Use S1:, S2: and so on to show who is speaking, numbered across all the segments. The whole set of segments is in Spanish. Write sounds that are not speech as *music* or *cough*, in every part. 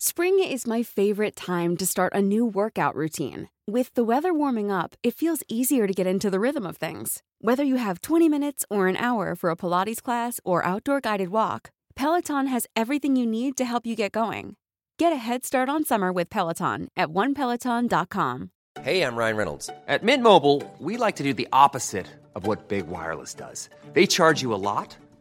S1: Spring is my favorite time to start a new workout routine. With the weather warming up, it feels easier to get into the rhythm of things. Whether you have 20 minutes or an hour for a Pilates class or outdoor guided walk, Peloton has everything you need to help you get going. Get a head start on summer with Peloton at onepeloton.com.
S2: Hey, I'm Ryan Reynolds. At Mint Mobile, we like to do the opposite of what Big Wireless does. They charge you a lot,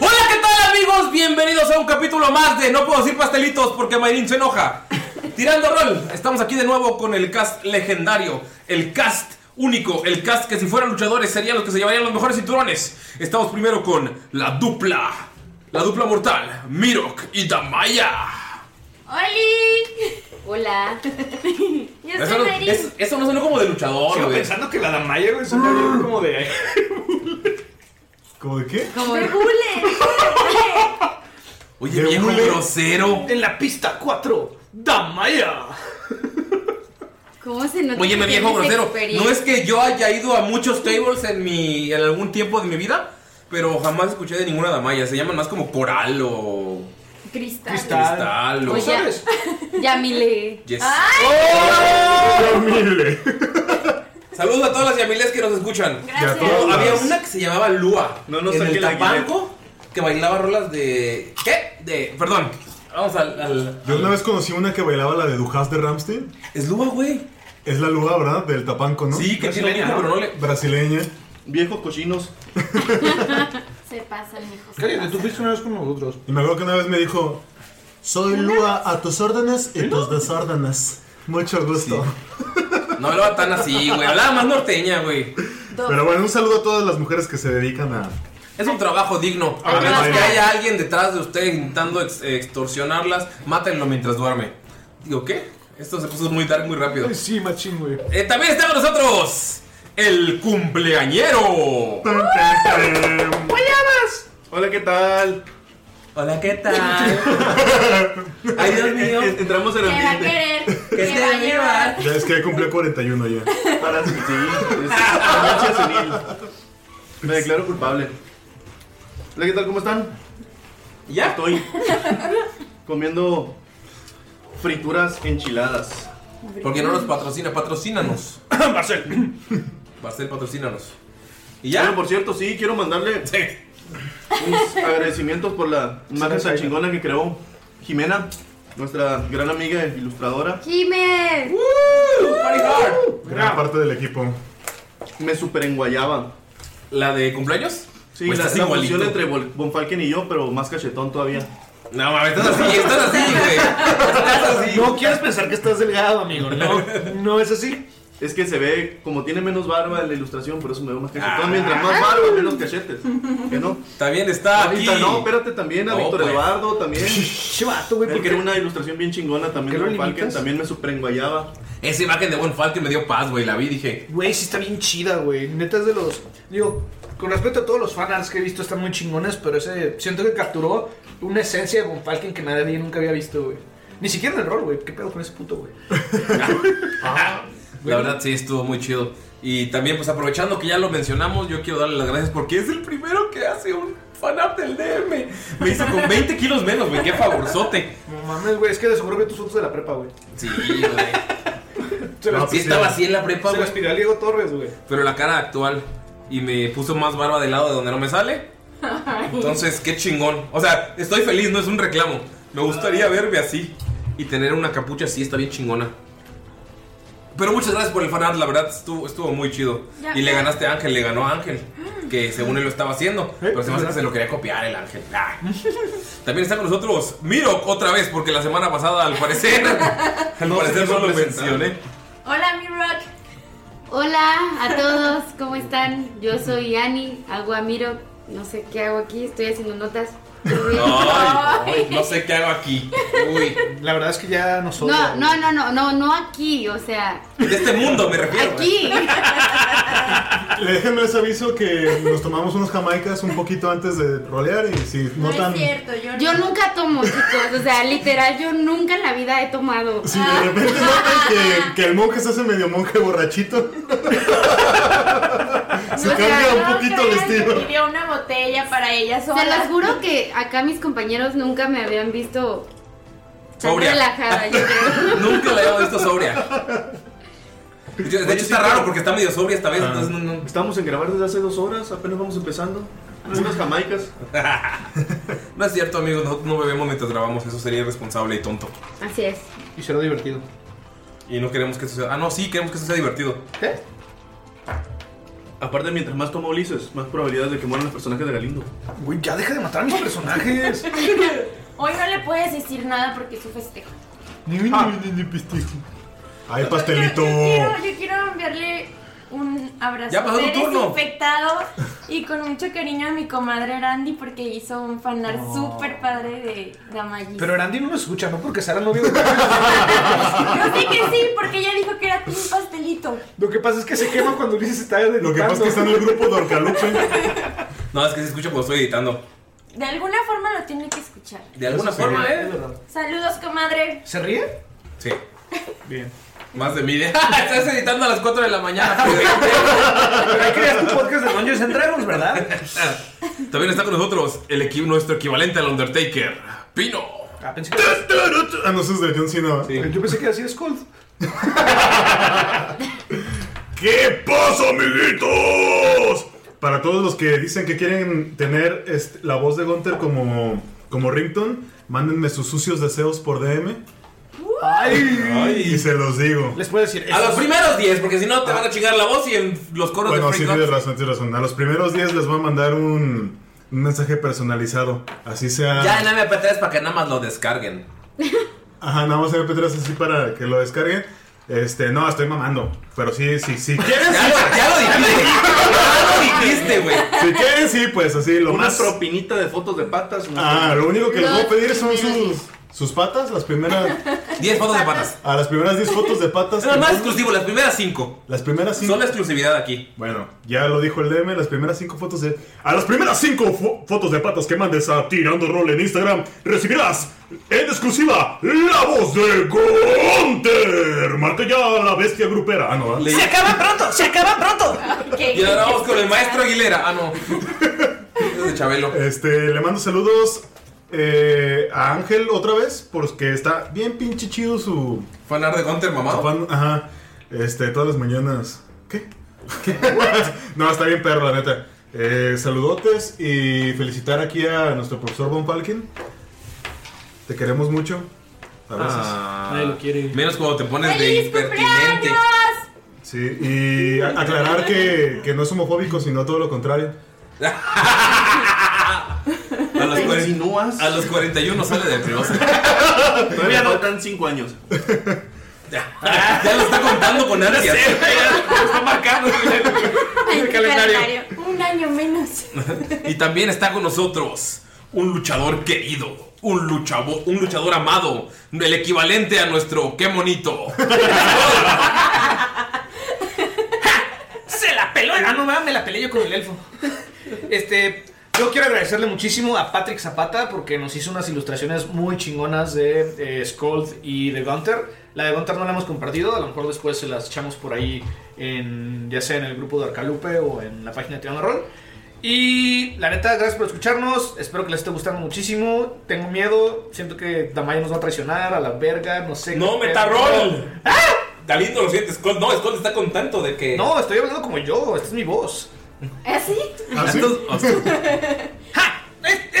S3: Hola, ¿qué tal amigos? Bienvenidos a un capítulo más de No puedo decir pastelitos porque Mayrin se enoja. Tirando rol, estamos aquí de nuevo con el cast legendario, el cast único, el cast que si fueran luchadores serían los que se llevarían los mejores cinturones. Estamos primero con la dupla, la dupla mortal, Mirok y Damaya.
S4: ¡Oli! *laughs* Hola. Yo
S3: Eso no,
S4: soy Mary.
S3: es- eso no sonó como de luchador,
S5: Sigo
S3: güey.
S5: pensando que la Damaya, güey, es
S6: Ah.
S5: un avión como de.
S7: ¿Cómo de qué?
S4: Como de Gule.
S3: Oye, viejo
S7: hule.
S3: grosero.
S5: En la pista 4, Damaya.
S4: ¿Cómo se nota?
S3: Oye,
S4: que
S3: me viejo
S4: tienes
S3: grosero.
S4: experiencia?
S3: No es que yo haya ido a muchos tables en mi en algún tiempo de mi vida, pero jamás escuché de ninguna damaya. Se llaman más como coral o
S4: Cristal.
S5: Cristal.
S3: cristal o
S4: Oye. *laughs*
S5: ¿Sabes?
S4: Yamile.
S3: Yes. ¡Oh!
S4: ¡Ay!
S7: Yamile.
S3: *laughs* Saludos a todas las yamiles que nos escuchan.
S7: Ya
S4: Gracias.
S7: todos.
S3: Había una que se llamaba Lua.
S5: No nos
S3: en el
S5: saque la
S3: tapanco que bailaba rolas de ¿qué? De perdón. Vamos al, al-
S7: Yo una vez conocí una que bailaba la de Dujas de Ramstein.
S3: Es Lua, güey.
S7: Es la luda, ¿verdad? Del tapanco, ¿no?
S3: Sí, que tiene
S5: Brasileña,
S3: hijo, pero
S5: ¿no?
S3: no le
S7: Brasileña.
S5: Viejos cochinos.
S4: Se pasan, hijos.
S5: Cállate, tú fuiste una vez con nosotros.
S7: Y me acuerdo que una vez me dijo: Soy Lua, a tus órdenes y tus desórdenes. Mucho gusto.
S3: no hablaba tan así, güey. Hablaba más norteña, güey.
S7: Pero bueno, un saludo a todas las mujeres que se dedican a.
S3: Es un trabajo digno.
S7: A
S3: A
S7: ver,
S3: menos
S7: vaya.
S3: que haya alguien detrás de ustedes intentando ex- extorsionarlas, mátenlo mientras duerme. Digo, ¿qué? Esto se puso muy dark muy rápido.
S5: Sí, machín, güey.
S3: Eh, también está con nosotros el cumpleañero.
S5: Hola, ¿qué tal?
S3: Hola, ¿qué
S5: *laughs*
S3: tal? Ay, Dios mío.
S5: Entramos en
S4: ¿Qué va a
S5: ambiente.
S8: *laughs*
S4: querer? ¿Qué va a llevar?
S7: Ya es que ya cumplió 41 ya.
S5: Para sí, es senil.
S7: *laughs*
S5: Me declaro culpable. Hola, ¿qué tal? ¿Cómo están?
S3: ¿Ya?
S5: Estoy comiendo frituras enchiladas.
S3: Porque no nos patrocina, patrocínanos.
S5: *coughs* Marcel.
S3: Marcel, patrocínanos. ¿Y
S5: Bueno,
S3: ya?
S5: por cierto, sí, quiero mandarle
S3: Sí.
S5: mis agradecimientos por la imagen tan chingona que creó Jimena, nuestra gran amiga e ilustradora.
S4: Jiménez.
S3: Party hard.
S7: Gran parte del equipo.
S5: Me super enguayaba.
S3: ¿La de cumpleaños?
S5: Sí,
S3: Pues
S5: la,
S3: estás
S5: la
S3: igualito.
S5: fusión entre Vol- Von Falken y yo, pero más cachetón todavía.
S3: No, mames, estás así, estás así, güey. Estás así.
S6: No quieres pensar que estás delgado, amigo. No, no es así.
S5: Es que se ve como tiene menos barba en la ilustración, por eso me veo más
S3: Ah.
S5: cachetón. Mientras más barba, menos cachetes. ¿Qué no?
S3: También está aquí.
S5: Ahorita no, espérate también a
S3: No,
S5: Víctor
S3: pues.
S5: Eduardo
S3: *laughs*
S5: también.
S6: Chivato, güey,
S5: Él
S6: porque
S5: creó una ilustración bien chingona también
S6: ¿Qué
S5: de
S6: lo
S5: Von Falken,
S6: limitas?
S5: también me super enguayaba.
S3: Esa imagen de buen Falcon me dio paz, güey. La vi y dije,
S6: Güey, sí está bien chida, güey. Neta es de los. Digo, con respeto a todos los fanarts que he visto, están muy chingones, pero ese. Siento que capturó una esencia de Von Falken que nadie nunca había visto, güey. Ni siquiera en el rol, güey. ¿Qué pedo con ese puto,
S5: *laughs*
S6: güey? Ah.
S3: La verdad, sí, estuvo muy chido. Y también, pues aprovechando que ya lo mencionamos, yo quiero darle las gracias porque es el *laughs* primero que hace un fanart del DM. Me hizo con
S6: *laughs*
S3: 20 kilos menos, güey. Qué favorzote.
S6: No mames, güey. Es que de seguro vi tus fotos de la prepa, güey.
S3: Sí, güey.
S6: Se las-
S3: sí, estaba así en la prepa,
S6: Se las
S3: güey.
S6: pidió a Diego Torres, güey.
S3: Pero la cara actual. Y me puso más barba del lado de donde no me sale. Entonces, qué chingón. O sea, estoy feliz, no es un reclamo. Me gustaría verme así. Y tener una capucha así está bien chingona. Pero muchas gracias por el fanart, la verdad estuvo, estuvo muy chido.
S6: Ya,
S3: y le
S6: ya.
S3: ganaste a Ángel, le ganó a Ángel. Que según él lo estaba haciendo. Pero se me hace que se lo quería copiar el Ángel. Ah. También está con nosotros Miro otra vez, porque la semana pasada al
S4: *laughs*
S3: parecer. al parecer no lo mencioné.
S4: Hola, mi rock. Hola a todos, ¿cómo están? Yo soy Ani, hago a Miro. No sé qué hago aquí, estoy haciendo notas.
S3: Ay, no sé qué hago aquí. Uy.
S6: La verdad es que ya nos
S4: No, no, no, no, no, no aquí, o sea,
S3: De este mundo me refiero.
S4: aquí.
S8: Déjenme les aviso que nos tomamos unos jamaicas un poquito antes de rolear y si
S4: No es
S8: notan.
S4: cierto, yo, nunca tomo, chicos. O sea, literal, yo nunca en la vida he tomado. Ah.
S8: Si de repente notan que, que el monje se hace medio
S4: *laughs*
S8: monje borrachito. se
S4: O sea,
S8: cambia un
S4: no
S8: poquito el estilo.
S4: pidió una botella para ella sola. Se los juro que acá mis compañeros nunca me habían visto tan
S3: Sobria.
S4: relajada. yo creo.
S3: Nunca la había visto sobria. Yo- De hecho, está raro porque está medio sobria
S6: Ah.
S3: esta vez. Entonces, no, no.
S5: Estamos en grabar desde hace dos horas, apenas vamos empezando.
S6: Ah.
S5: Unas jamaicas.
S3: *laughs* No es cierto, amigos. Nosotros no bebemos mientras grabamos. Eso sería irresponsable y tonto.
S4: Así es.
S6: Y será divertido.
S3: Y no queremos que eso sea. Ah, no, sí, queremos que eso sea divertido.
S5: Aparte, mientras más toma Ulises, más probabilidades de que mueran los personajes de Galindo.
S6: Güey, ya deja de matar a mis
S5: *laughs*
S6: personajes.
S9: *laughs* Hoy no le puedes decir nada porque es su festejo.
S8: Ay, pastelito.
S9: Quiero- yo quiero enviarle un abrazo
S8: Ya pasó tu
S9: de
S8: turno.
S9: desinfectado y con mucho cariño a mi comadre Randy porque hizo un fanart
S6: No.
S9: súper padre de Damayi.
S6: Pero Randy no lo escucha, no porque Sara no vio.
S9: Yo sé que sí, porque ella dijo que era un pastelito.
S6: Lo que pasa es que se quema cuando Ulises está editando. Lo que pasa es que está en
S8: el grupo de Orcalupe.
S3: No, es que se escucha cuando estoy editando.
S9: De alguna forma lo tiene que escuchar.
S3: De alguna
S6: Eso sí,
S3: forma,
S6: es
S3: ¿eh?
S9: Saludos, comadre.
S6: ¿Se ríe?
S3: Sí.
S6: Bien.
S3: Más de mí. ¿eh? *laughs* Estás editando a las 4 de la mañana.
S6: *laughs* Pero ahí creas tu podcast de Dungeons and Dragons, ¿verdad?
S3: También está con nosotros el equi- nuestro equivalente al Undertaker, Pino.
S6: Ah, pensé
S8: Ah, no, eso es de ¿eh? John Cena.
S6: Yo pensé que iba a decir Skull.
S8: *laughs* ¿Qué pasa, amiguitos? Para todos los que dicen que quieren tener este, la voz de Gunter como, como ringtone, mándenme sus sucios deseos por DM.
S6: ¡Ay!
S8: Y se los digo. Ah.
S6: Les puedo decir.
S3: A los primeros 10, porque si no te van a chingar la voz y en los coros
S8: Bueno,
S3: de
S8: sí,
S3: Freak
S8: tienes
S3: Out.
S8: razón, tienes razón. A los primeros 10 les voy a mandar un, un mensaje personalizado. Así sea.
S3: Ya en MP3 para que nada más lo descarguen.
S8: Ajá, nada más MP3 así para que lo descarguen. Este, no, estoy mamando. Pero sí, sí, sí. ¿Quieres?
S3: Ya, lo- ya lo dijiste. Ya lo dijiste, güey.
S8: Si quieren, sí, pues así, lo
S5: Una
S8: más.
S5: propinita de fotos de patas. ¿no?
S8: Ah, lo único que les voy a
S5: *laughs* Los
S8: pedir son sus, sus patas, las primeras.
S3: 10 fotos de patas.
S8: A las primeras 10 fotos de patas.
S3: Es lo más
S8: que-
S3: exclusivo, las primeras 5.
S8: Las primeras 5.
S3: Son la exclusividad aquí.
S8: Bueno, ya lo dijo el DM, las primeras 5 fotos de. A las primeras 5 fotos de patas que mandes a Tirando Rol en Instagram, recibirás en exclusiva la voz de Gunter. Marca ya la bestia grupera. Ah, no, ¿verdad?
S6: ¡Se acaba pronto! ¡Se acaba pronto!
S3: Y ahora vamos con el maestro Aguilera. Ah, no. de Chabelo.
S8: Este, le mando saludos eh, a Ángel otra vez, porque está bien pinche chido su.
S3: Fanar de Gunter, mamá.
S8: ajá. Este, todas las mañanas. ¿Qué? ¿Qué? *laughs* no, está bien perro, la neta. Eh, saludotes y felicitar aquí a nuestro profesor Von Falken. Te queremos mucho. A veces.
S3: Nadie Ah. lo quiere. Menos cuando te pones de
S9: ¡Feliz
S3: impertinente.
S8: Sí, y a- aclarar que, que no es homofóbico, sino todo lo contrario.
S3: *laughs* A los, cuaren- a los 41 sale de primos. *laughs*
S5: Todavía no. Faltan
S6: *laughs*
S5: 5 años.
S3: *laughs* Ya lo está contando con ansias.
S5: Está marcado.
S9: En el
S3: calendario.
S9: Un año menos.
S3: Y también está con nosotros un luchador querido, un luchador, un luchador amado, el equivalente a nuestro qué monito.
S6: ¡Se la peló! Ah, no mames, me la peleé yo con el elfo. Este. Yo quiero agradecerle muchísimo a Patrick Zapata porque nos hizo unas ilustraciones muy chingonas de eh, Scold y de Gunter. La de Gunter no la hemos compartido, a lo mejor después se las echamos por ahí, en, ya sea en el grupo de Arcalupe o en la página de Tirando Roll. Y la neta, gracias por escucharnos. Espero que les esté gustando muchísimo. Tengo miedo, siento que Damaya nos va a traicionar a la verga, no sé.
S3: No,
S6: qué
S3: Metarrol.
S6: pedo.
S3: Galindo, lo sientes. Scott, no, Scott está con tanto de que.
S6: No, estoy hablando como yo, esta es mi voz.
S4: ¿Así?
S3: ¿Ah, *laughs*
S6: Esta es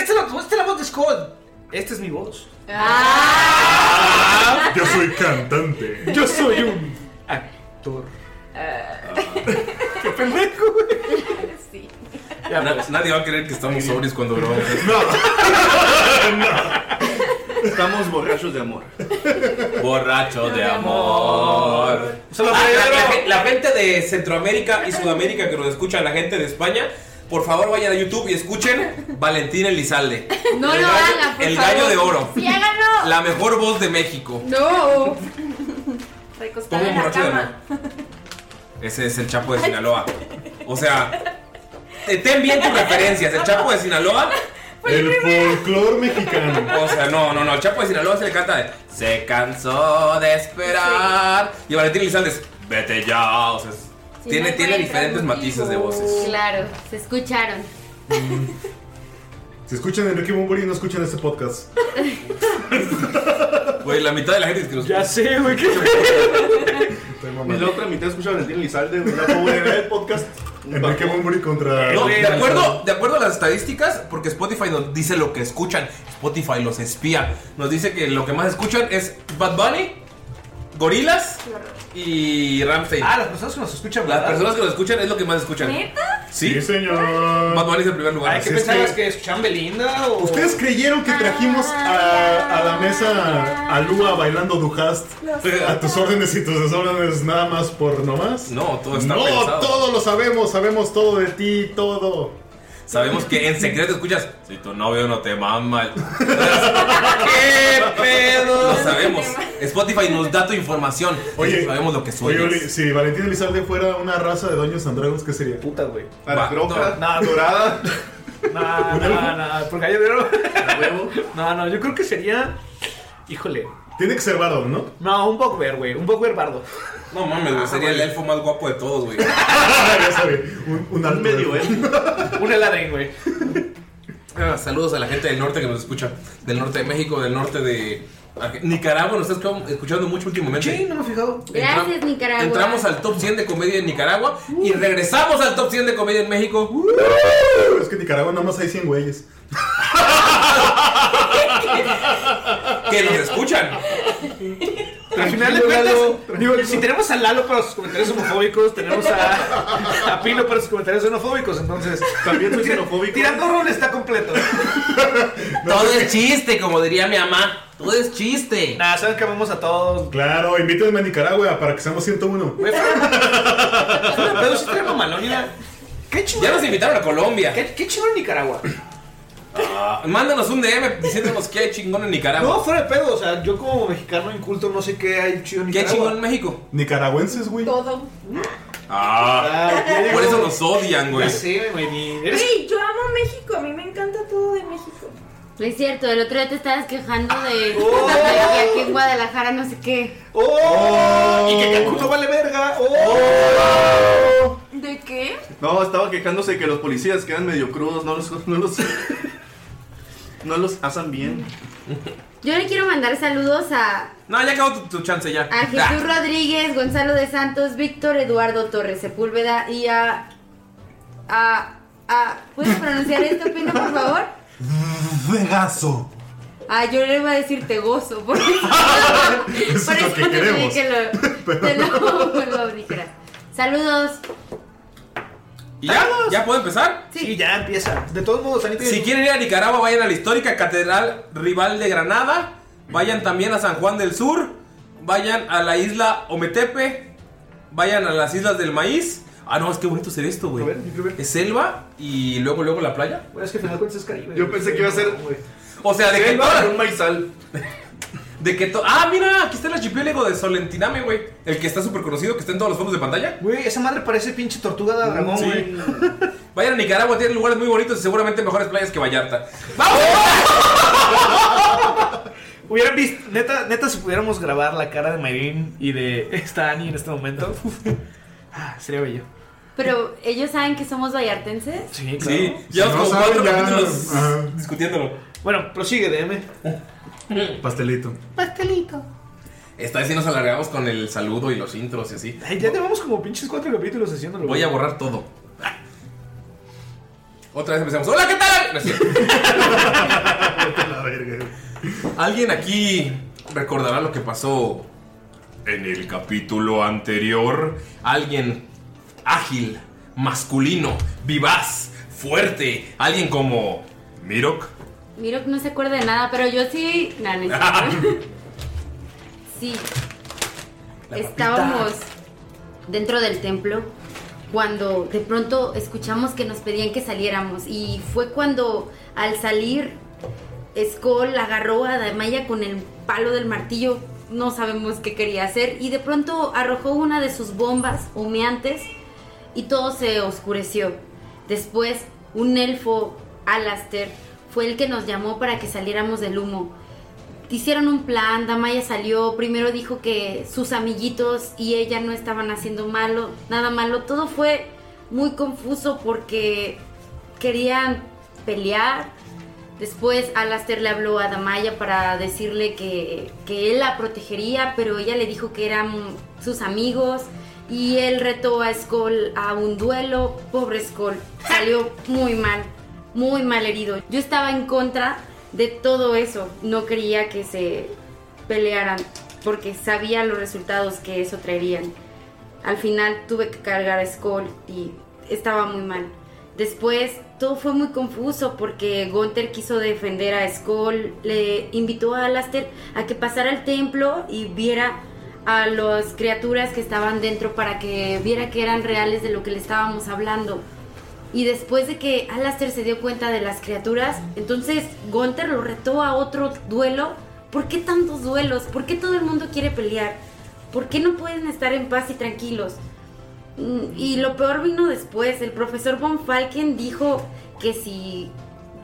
S6: la, esta es la voz de Scott. Esta es mi voz.
S3: Ah,
S7: *laughs*
S6: Ah.
S7: Yo soy cantante.
S6: Yo soy un actor. ¡Qué pendejo,
S4: güey!
S3: Na-
S6: pues.
S3: nadie va a creer que estamos sobrios cuando
S6: *laughs*
S3: grabamos.
S5: Estamos borrachos de amor.
S3: Borracho de amor. Ah, la, la gen- la gente de Centroamérica y Sudamérica que nos escucha, la gente de España, por favor vayan a YouTube y escuchen Valentina Elizalde.
S4: No
S3: El
S4: lo
S3: gallo-
S4: hagan, por
S3: el
S4: favor.
S3: gallo de oro.
S4: Sí, háganlo.
S3: La mejor voz de México.
S4: No.
S3: Como
S4: Recostada
S3: un borracho de amor. Ese es el Chapo de Sinaloa. O sea, te- ten bien tus referencias. El Chapo de Sinaloa. El folclor mexicano. O sea, no, no, no. El Chapo de Sinaloa se le canta de Se cansó de esperar. Y Valentín Elizalde es Vete ya. O sea, es-
S4: Sí,
S3: tiene,
S4: no
S3: tiene
S4: encuentras
S3: diferentes matices de voces.
S4: Claro, se escucharon.
S7: Mm. Si escuchan a Enrique Bumburi, no escuchan este podcast.
S3: *laughs* Güey, la mitad de la gente es que nos
S6: Ya sé, güey.
S3: *laughs*
S5: Y la otra mitad escucha a Valentín
S3: *laughs*
S5: Elizalde, güey, la pobre del podcast.
S7: Enrique Bumburi contra.
S3: No, de acuerdo, de acuerdo a las estadísticas, porque Spotify nos dice lo que escuchan, Spotify los espía, nos dice que lo que más escuchan es Bad Bunny, Gorilas y Ramstein. Ah,
S6: las personas que nos escuchan,
S3: las personas que nos escuchan es lo que más escuchan.
S9: ¿Neta?
S3: Sí,
S7: señor.
S3: Bad Bunny es el primer lugar.
S6: Ay, ¿qué pensabas que escuchaban Belinda o.?
S7: ¿Ustedes creyeron que trajimos a, a la mesa a Lua bailando Duhast a tus órdenes y tus desórdenes nada más por nomás?
S3: No, todo está
S7: No,
S3: pensado.
S7: todo lo sabemos, sabemos todo de ti, todo.
S3: Sabemos que en secreto escuchas, si tu novio no te mama. ¿Qué pedo? Lo sabemos. Spotify nos da tu información.
S7: Oye,
S3: sabemos lo que
S7: Oye,
S3: sueñas.
S7: Oli, si Valentín Elizalde fuera una raza de doños andragos, ¿qué sería?
S6: Puta, güey.
S7: Aracroja,
S6: no. *laughs*
S7: dorada.
S6: No, no, no, por gallo de oro. *laughs* No, no, yo creo que sería. Híjole.
S7: Tiene que ser bardo, ¿no?
S6: No, un bugbear, güey. Un bugbear bardo.
S3: No mames,
S7: ah,
S3: güey. Sería el elfo más guapo de todos,
S7: *laughs*
S3: güey.
S7: ya sabe, un, un alto
S3: medio
S6: Un Eladrin, güey.
S3: Ah, saludos a la gente del norte que nos escucha. Del norte de México, del norte de Arge- Nicaragua. Nos está escu- escuchando mucho últimamente.
S6: Sí, no me he fijado.
S4: Gracias, Nicaragua.
S3: Entramos *laughs* al top 100 de comedia en Nicaragua y regresamos al top 100 de comedia en México.
S7: Es que en Nicaragua nada más hay 100 güeyes.
S3: *laughs* que nos escuchan.
S6: Al final de cuentas, digo, si tenemos a Lalo para sus comentarios homofóbicos, tenemos a, a Pino para sus comentarios xenofóbicos, entonces. También soy xenofóbico. Tirando rol está completo.
S3: *laughs* Todo es chiste, como diría mi mamá. Todo es chiste.
S6: Nada, saben que amamos a todos.
S7: Claro, invítenme a Nicaragua para que seamos 101.
S6: Pero si tenemos Malonia. Qué chido.
S3: Ya nos invitaron a Colombia.
S6: Qué, qué chido en Nicaragua.
S3: Ah, mándanos un DM diciéndonos qué hay chingón en Nicaragua.
S6: No, fuera de pedo. O sea, yo como mexicano inculto no sé qué hay chido en
S3: ¿Qué hay
S6: Nicaragua.
S3: chingón en México?
S7: Nicaragüenses, güey.
S9: Todo.
S3: Ah,
S6: ya
S3: por
S6: llegó.
S3: eso nos odian, güey.
S6: Ya sé, güey. ni- eres-
S9: Güey, yo amo México, a mí me encanta todo de México.
S4: No es cierto, el otro día te estabas quejando de,
S3: Oh.
S4: *laughs* de que aquí en Guadalajara no sé qué.
S6: ¡Oh! Y que Cancún no vale verga. ¡Oh!
S9: ¿De qué?
S5: oh". No, estaba quejándose que los policías quedan medio crudos, no los, no los, no los asan bien.
S4: Yo le quiero mandar saludos a,
S3: No, ya acabó tu, tu chance ya.
S4: a Jesús Rodríguez, Gonzalo de Santos, Víctor Eduardo Torres Sepúlveda y a. a, a ¿Puedes pronunciar esto, Pino, por favor?
S7: Vegaso.
S4: Ah, yo le iba a decir te gozo, *laughs* por eso.
S7: Ah,
S4: por
S7: lo
S4: eso
S7: que
S4: te pedí
S7: queremos.
S4: que
S7: *laughs*
S4: lo, te lo- lo dijeras. Saludos.
S3: ¿Y ya? ¿Ya puedo empezar?
S6: Sí, ya empieza. De todos modos, Anita.
S3: Si quieren ir a Nicaragua, vayan a la histórica Catedral Rival de Granada. Vayan también a San Juan del Sur. Vayan a la isla Ometepe. Vayan a las Islas del Maíz. Ah, no, es que bonito ser esto, güey. Es selva y luego, luego la playa.
S6: Bueno, es que al final de cuentas es Caribe.
S5: Yo pensé que iba a ser-
S3: O sea, de que
S5: Selva
S3: todas
S5: y un maizal.
S3: *laughs* De que to- Ah, mira, aquí está el archipiélago de Solentiname, güey. El que está súper conocido, que está en todos los fondos de pantalla. *laughs*
S6: Güey, esa madre parece pinche tortuga de dragón,
S3: Sí.
S6: güey.
S3: Vayan a Nicaragua, tienen lugares muy bonitos y seguramente mejores playas que Vallarta.
S8: *laughs*
S6: Hubieran visto, neta, neta, si pudiéramos grabar la cara de Mayrin y de esta Annie en este
S5: *laughs*
S6: momento, uf, ah, sería bello.
S4: Pero ellos saben que somos vallartenses.
S6: Sí, claro.
S3: Sí, llevamos como cuatro capítulos
S6: ajá.
S3: discutiéndolo.
S6: Bueno, prosigue, DM.
S7: Pastelito.
S4: Pastelito.
S3: Esta vez sí nos alargamos con el saludo y los intros y así.
S6: Ay, ya llevamos como pinches cuatro capítulos haciéndolo.
S3: Voy a
S6: güey.
S3: borrar todo. Otra vez empezamos. ¡Hola, qué tal! No es cierto.
S5: *laughs*
S3: ¿Alguien aquí recordará lo que pasó en el capítulo anterior? Alguien ágil, masculino, vivaz, fuerte. Alguien como Mirok.
S4: Miro que no se acuerda de nada, pero yo sí. No, no
S3: *laughs*
S4: es
S7: *laughs*
S4: cierto. sí. Estábamos dentro del templo cuando de pronto escuchamos que nos pedían que saliéramos. Y fue cuando al salir, Skull agarró a Damaya con el palo del martillo. No sabemos qué quería hacer. Y de pronto arrojó una de sus bombas humeantes y todo se oscureció. Después, un elfo, Alastair, fue el que nos llamó para que saliéramos del humo. Hicieron un plan, Damaya salió, primero dijo que sus amiguitos y ella no estaban haciendo malo, nada malo. Todo fue muy confuso porque querían pelear. Después Alastair le habló a Damaya para decirle que, que él la protegería, pero ella le dijo que eran sus amigos y él retó a Skoll a un duelo. Pobre Skoll, salió muy mal, muy mal herido. Yo estaba en contra de todo eso, no quería que se pelearan porque sabía los resultados que eso traerían. Al final tuve que cargar a Skoll y estaba muy mal. Después todo fue muy confuso porque Gunther quiso defender a Skoll, le invitó a Alastair a que pasara al templo y viera a las criaturas que estaban dentro para que viera que eran reales de lo que le estábamos hablando. Y después de que Alastair se dio cuenta de las criaturas, entonces Gunther lo retó a otro duelo. ¿Por qué tantos duelos? ¿Por qué todo el mundo quiere pelear? ¿Por qué no pueden estar en paz y tranquilos? Mm, Y lo peor vino después. El profesor von Falken dijo que si,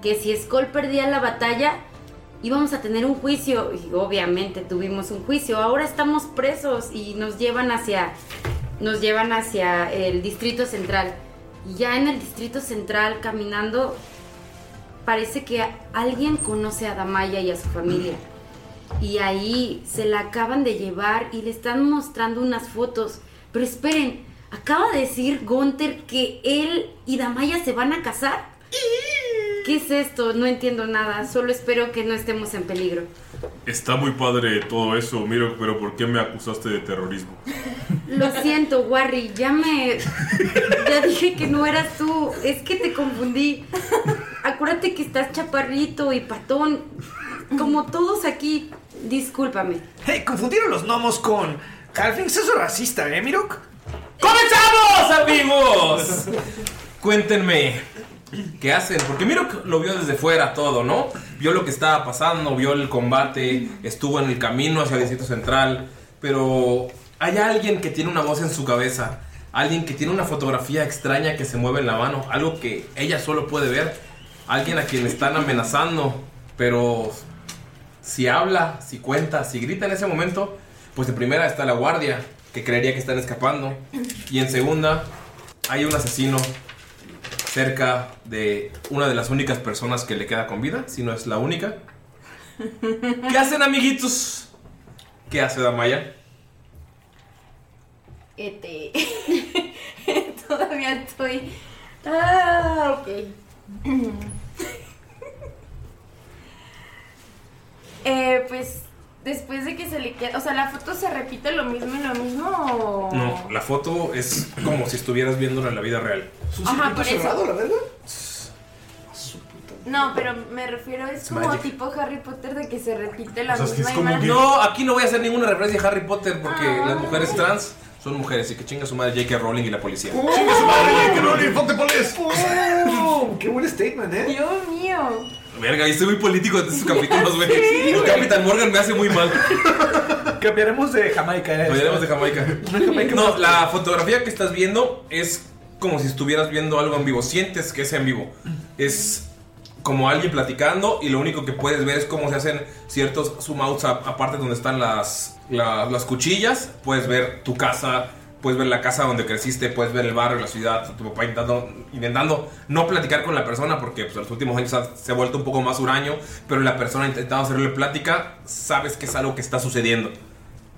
S4: que si Skoll perdía la batalla, íbamos a tener un juicio. Y obviamente tuvimos un juicio. Ahora estamos presos y nos llevan hacia, nos llevan hacia el distrito central. Y ya en el distrito central, caminando, parece que alguien conoce a Damaya y a su familia. Y ahí se la acaban de llevar y le están mostrando unas fotos. Pero esperen, acaba de decir Gunther que él y Damaya se van a casar. ¿Qué es esto? No entiendo nada. Solo espero que no estemos en peligro.
S10: Está muy padre todo eso, Miro, pero ¿por qué me acusaste de terrorismo?
S4: Lo siento, Warry. Ya me. Ya dije que no eras tú. Es que te confundí. Acuérdate que estás chaparrito y patón. Como todos aquí. Discúlpame.
S6: Hey, confundieron los gnomos con halflings. Eso es racista, ¿eh, Mirok?
S3: ¡Comenzamos,
S6: *laughs*
S3: amigos! Cuéntenme, ¿qué hacen? Porque Mirok lo vio desde fuera todo, ¿no? Vio lo que estaba pasando, vio el combate, estuvo en el camino hacia el distrito central. Pero hay alguien que tiene una voz en su cabeza, alguien que tiene una fotografía extraña que se mueve en la mano, algo que ella solo puede ver, alguien a quien están amenazando, pero si habla, si cuenta, si grita en ese momento, pues en primera está la guardia, que creería que están escapando. Y en segunda, hay un asesino cerca de una de las únicas personas que le queda con vida, si no es la única. ¿Qué hacen, amiguitos? ¿Qué hace Damaya?
S9: Este. *laughs* Todavía estoy. Ah, ok. Eh, pues después de que se le queda. O sea, la foto se repite lo mismo y lo mismo. o-
S3: No, la foto es como si estuvieras viéndola en la vida real.
S9: Ajá, por eso.
S6: cerrado, la verdad?
S9: No, pero me refiero, es
S3: It's
S9: como
S3: magic.
S9: tipo Harry Potter de que se repite la misma imagen.
S3: No, aquí no voy a hacer ninguna referencia a Harry Potter porque
S9: Ah,
S3: las mujeres trans son mujeres y que chinga su madre J.K. Rowling y la policía.
S9: Chinga su madre, J.K. Rowling,
S3: ponte
S6: Oh, ¡Qué buen statement, eh!
S9: Dios mío.
S3: Verga, yo soy muy político de estos capítulos, güey. El Capitán Morgan me hace muy mal.
S6: Cambiaremos de Jamaica, eh.
S3: Cambiaremos de Jamaica. No, la fotografía que estás viendo es como si estuvieras viendo algo en vivo. Sientes que es en vivo. Es como alguien platicando y lo único que puedes ver es cómo se hacen ciertos zoom outs a- aparte donde están las, la- las cuchillas. Puedes ver tu casa, puedes ver la casa donde creciste, puedes ver el barrio, la ciudad, tu papá intentando, intentando no platicar con la persona porque pues, en los últimos años ha- se ha vuelto un poco más huraño, pero la persona intentando hacerle plática, sabes que es algo que está sucediendo.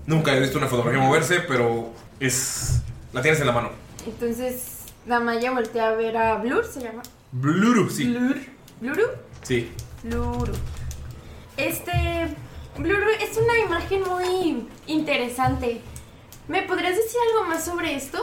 S3: Nunca he visto una fotografía moverse, pero es... La tienes en la mano.
S9: Entonces, Damaya voltea a ver a Blur, se llama.
S3: Bluru, sí.
S9: Blur. Bluru.
S3: Sí.
S9: Bluru. Este. Bluru es una imagen muy interesante. ¿Me podrías decir algo más sobre esto?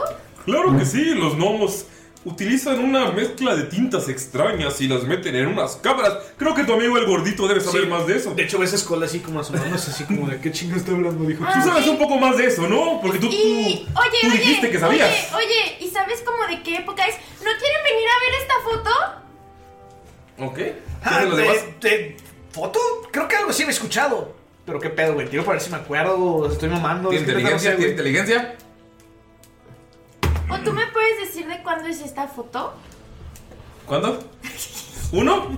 S10: Claro que sí, los gnomos utilizan una mezcla de tintas extrañas y las meten en unas cámaras. Creo que tu amigo el gordito debe saber más de eso. De
S6: hecho, ves a Skull así como asomándose, así como de qué chingo está hablando, dijo.
S10: Tú sabes un poco más de eso, ¿no? Porque tú,
S9: Y. Oye,
S10: tú
S9: oye.
S10: dijiste que sabías.
S9: Oye, oye, ¿y sabes como de qué época es? ¿No quieren venir a ver esta foto?
S3: Ok.
S6: Ah,
S3: los
S6: de-
S3: demás?
S6: de- ¿Foto? Creo que algo sí me he escuchado. Pero qué pedo, güey. Tiro para ver si me acuerdo o estoy mamando.
S3: ¿Tiene
S6: es que neta no
S3: inteligencia?
S6: sé, güey.
S3: ¿Tiene inteligencia?
S9: ¿O tú me puedes decir de cuándo es esta foto?
S3: ¿Cuándo? ¿Uno?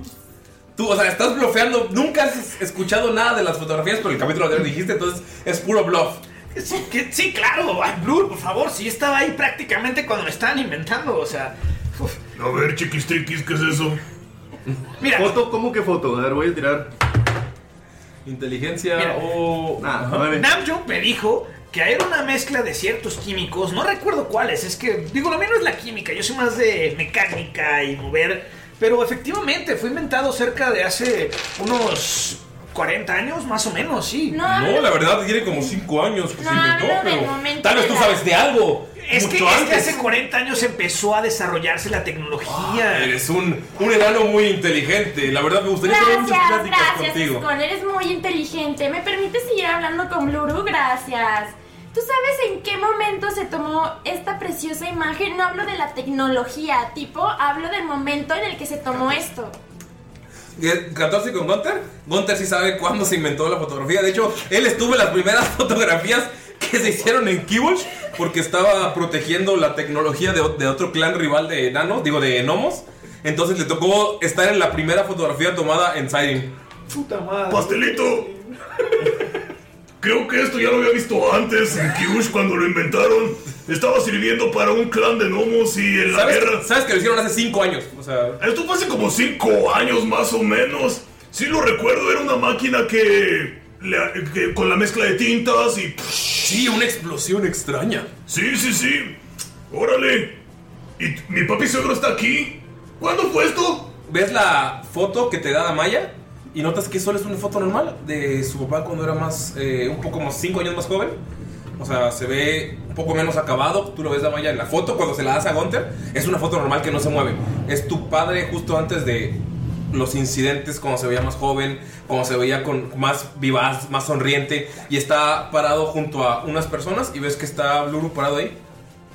S3: Tú, o sea, estás bloqueando. Nunca has escuchado nada de las fotografías, pero el capítulo anterior dijiste, entonces es puro bluff.
S6: Sí, que- sí, claro. Oh, Ay, Blur, por favor. Sí, estaba ahí prácticamente cuando lo estaban inventando. O sea,
S7: A ver, chiquis triquis, ¿qué es eso?
S6: Mira.
S5: ¿Foto? ¿Cómo que foto? A ver, voy a tirar.
S3: Inteligencia
S6: Mira.
S3: o.
S5: Nah,
S6: Ajá.
S5: nueve.
S6: Namjoon me dijo que era una mezcla de ciertos químicos, no recuerdo cuáles, es que digo, lo mío no es la química, yo soy más de mecánica y mover, pero efectivamente fue inventado cerca de hace unos 40 años más o menos, sí.
S10: No, la verdad tiene como 5 años que
S6: No,
S10: se inventó,
S6: hablo del
S10: pero
S6: momento
S10: tal vez tú
S6: de la-
S10: sabes de algo.
S6: Es que,
S10: mucho
S6: es que
S10: antes.
S6: hace 40 años empezó a desarrollarse la tecnología.
S3: Eres un, un enano muy inteligente. La verdad me gustaría tener muchas
S9: Gracias,
S3: pláticas
S9: gracias,
S3: contigo.
S9: Skull. Eres muy inteligente. ¿Me permites seguir hablando con Bluru? Gracias. ¿Tú sabes en qué momento se tomó esta preciosa imagen? No hablo de la tecnología, tipo, hablo del momento en el que se tomó esto.
S3: Eh, 14 con Gunter. Gunter sí sabe cuándo se inventó la fotografía. De hecho, él estuvo en las primeras *laughs* fotografías que se hicieron en Kibosh porque estaba protegiendo la tecnología de, o- de otro clan rival de enanos, digo, de gnomos. Entonces le tocó estar en la primera fotografía tomada en Siren.
S6: Puta madre.
S7: ¡Pastelito! Creo que esto ya lo había visto antes en Kyush cuando lo inventaron. Estaba sirviendo para un clan de gnomos y en la
S3: ¿Sabes,
S7: guerra.
S3: sabes que lo hicieron hace 5 años? O sea,
S7: Esto fue hace como 5 años más o menos. Sí lo recuerdo, era una máquina que, le- que con la mezcla de tintas y... Sí,
S3: una explosión extraña.
S7: Sí, sí, sí. Órale. ¿Y t- mi papi suegro está aquí? ¿Cuándo fue esto?
S3: ¿Ves la foto que te da Damaya? Y notas que solo es una foto normal de su papá cuando era más, eh, un poco más, 5 años más joven. O sea, se ve un poco menos acabado. Tú lo ves Damaya en la foto cuando se la das a Gunter. Es una foto normal que no se mueve. Es tu padre justo antes de los incidentes, cuando se veía más joven, cuando se veía con más vivaz, más sonriente. Y está parado junto a unas personas y ves que está Bluru parado ahí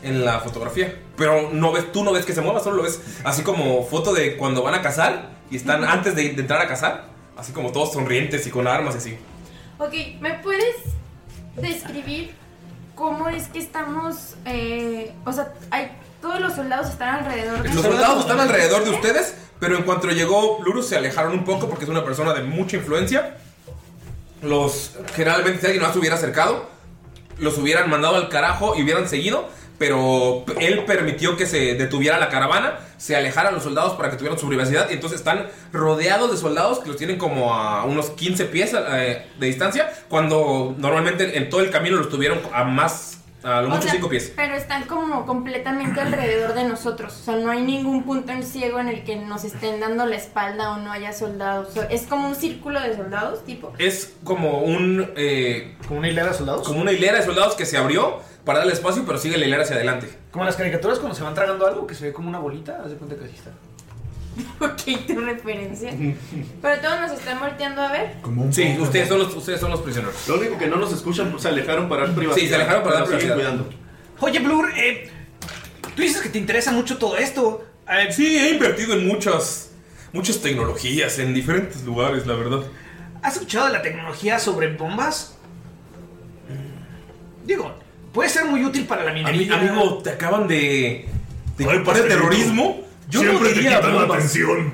S3: en la fotografía. Pero no ves, tú no ves que se mueva, solo lo ves así como foto de cuando van a cazar y están antes de, de entrar a cazar, así como todos sonrientes y con armas y así.
S9: Ok, ¿me puedes describir cómo es que estamos, eh, o sea, hay, todos los soldados están alrededor de
S3: Los soldados están ¿Eh? alrededor de ustedes, pero en cuanto llegó Luru se alejaron un poco porque es una persona de mucha influencia. Los generalmente si alguien más se hubiera acercado, los hubieran mandado al carajo y hubieran seguido, pero p- él permitió que se detuviera la caravana, se alejaran los soldados para que tuvieran su privacidad y entonces están rodeados de soldados que los tienen como a unos 15 pies eh, de distancia, cuando normalmente en todo el camino los tuvieron a más a lo
S9: O
S3: mucho
S9: sea,
S3: 5 pies.
S9: Pero están como completamente alrededor de nosotros. O sea, no hay ningún punto en ciego en el que nos estén dando la espalda o no haya soldados. O sea, es como un círculo de soldados, tipo. *laughs*
S3: Es como un. eh,
S6: ¿Como una hilera de soldados?
S3: Como una hilera de soldados que se abrió para darle espacio, pero sigue la hilera hacia adelante.
S6: Como las caricaturas cuando se van tragando algo que se ve como una bolita, hace cuenta que así está.
S9: Ok, tu referencia. Pero todos nos están volteando a ver.
S3: Sí, ustedes son, los, ustedes son los prisioneros.
S5: Lo único que no nos escuchan, pues, se alejaron para dar privacidad.
S3: Sí, se alejaron para dar
S5: Nos siguen
S3: privacidad.
S5: cuidando.
S6: Oye, Blur, eh, tú dices que te interesa mucho todo esto.
S3: sí, he invertido en muchas, muchas tecnologías, en diferentes lugares, la verdad.
S6: ¿Has escuchado de la tecnología sobre bombas? Digo, puede ser muy útil para la minería.
S3: Ami- amigo, te acaban de Ay,
S6: pues,
S3: ¿Para terrorismo? Yo
S7: Siempre
S3: no
S7: te
S3: diría
S7: quitan la
S3: bombas.
S7: atención.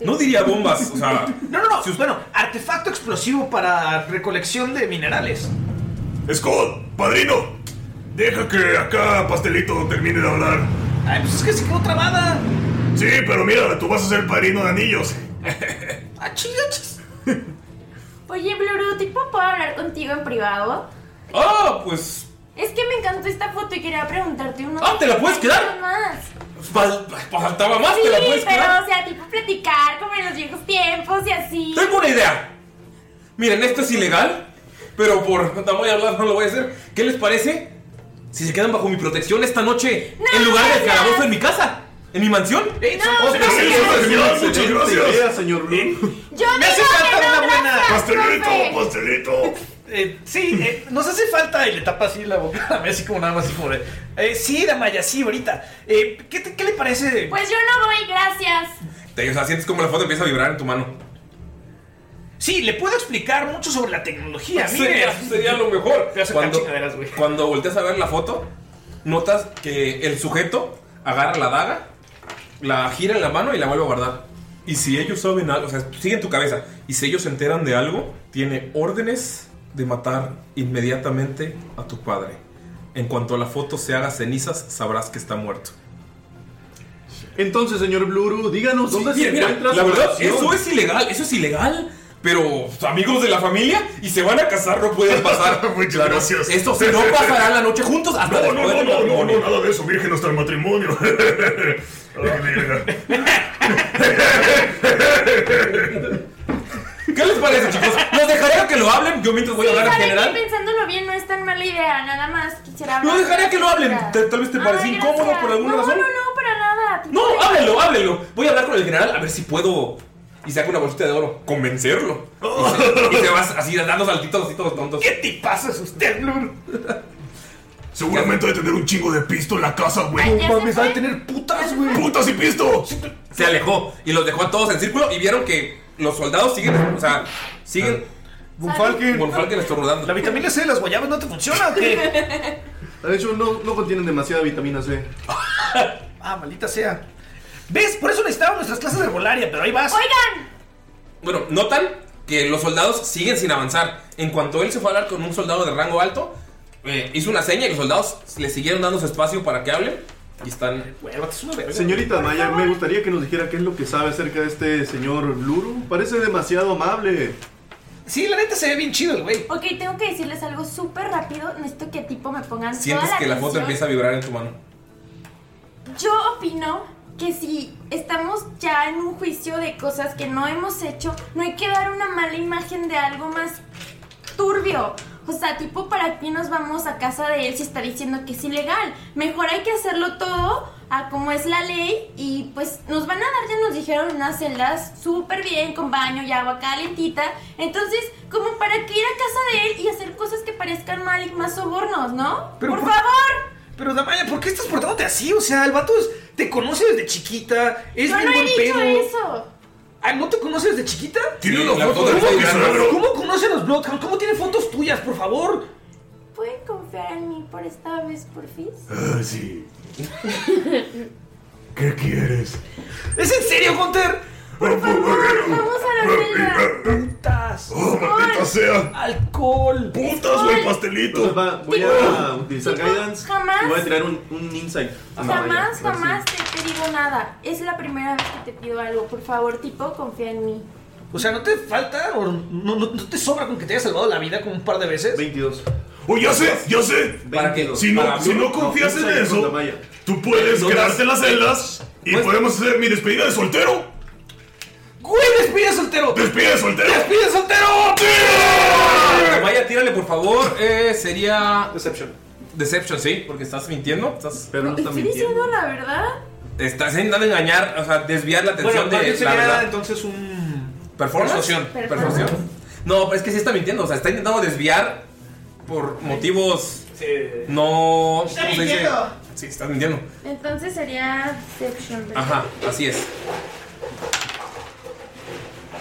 S3: No diría bombas, o sea. *laughs*
S6: No, no, no. Bueno, artefacto explosivo para recolección de minerales.
S7: Scott, padrino, deja que acá Pastelito termine de hablar.
S6: Ay, pues es que se quedó trabada.
S7: Sí, pero mira, tú vas a ser padrino de anillos.
S3: Ah,
S9: *laughs* Oye, Bluru, ¿tipo puedo hablar contigo en privado?
S3: ¡Ah! Pues.
S9: Es que me encantó esta foto y quería preguntarte uno.
S3: Ah, ¿te la puedes quedar?
S9: Más.
S3: pues, fal- faltaba más,
S9: sí,
S3: te la puedes
S9: pero,
S3: quedar.
S9: o sea, tipo platicar como en los viejos tiempos y así.
S3: Tengo una idea. Miren, esto es ilegal, pero por tan voy a hablar no lo voy a hacer. ¿Qué les parece si se quedan bajo mi protección esta noche
S9: No,
S3: en lugar del
S9: gracias.
S3: calabozo en mi casa? ¿En mi mansión?
S9: No,
S3: Ok,
S9: gracias.
S3: señor,
S7: Muchas
S3: excelente
S7: gracias.
S3: idea,
S5: señor
S9: Yo
S6: Me hace
S9: digo
S6: falta
S9: que no,
S6: una buena.
S9: gracias, profe.
S7: pastelito.
S6: Eh, sí, eh, nos hace falta. Y le tapa así la boca *laughs* a mí, así como nada más, así como de. Eh, sí, Damaya, sí, ahorita. Eh, ¿qué, te- qué le parece?
S9: Pues yo no voy, gracias.
S3: Te, o sea, sientes como la foto empieza a vibrar en tu mano.
S6: Sí, le puedo explicar mucho sobre la tecnología. mire.
S3: *laughs* sería, sería lo mejor. Cuando, cuando volteas a ver la foto, notas que el sujeto agarra la daga, la gira en la mano y la vuelve a guardar. Y si ellos saben algo, o sea, sigue en tu cabeza. Y si ellos se enteran de algo, tiene órdenes de matar inmediatamente a tu padre. En cuanto a la foto se haga cenizas, sabrás que está muerto.
S5: Entonces, señor Bluru, díganos dónde
S3: Sí,
S5: se
S3: mira,
S5: encuentra
S3: la
S5: su
S3: verdad,
S5: mansión?
S3: eso es ilegal, eso es ilegal. Pero amigos de la familia y se van a casar, no pueden pasar.
S7: Muchas gracias.
S3: Esto sí, no pasará la noche juntos hasta
S7: No, no,
S3: después
S7: no,
S3: del
S7: no, no,
S3: matrimonio.
S7: no, nada de eso, virgen hasta el matrimonio. Ay, verga.
S3: ¿Qué les parece, chicos? Los dejaré a que lo hablen. Yo mientras voy a
S9: Sí,
S3: hablar en
S9: ¿saben
S3: general.
S9: qué? pensándolo bien, no es tan mala idea. Nada más quisiera hablar.
S3: Lo dejaré a que lo hablen. Te- Tal vez te parece
S9: Ay,
S3: incómodo
S9: gracias.
S3: por alguna
S9: no,
S3: razón.
S9: No, no, para nada. tipo,
S3: No, háblenlo, háblenlo. Voy a hablar con el general a ver si puedo. Y saco una bolsita de oro. Convencerlo. Y se, y se vas así dando saltitos así *laughs* todos tontos. ¿Qué
S6: te pasa usted, Blur?
S7: Seguramente de tener un chingo de pisto en la casa, güey.
S9: Ay, ya se fue.
S6: tener putas, güey.
S7: Putas y pisto.
S3: Se alejó y los dejó a todos en círculo y vieron que los soldados siguen, o sea, siguen.
S5: Bonfalken.
S3: Bonfalken estornudando.
S6: Ah. La vitamina C de las guayabas no te funciona o qué?
S5: De hecho, no, no contienen demasiada vitamina C.
S6: ah, maldita sea. ¿Ves? Por eso necesitábamos nuestras clases de herbolaria, pero ahí vas.
S9: Oigan,
S3: Bueno, notan que los soldados siguen sin avanzar. En cuanto él se fue a hablar con un soldado de rango alto, eh, hizo una seña y los soldados le siguieron dando su espacio para que hablen. Y están.
S6: Huevas, es una verga.
S5: Señorita Maya, me gustaría que nos dijera qué es lo que sabe acerca de este señor Bluru. Parece demasiado amable.
S6: Sí, la neta se ve bien chido el güey.
S9: ok, tengo que decirles algo súper rápido. Necesito que tipo me pongan
S3: Sientes
S9: toda la
S3: que la foto
S9: atención.
S3: empieza a vibrar en tu mano.
S9: Yo opino que si estamos ya en un juicio de cosas que no hemos hecho, no hay que dar una mala imagen de algo más turbio. O sea, tipo, ¿para qué nos vamos a casa de él si está diciendo que es ilegal? Mejor hay que hacerlo todo a como es la ley y pues nos van a dar, ya nos dijeron, unas celdas súper bien, con baño y agua calentita. Entonces, como para que ir a casa de él y hacer cosas que parezcan mal y más sobornos, ¿no?
S6: Pero
S9: ¡Por
S6: por-
S9: favor!
S6: Pero Damaya, ¿por qué estás portándote así? O sea, el vato es- te conoce desde chiquita, es
S9: Yo
S6: bien
S9: no he
S6: buen
S9: dicho
S6: pedo.
S9: eso.
S6: Ah, ¿no te conoces desde chiquita?
S7: Tiene
S3: Sí,
S7: una
S3: la
S7: foto
S3: foto
S7: de
S3: de
S7: mi
S3: Instagram.
S7: cerebro.
S6: ¿Cómo conoce a los Bloodhounds? ¿Cómo tiene fotos tuyas, por favor?
S9: ¿Pueden confiar en mí por esta vez, por
S7: *gasps*
S9: fin?
S7: Ah, sí. ¿Qué quieres?
S6: ¿Es en serio, Hunter?
S7: Por favor.
S9: Vamos a la celda.
S6: Putas.
S7: Oh, maldita sea.
S6: Alcohol.
S7: Putas, güey, pastelito.
S5: Entonces va- voy a utilizar
S9: Tipo,
S5: guidance
S9: Pues jamás.
S5: y voy a tirar un, un insight. a la Maya, a ver
S9: Jamás,
S5: si-
S9: jamás te he pedido nada. Es la primera vez que te pido algo. Por favor, tipo, confía en mí.
S6: O sea, ¿no te falta o no, no- no te sobra con que te haya salvado la vida como un par de veces?
S5: 22.
S7: Oh, ya sé, ya sé.
S3: ¿Para qué?
S7: Si no,
S3: Para
S7: si no
S3: Blue,
S7: confías
S5: no,
S7: en
S5: insight con
S7: eso,
S5: Damaya.
S7: tú puedes
S3: No,
S7: quedarte en
S3: no.
S7: las celdas y
S3: Pues-
S7: podemos hacer mi despedida de soltero.
S6: ¡Güey, despide soltero!
S7: ¡Despedida de soltero!
S6: ¡Despide soltero!
S3: Vaya, tírale por favor. Eh, sería.
S5: Deception.
S3: Deception, sí, porque estás mintiendo. Estás,
S5: Pero no
S9: ¿Te
S5: está
S9: estoy
S5: mintiendo.
S9: diciendo la verdad?
S3: estás intentando engañar, o sea, desviar la atención
S6: Bueno, más bien
S3: de la
S6: sería
S3: verdad.
S6: entonces un...
S3: Performance.
S6: Persuasión.
S3: Persuasión. No, pero es que sí está mintiendo. O sea, está intentando desviar por motivos no.
S6: Está
S3: ¿cómo se dice?
S6: mintiendo.
S3: Sí, está mintiendo.
S9: Entonces sería Deception. ¿verdad?
S3: Ajá, así es.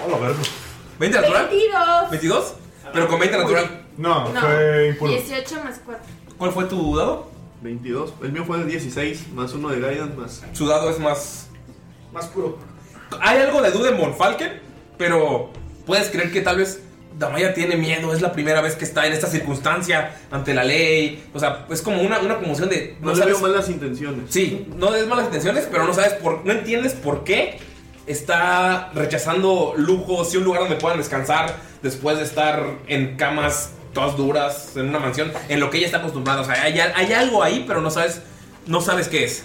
S7: Hola, verga.
S3: ¿20 natural?
S9: 22.
S3: ¿22? Pero con 20 natural.
S7: No,
S9: No, 18 más 4.
S3: ¿Cuál fue tu dado?
S5: 22. El mío fue de 16, más uno de Guidance, más.
S3: Su dado es más.
S6: Más puro.
S3: Hay algo de duda en Monfalken, pero puedes creer que tal vez Damaya tiene miedo. Es la primera vez que está en esta circunstancia ante la ley. O sea, es como una, una conmoción de.
S5: No, le
S3: sabes-
S5: veo malas intenciones.
S3: Sí, no es malas intenciones, pero no sabes por. No entiendes por qué está rechazando lujos y un lugar donde puedan descansar después de estar en camas todas duras, en una mansión, en lo que ella está acostumbrada. O sea, hay, al- hay algo ahí, pero no sabes. No sabes qué es.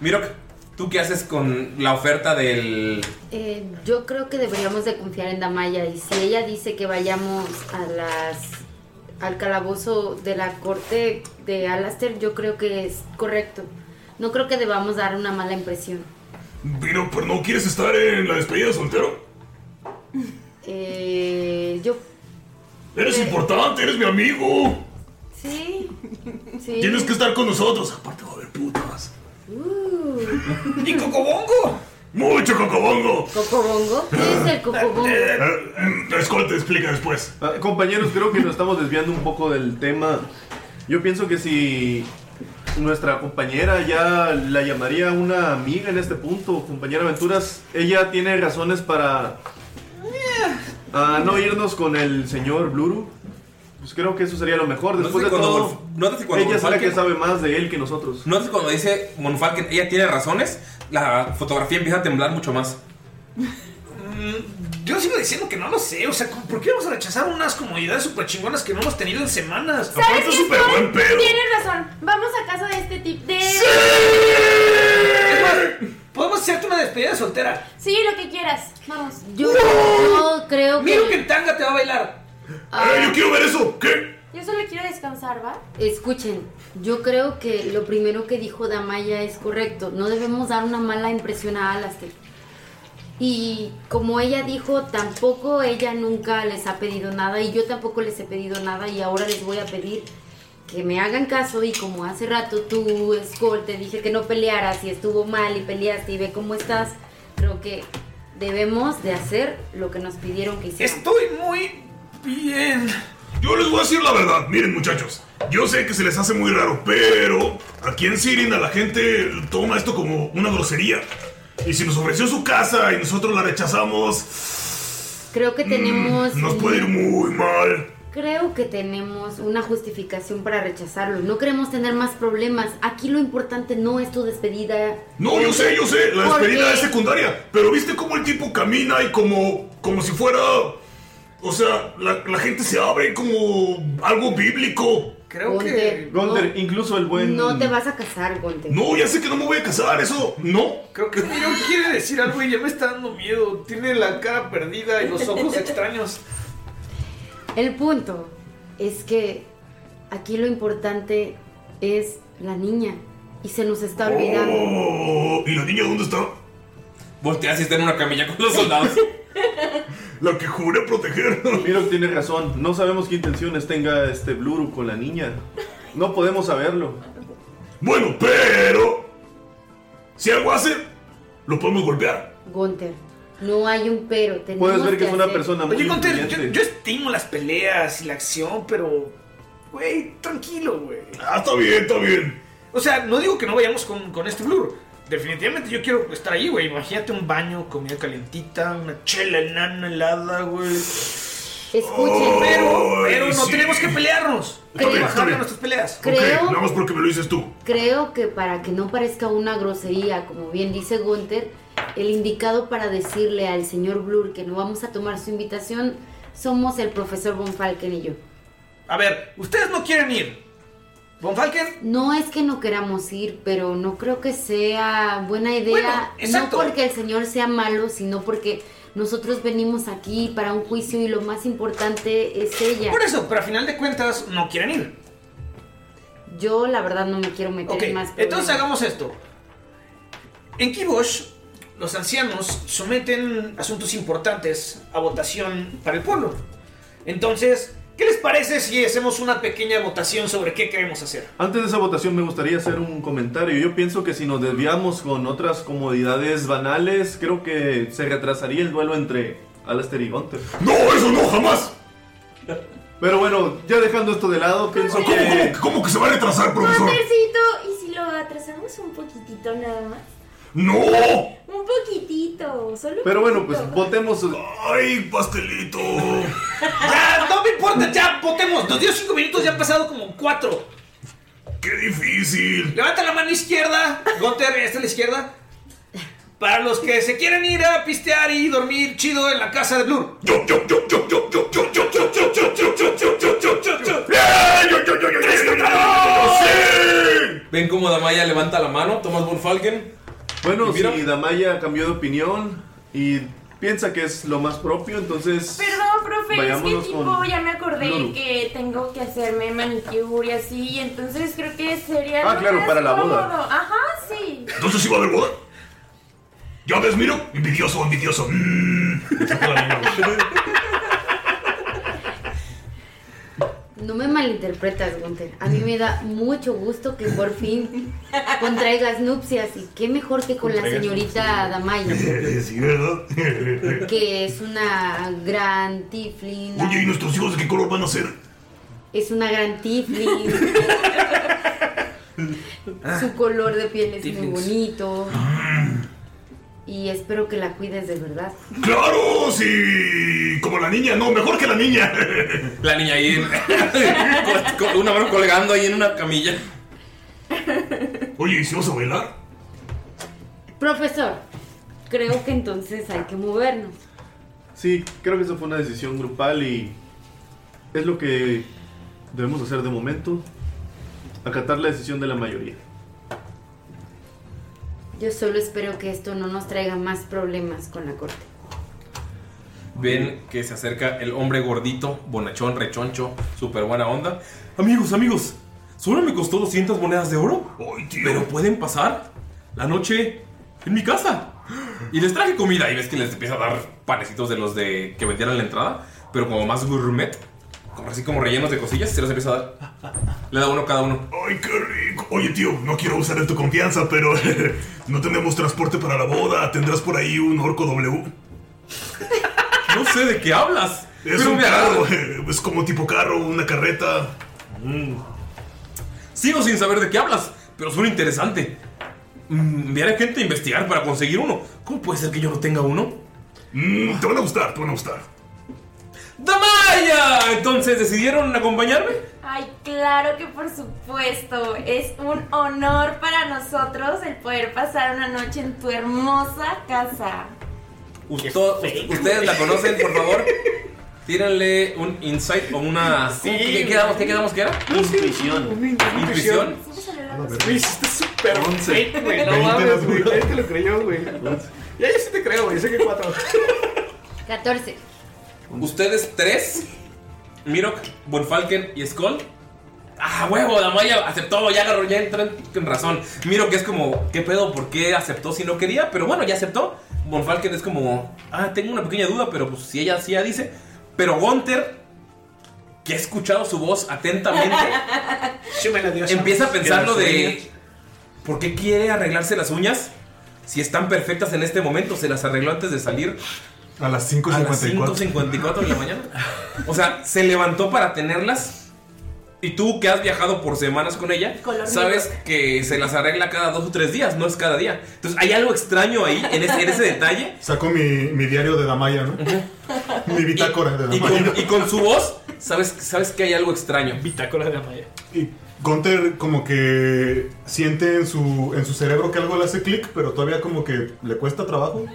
S3: Miro, ¿tú qué haces con la oferta del.
S4: Eh, yo creo que deberíamos de confiar en Damaya y si ella dice que vayamos a las al calabozo de la corte de Alastair, yo creo que es correcto. No creo que debamos dar una mala impresión.
S7: Vino, pero no quieres estar en la despedida de soltero.
S4: Eh, yo
S7: Eres importante, eres mi amigo.
S4: sí, sí.
S7: Tienes que estar con nosotros. Aparte va a haber putas.
S9: *laughs*
S4: Uh,
S7: ¿Y cocobongo? Mucho cocobongo. Eh,
S4: ¿Cocobongo? ¿Qué es
S7: *laughs*
S4: el cocobongo?
S5: Escolte, explica después. Ah, compañeros, creo que nos estamos desviando un poco del tema. Yo pienso que si nuestra compañera ya la llamaría una amiga en este punto, compañera Aventuras, ella tiene razones para ah, no irnos con el señor Bluru. Pues creo que eso sería lo mejor. Después
S3: Notas que
S5: de
S3: cuando
S5: todo,
S3: Monf- notas que cuando
S5: ella es la
S3: Monfalken-
S5: que sabe más de él que nosotros.
S3: Notas cuando dice Monfalken, ella tiene razones, la fotografía empieza a temblar mucho más.
S6: Yo sigo diciendo que no lo sé. O sea, ¿cómo- ¿por qué vamos a rechazar unas comodidades súper chingonas que no hemos tenido en semanas?
S9: ¿Sabes qué, Skull? Tienes razón. Vamos a casa de este tipo de...
S6: Es más, podemos hacerte una despedida de soltera.
S9: Sí, lo que quieras. Vamos.
S4: Yo, yo creo que...
S6: Miro que en tanga te va a bailar.
S7: Eh, yo quiero ver eso. ¿Qué?
S9: Yo solo quiero descansar, ¿va?
S4: Escuchen, yo creo que lo primero que dijo Damaya es correcto. No debemos dar una mala impresión a Alastair. Y como ella dijo, tampoco ella nunca les ha pedido nada y yo tampoco les he pedido nada y ahora les voy a pedir que me hagan caso y como hace rato tú, Skull, te dije que no pelearas y estuvo mal y peleaste y ve cómo estás, creo que debemos de hacer lo que nos pidieron que hiciéramos.
S6: Estoy muy bien.
S7: Yo les voy a decir la verdad. Miren, muchachos. Yo sé que se les hace muy raro, pero aquí en Sirin a la gente toma esto como una grosería. Y si nos ofreció su casa y nosotros la rechazamos,
S4: Creo que tenemos...
S6: Mm,
S7: nos puede ir muy mal.
S4: Creo que tenemos una justificación para rechazarlo. No queremos tener más problemas. Aquí lo importante no es tu despedida.
S7: No, yo sé, yo sé, la
S4: ¿Por
S7: despedida
S4: qué?
S7: es secundaria, pero viste cómo el tipo camina y como, como si fuera... O sea, la, la gente se abre como algo bíblico.
S4: Creo que- Gunther, Gunther, no.
S7: incluso el
S4: No te vas a casar, Gonte.
S7: No, ya sé que no me voy a casar, eso no.
S6: Creo que Miro quiere decir algo y ya me está dando miedo. Tiene la cara perdida y los ojos extraños.
S4: El punto es que aquí lo importante es la niña. Y se nos está olvidando.
S7: Oh, ¿Y la niña dónde está?
S3: Volteas y está en una camilla con
S7: *laughs*
S3: los soldados.
S7: La que juré proteger.
S5: Miro tiene razón. No sabemos qué intenciones tenga este Bluru con la niña. No podemos saberlo.
S7: Bueno, pero. Si algo hace, lo podemos golpear.
S4: Gonter, no hay un pero. Tenemos
S7: Puedes ver que es una
S4: hacer-
S7: persona muy
S6: Oye, Gunter, yo, yo estimo las peleas y la acción, pero. Güey, tranquilo, güey.
S7: Ah, está bien, está bien.
S6: O sea, no digo que no vayamos con, con este blur. Definitivamente yo quiero estar ahí, güey. Imagínate un baño, comida calentita, una chela enana helada, güey.
S4: Escuchen.
S6: pero, pero no
S7: sí.
S6: tenemos que pelearnos. Hay
S4: Creo-
S6: que bajarle a
S4: creo-
S6: nuestras peleas.
S4: creo-
S7: Ok, nada más porque me lo dices tú.
S4: Creo que para que no parezca una grosería, como bien dice Gunther, el indicado para decirle al señor Blur que no vamos a tomar su invitación somos el profesor Von Falken y yo.
S6: A ver, ustedes no quieren ir. Von Falken,
S4: No es que no queramos ir, pero no creo que sea buena idea,
S6: exacto.
S4: no porque el señor sea malo, sino porque nosotros venimos aquí para un juicio y lo más importante es ella.
S6: por eso, pero a final de cuentas no quieren ir.
S4: Yo la verdad no me quiero meter
S6: Ok,
S4: en más.
S6: entonces
S4: problemas.
S6: hagamos esto. En Kibosh, los ancianos someten asuntos importantes a votación para el pueblo. Entonces, ¿qué les parece si hacemos una pequeña votación sobre qué queremos hacer?
S5: Antes de esa votación me gustaría hacer un comentario. Yo pienso que si nos desviamos con otras comodidades banales, creo que se retrasaría el duelo entre Alastair y Gunther.
S7: ¡No, eso no, jamás!
S5: Pero bueno, ya dejando esto de lado, pienso
S9: ¿Cómo,
S5: que.
S9: cómo,
S7: que se va a retrasar,
S9: Montercito, ¿y si lo atrasamos un poquitito nada más?
S7: ¡No!
S9: Un poquitito, solo un
S5: Pero bueno, pues
S9: poquito.
S5: votemos.
S7: ¡Ay, pastelito!
S6: Ya, no me importa, ya, votemos. Nos dio cinco minutos, ya han pasado como cuatro.
S7: ¡Qué difícil!
S6: Levanta la mano izquierda. Gunter, esta es la izquierda. Para los que se quieren ir a pistear y dormir chido en la casa de Blur.
S7: Yo, yo, yo, yo, yo, yo, yo, yo, yo, yo, yo, yo, yo, yo, yo, yo, yo, yo. ¡Eh! Yo, yo, yo, yo, yo, yo, yo, yo, yo, yo.
S3: Ven *laughs* cómo Damaya levanta la mano, tomas Bonfalken.
S5: Bueno, si Damaya cambió de opinión y piensa que es lo más propio,
S9: *laughs*
S5: entonces.
S9: Perdón, profe, es
S5: Vayámonos
S9: que tipo,
S5: con
S9: ya me acordé
S5: Lulu.
S9: que tengo que hacerme manicure y así, entonces creo que sería.
S7: Ah,
S9: lo
S7: claro,
S9: más
S7: para la
S9: cómodo.
S7: boda.
S9: Ajá, sí.
S7: ¿Entonces iba a haber boda? ¿Ya ves, miro? Envidioso, envidioso. Mm.
S4: No me malinterpretas, Gunter. A mí me da mucho gusto que por fin contraigas nupcias y qué mejor que con la
S7: Contraigas
S4: señorita Damaya,
S7: Sí, ¿verdad?
S4: que es una gran tiflin.
S7: Oye, ¿y nuestros hijos de qué color van a ser?
S4: Es una gran tiflin. Su color de piel es muy
S7: Tiflins.
S4: bonito. Y espero que la cuides de verdad.
S7: ¡Claro! Sí, como la niña, no, mejor que la niña.
S3: La niña ahí. *laughs* en- con una mano colgando ahí en una camilla.
S7: Oye, ¿y si vas a bailar?
S4: Profesor, creo que entonces hay que movernos.
S5: Sí, creo que eso fue una decisión grupal y es lo que debemos hacer de momento. Acatar la decisión de la mayoría.
S4: Yo solo espero que esto no nos traiga más problemas con la corte.
S3: Ven que se acerca el hombre gordito, bonachón, rechoncho, súper buena onda. Amigos, amigos, solo me costó 200 monedas de oro. Pero pueden pasar la noche en mi casa. Y les traje comida. Y ves que les empieza a dar panecitos de los de que vendían en la entrada, pero como más gourmet. Como así como rellenos de cosillas, se los empieza a dar. Le da uno cada uno.
S7: ¡Ay, qué rico! Oye, tío, no quiero usar de tu confianza, pero *laughs* no tenemos transporte para la boda. ¿Tendrás por ahí un orco W?
S3: No sé de qué hablas.
S7: Es
S3: Pero
S7: un
S3: me
S7: carro, es como tipo carro, una carreta.
S3: Mm. Sigo sin saber de qué hablas, pero suena interesante. Mm, Enviaré gente a investigar para conseguir uno. ¿Cómo puede ser que yo no tenga uno?
S6: Mm,
S7: te van a gustar, te van a gustar.
S3: ¡Damaya! Entonces, ¿decidieron acompañarme?
S9: Ay, claro que por supuesto. Es un honor para nosotros el poder pasar una noche en tu hermosa casa.
S3: Usto- ustedes la conocen, por favor. Tírenle un insight o una. ¿Qué quedamos? ¿Qué quedamos que era?
S5: Intuición.
S3: Intuición.
S6: Luis, está súper
S5: Once.
S6: fake, güey. No
S5: Veinte
S6: mames,
S5: natural.
S6: güey. Nadie te lo creyó, güey. Ya yo sí te creo, güey. Sé que cuatro.
S4: 14.
S3: Ustedes tres, Mirok, Bonfalken y Skull. ¡Ah, huevo! Damaya aceptó, ya agarró, ya entró en, en razón. Mirok es como, ¿qué pedo? ¿Por qué aceptó si no quería? Pero bueno, ya aceptó. Bonfalken es como, ah, tengo una pequeña duda, pero pues si ella sí ya dice. Pero Gunter, que ha escuchado su voz atentamente, empieza a pensar lo de, ¿por qué quiere arreglarse las uñas? Si están perfectas en este momento, se las arregló antes de salir.
S7: A las
S3: A las 5.54 de la
S8: *laughs*
S3: mañana. O sea, se levantó para tenerlas. Y tú que has viajado por semanas con ella,
S10: Color
S3: sabes que se las arregla cada dos o tres días, no es cada día. Entonces hay algo extraño ahí, en ese, en ese detalle.
S8: Saco mi, mi diario de Damaya, ¿no? mi bitácora de
S3: Y
S8: Damaya.
S3: con, y con su voz, sabes, sabes que hay algo extraño.
S6: Bitácora de Amaya.
S8: Y Gunther como que siente en su, en su cerebro que algo le hace clic, pero todavía como que le
S6: *laughs*
S8: cuesta trabajo.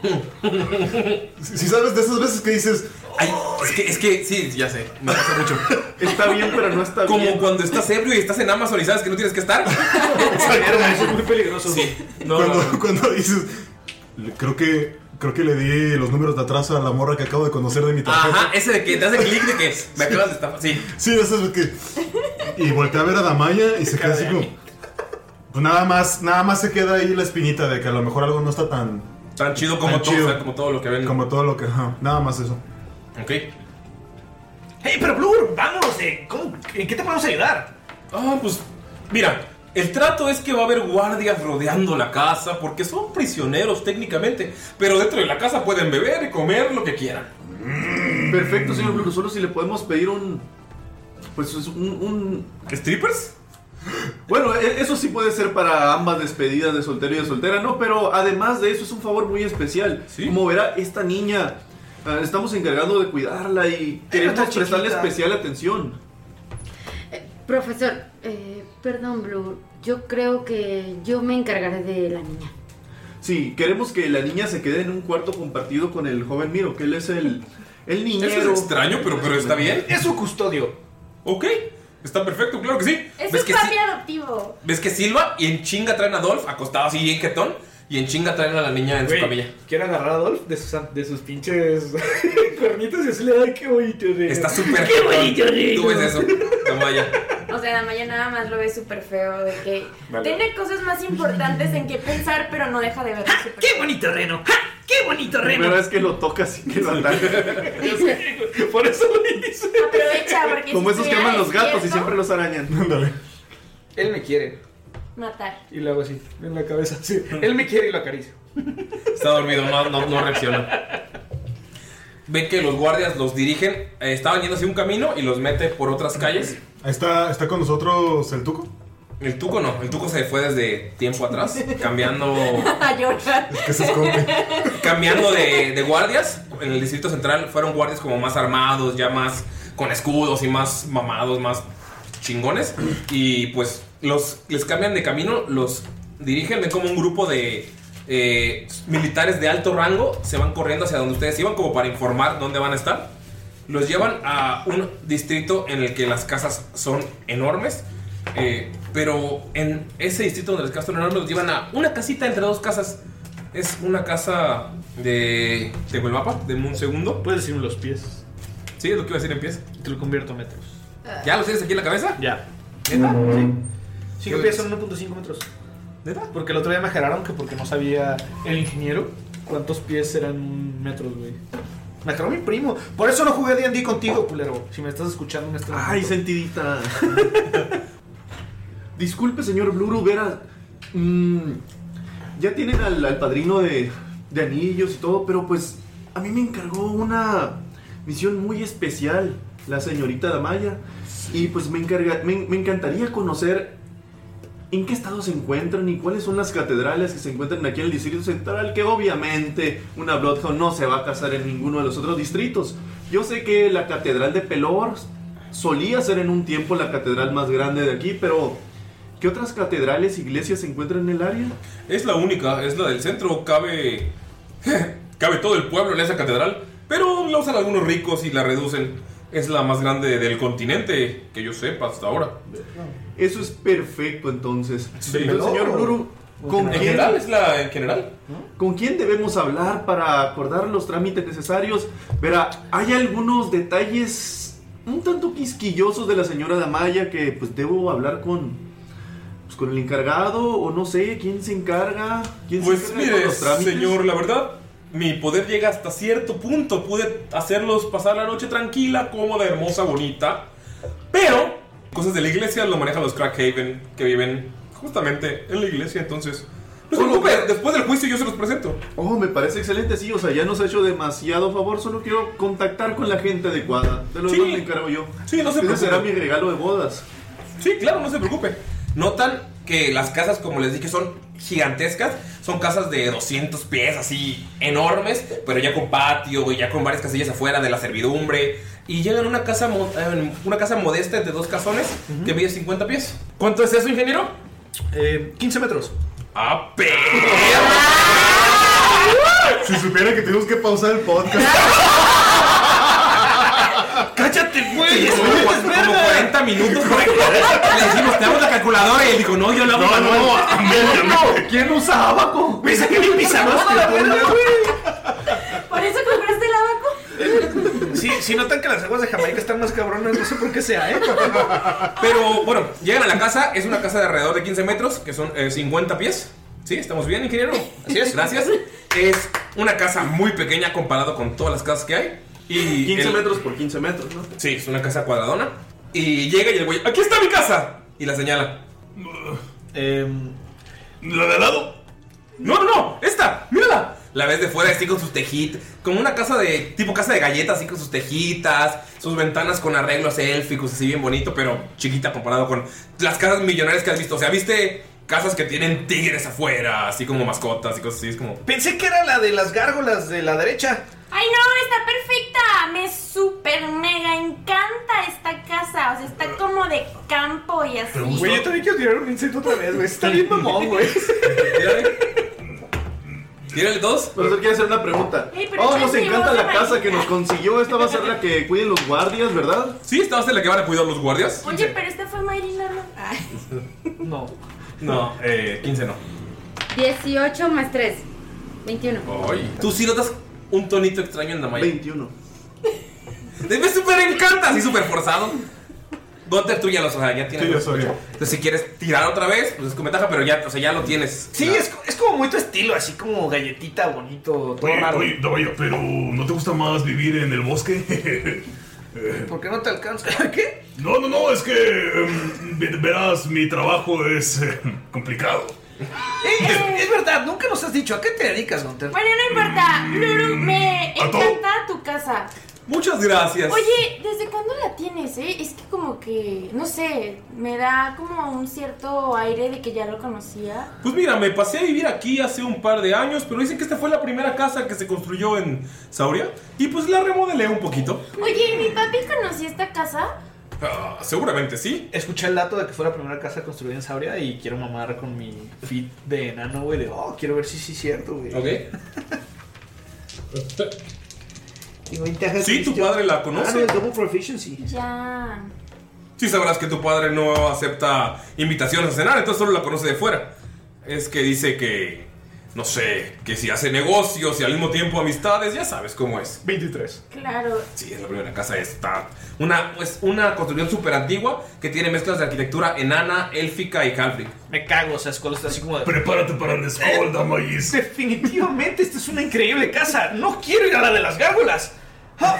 S8: si si sabes de esas veces que dices,
S3: Oh, Es que, es que sí, ya sé, me pasa mucho.
S5: Está bien, pero no está
S3: Como cuando estás ebrio y estás en Amazon y sabes que no tienes que estar.
S6: Eso es muy peligroso.
S3: Sí.
S8: cuando, *laughs* cuando dices, "Le- creo que, creo que le di los números de atrás a la morra que acabo de conocer de mi tarjeta.
S3: Ajá, ese de que te hace clic de que me acabas de estafar. Sí.
S8: Sí, de esas que... Y voltea a ver a Damaya y se queda así como... Pues nada más, nada más se queda ahí la espinita de que a lo mejor algo no está tan...
S3: Tan chido como todo, o sea, como todo lo que ven.
S8: Como todo lo que... ajá, nada más eso.
S3: Ok.
S6: Hey, pero Blur, vámonos. eh, ¿cómo- ¿En qué te podemos ayudar?
S3: Ah, pues mira, el trato es que va a haber guardias rodeando la casa porque son prisioneros técnicamente, pero dentro de la casa pueden beber y comer lo que quieran.
S6: Mm.
S5: Perfecto, señor Blue. Solo si le podemos pedir un Pues es un. ¿Strippers? Bueno, e- eso sí puede ser para ambas despedidas de soltero y de soltera, ¿no? Pero además de eso es un favor muy especial. Como verá, esta niña, ah, estamos encargando de cuidarla y queremos
S4: está
S5: prestarle
S4: chiquita.
S5: especial atención.
S4: Profesor, eh, perdón, Blue. Yo creo que yo me encargaré de la niña.
S5: Sí, queremos que la niña se quede en un cuarto compartido con el joven Miro, que él es el, el niñero.
S3: Eso es extraño, pero, pero está bien.
S6: Es su custodio.
S3: Ok, está perfecto, claro que sí.
S9: Es
S3: ¿Ves
S9: su
S3: que,
S9: papi
S3: sí-
S9: adoptivo.
S3: ves que Silva y en chinga traen a Dolph acostado así bien jetón y en chinga traen a la niña en
S6: Güey,
S3: su camilla.
S6: Quiero agarrar a Dolph de sus, de sus pinches *laughs* cuernitos y así le da, qué bonito de.
S3: Está súper
S6: Qué
S3: jetón.
S6: bonito de.
S3: Tú ves eso. Damaya.
S9: O sea, Damaya nada más lo ve súper feo de que
S3: Vale.
S9: tiene cosas más importantes en que pensar, pero no deja de verlo súper
S6: ¡Qué bonito reno! ¡Qué bonito
S5: La primera vez que lo toca así que lo ataca.
S3: *laughs*
S5: Por eso lo hice.
S9: Aprovecha porque
S5: Como
S9: si
S5: esos que
S9: estuviera
S5: aman los gatos y
S9: despierto,
S5: siempre los arañan.
S6: Él me quiere.
S9: Matar.
S6: Y le hago así, en la cabeza. así. Él me quiere y lo acaricio.
S3: Está dormido, no, no, no reacciona. Ve que los guardias los dirigen, eh, estaban yendo hacia un camino y los mete por otras calles.
S8: ¿Está, ¿Está con nosotros el tuco?
S3: El tuco no, el tuco se fue desde tiempo atrás, cambiando,
S9: *laughs* A llorar.
S8: que se esconde.
S3: cambiando de, de guardias. En el distrito central fueron guardias como más armados, ya más con escudos y más mamados, más chingones. Y pues los, les cambian de camino, los dirigen, ven como un grupo de eh, militares de alto rango se van corriendo hacia donde ustedes iban como para informar dónde van a estar. Los llevan a un distrito en el que las casas son enormes. eh, pero en ese distrito donde las casas son enormes, los llevan a una casita entre dos casas. Es una casa de. Tengo el mapa, de un segundo.
S6: Puedes decirme los pies.
S3: Sí, es lo que iba a decir en pies.
S6: Te lo convierto a metros.
S3: ¿Ya los tienes aquí en la cabeza?
S6: Ya.
S3: ¿Neta?
S6: Sí, creo que ya son 1.5 metros.
S3: ¿Neta?
S6: Porque el otro día me jalaron que porque no sabía el ingeniero cuántos pies eran metros, güey. Me jaló mi primo. Por eso no jugué D&D contigo, culero. Si me estás escuchando en este
S5: Ay, sentidita.
S6: *laughs*
S5: Disculpe, señor Bluru, Vera. mm, ya tienen al, al padrino de, de anillos y todo, pero pues a mí me encargó una misión muy especial la señorita Damaya. Y pues me, encarga, me, me encantaría conocer en qué estado se encuentran y cuáles son las catedrales que se encuentran aquí en el distrito central, que obviamente una Bloodhound no se va a casar en ninguno de los otros distritos. Yo sé que la catedral de Pelor solía ser en un tiempo la catedral más grande de aquí, pero ¿qué otras catedrales, iglesias se encuentran en el área?
S3: Es la única, es la del centro, cabe. *laughs* cabe todo el pueblo en esa catedral, pero la usan algunos ricos y la reducen. Es la más grande del continente que yo sepa hasta ahora.
S5: Eso es perfecto entonces.
S3: Pelor.
S5: Entonces, señor Bluru, ¿con
S3: En
S5: quién?
S3: general, es la en general.
S5: ¿Con quién debemos hablar para acordar los trámites necesarios? Verá, hay algunos detalles un tanto quisquillosos de la señora Damaya que pues debo hablar con, pues, con el encargado o no sé, ¿quién se encarga? ¿Quién se
S3: Pues
S5: encarga con
S3: mire,
S5: los trámites?
S3: señor, la verdad, mi poder llega hasta cierto punto. Pude hacerlos pasar la noche tranquila, cómoda, hermosa, bonita. Pero cosas de la iglesia lo manejan los Crackhaven que viven justamente en la iglesia. Entonces, no se preocupe, después del juicio yo se los presento.
S5: Oh, me parece excelente, sí, o sea, ya nos ha hecho demasiado favor, solo quiero contactar con la gente adecuada. De lo
S3: Sí.
S5: demás me encargo yo.
S3: Sí, no se
S5: Ese
S3: preocupe.
S5: será mi regalo de bodas.
S3: Sí, claro, no se preocupe. Notan que las casas, como les dije, son gigantescas. Son casas de 200 pies, así enormes, pero ya con patio y ya con varias casillas afuera de la servidumbre. Y llegan a una casa, mo- eh, una casa modesta de dos casones que mide 50 pies. ¿Cuánto es eso, ingeniero?
S6: 15 metros.
S3: ¡Ah, *laughs*
S8: Si supiera que tenemos que pausar el podcast.
S3: *laughs* ¡Cállate, güey! Es como, como 40 minutos. güey. Le dijimos, te hago la calculadora. Y él dijo, no, yo la hago.
S8: No, no,
S3: no,
S5: ¿Quién usa abaco?
S3: Me saqué mi
S6: pisabaste,
S9: Por eso compraste el abaco.
S6: Sí, sí notan que las aguas de Jamaica están más cabronas, no sé por qué sea, ¿eh?
S3: Pero bueno, llegan a la casa, es una casa de alrededor de 15 metros, que son eh, 50 pies. ¿Sí? ¿Estamos bien, ingeniero? Así es. Gracias. Es una casa muy pequeña comparado con todas las casas que hay. Y
S5: 15
S3: el-
S5: metros por 15 metros, ¿no?
S3: Sí, es una casa cuadradona. Y llega y el güey, ¡aquí está mi casa! Y la señala. ¿La de al lado? No, no, no, esta, mírala. La ves de fuera así con sus tejitas. Como una casa de. Tipo casa de galletas, así con sus tejitas. Sus ventanas con arreglos élficos, así bien bonito, pero chiquita comparado con las casas millonarias que has visto. O sea, viste casas que tienen tigres afuera, así como mascotas y cosas así. Es como.
S6: Pensé que era la de las gárgolas de la derecha.
S9: Ay, no, está perfecta. Me super mega encanta esta casa. O sea, está como de campo y así.
S6: Güey, yo también quiero tirar un insecto otra vez, güey. Está bien mamón, *laughs* güey.
S3: *laughs* Tírale dos.
S5: Pero te quiero hacer una pregunta.
S9: Ey, pero
S5: Oh,
S9: ya
S5: nos
S9: llegó
S5: encanta la
S9: la
S5: casa que
S9: varita.
S5: nos consiguió. Esta va a ser la que cuiden los guardias, ¿verdad?
S3: Sí, esta va a ser la que van a cuidar los guardias.
S9: Oye, pero esta fue Mayrina, ¿no? Ay.
S6: No.
S3: No, eh, 15 no.
S4: 18 más 3. 21.
S3: Tú sí notas un tonito extraño en Damaya.
S5: 21.
S3: Me súper encanta, así súper forzado. Gunter, tú ya lo sabes, ya tienes.
S8: Sí, yo soy.
S3: Entonces, si quieres tirar otra vez, pues es con ventaja, pero ya, o sea, ya lo tienes.
S6: Sí, es, es como muy tu estilo, así como galletita, bonito, todo
S8: Oye,
S6: raro.
S8: oye, vaya, pero ¿no te gusta más vivir en el bosque? *laughs* Eh,
S6: ¿Por qué no te alcanza? ¿Qué?
S8: no, no, no, es que em, ve- verás, mi trabajo es eh, complicado.
S6: Ey, Eh, es, es verdad, nunca nos has dicho. ¿A qué te dedicas, Gunter?
S9: Bueno, no importa. Lulu, me
S6: ¿A todo?
S9: encanta tu casa.
S3: Muchas gracias.
S9: Oye, ¿desde cuándo la tienes, eh? Es que como que, no sé, me da como un cierto aire de que ya lo conocía.
S3: Pues mira, me pasé a vivir aquí hace un par de años, pero dicen que esta fue la primera casa que se construyó en Sauria. Y pues la remodelé un poquito.
S9: Oye, ¿y mi papi conocía esta casa?
S3: Ah, seguramente sí.
S6: Escuché el dato de que fue la primera casa construida en Sauria y quiero mamar con mi fit de enano, güey. De, oh, quiero ver si sí es cierto, güey. *laughs*
S3: Ok.
S6: Tengo ventajas.
S3: Sí, tu padre la
S6: Ah, no,
S3: conoce.
S6: es double proficiency.
S9: Ya.
S3: Sí sabrás que tu padre no acepta invitaciones a cenar, entonces solo la conoce de fuera. Es que dice que, no sé, que si hace negocios y al mismo tiempo amistades, ya sabes cómo es.
S6: 23.
S9: Claro.
S3: Sí, es la primera casa está una es una construcción súper antigua que tiene mezclas de arquitectura enana, élfica y halfling.
S6: Me cago, o sea, Skull está así como de... ¿Eh?
S8: Prepárate para la escolta, Mayis.
S6: Definitivamente, esta es una increíble casa. No quiero ir a la de las gárgolas. Ah,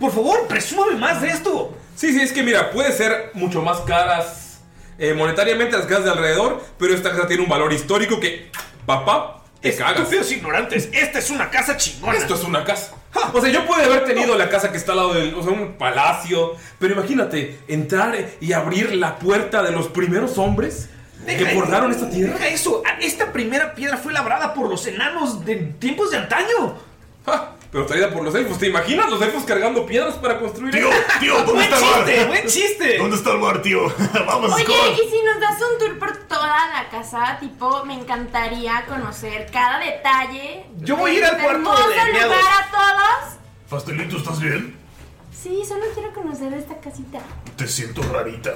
S6: por favor, presúmame más de esto.
S3: Sí, sí, es que mira, puede ser mucho más caras eh, monetariamente las casas de alrededor, pero esta casa tiene un valor histórico que, papá, te cagas.
S6: Estúpidos ignorantes, esta es una casa chingona. Ah.
S3: Esto es una casa. O sea, yo pude haber tenido la casa que está al lado del, o sea, un palacio, pero imagínate entrar y abrir la puerta de los primeros hombres que
S6: Deja-
S3: forjaron esta tierra.
S6: Deja eso. Ah, Esta primera piedra fue labrada por los enanos de tiempos de antaño.
S3: Ja, pero traída por los elfos. ¿Te imaginas los elfos cargando piedras para construir?
S8: Tío, tío, ¿dónde
S6: Buen
S8: está el bar?
S6: chiste, buen chiste.
S8: ¿Dónde está el bar, tío? *laughs* Vamos,
S9: Oye,
S8: Skull.
S9: y si nos das un tour por toda la casa, tipo, me encantaría conocer cada detalle.
S6: Yo voy a ir al
S9: Este
S6: cuarto
S9: hermoso
S6: de
S9: lugar
S6: miados.
S9: a todos.
S8: Pastelito, ¿estás bien?
S9: Sí, solo quiero conocer esta casita. *laughs*
S8: Te siento rarita.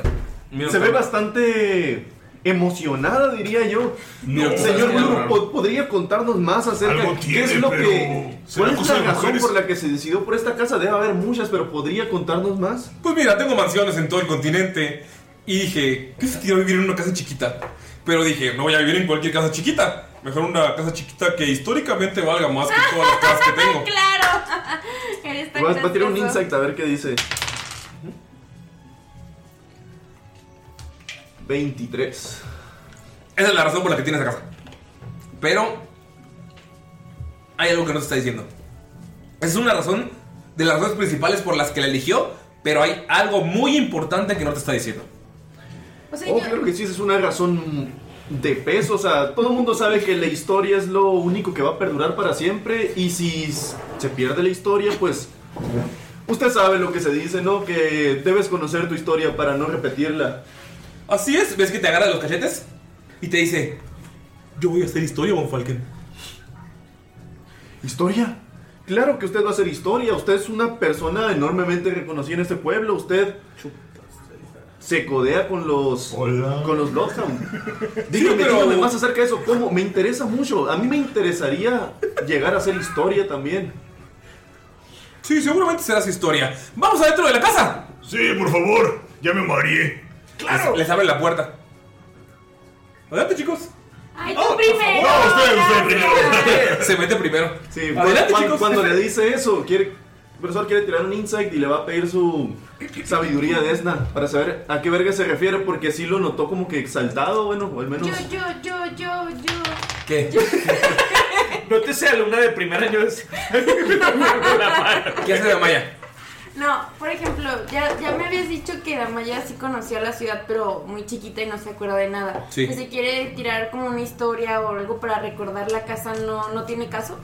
S5: Se ve bastante emocionada, diría yo. Eh,
S8: No,
S3: pues,
S5: Señor
S8: no,
S5: Blue,
S8: no.
S5: po- ¿podría contarnos más acerca
S8: Algo
S5: de qué
S8: tiene,
S5: es lo
S8: pero
S5: que...
S8: será
S5: ¿Cuál es
S8: cosa
S5: la
S8: de
S5: razón
S8: mujeres.
S5: por la que se decidió por esta casa? Debe haber muchas, pero ¿podría contarnos más?
S3: Pues mira, tengo mansiones en todo el continente. Y dije, ¿qué sentido vivir en una casa chiquita? Pero dije, no voy a vivir en cualquier casa chiquita. Mejor una casa chiquita que históricamente valga más
S9: *laughs*
S3: que todas las casas que tengo.
S9: Claro. *laughs* Eres tan
S5: Va, va a tirar un
S9: gracioso.
S5: insight a ver qué dice. 23.
S3: Esa es la razón por la que tiene esa casa. Pero hay algo que no se está diciendo. Esa es una razón de las razones principales por las que la eligió, pero hay algo muy importante que no te está diciendo.
S9: O sea,
S5: Oh,
S9: yo-
S5: claro que sí, esa es una razón de peso. O sea, todo el mundo sabe que la historia es lo único que va a perdurar para siempre. Y si s- se pierde la historia, pues. Usted sabe lo que se dice, ¿no? Que debes conocer tu historia para no repetirla.
S3: Así es, ves que te agarra de los cachetes y te dice, yo voy a hacer historia, Von Falken.
S5: ¿Historia? Claro que usted va a hacer historia. Usted es una persona enormemente reconocida en este pueblo. Usted. Se codea con los. Con
S3: *laughs*
S5: los Bloodhound. Dígame,
S3: pero-
S5: dígame más acerca de eso. ¿Cómo? Me interesa mucho. A mí me interesaría llegar a hacer historia también.
S3: Sí, seguramente serás historia. Vamos adentro de la casa.
S8: Sí, por favor, ya me mareé.
S3: Les, les abren la puerta. Adelante, chicos.
S9: Ay, tú
S6: Oh,
S9: primero.
S8: No, usted, usted primero.
S3: Se mete primero.
S5: Sí,
S3: Adelante,
S5: cuan-
S3: chicos.
S5: cuando le dice eso, quiere, el profesor quiere tirar un insight y le va a pedir su sabiduría de Esna para saber a qué verga se refiere, porque sí lo notó como que exaltado, bueno, o al menos.
S9: Yo, yo, yo, yo, yo.
S3: ¿Qué?
S6: Nótese alumna de
S3: *laughs*
S6: primer año de
S3: ¿Qué hace Damaya?
S9: No, por ejemplo, ya, ya me habías dicho que Damaya sí conocía la ciudad, pero muy chiquita y no se acuerda de nada.
S3: Sí.
S9: Si se quiere tirar como una historia o algo para recordar la casa, ¿no, no tiene caso?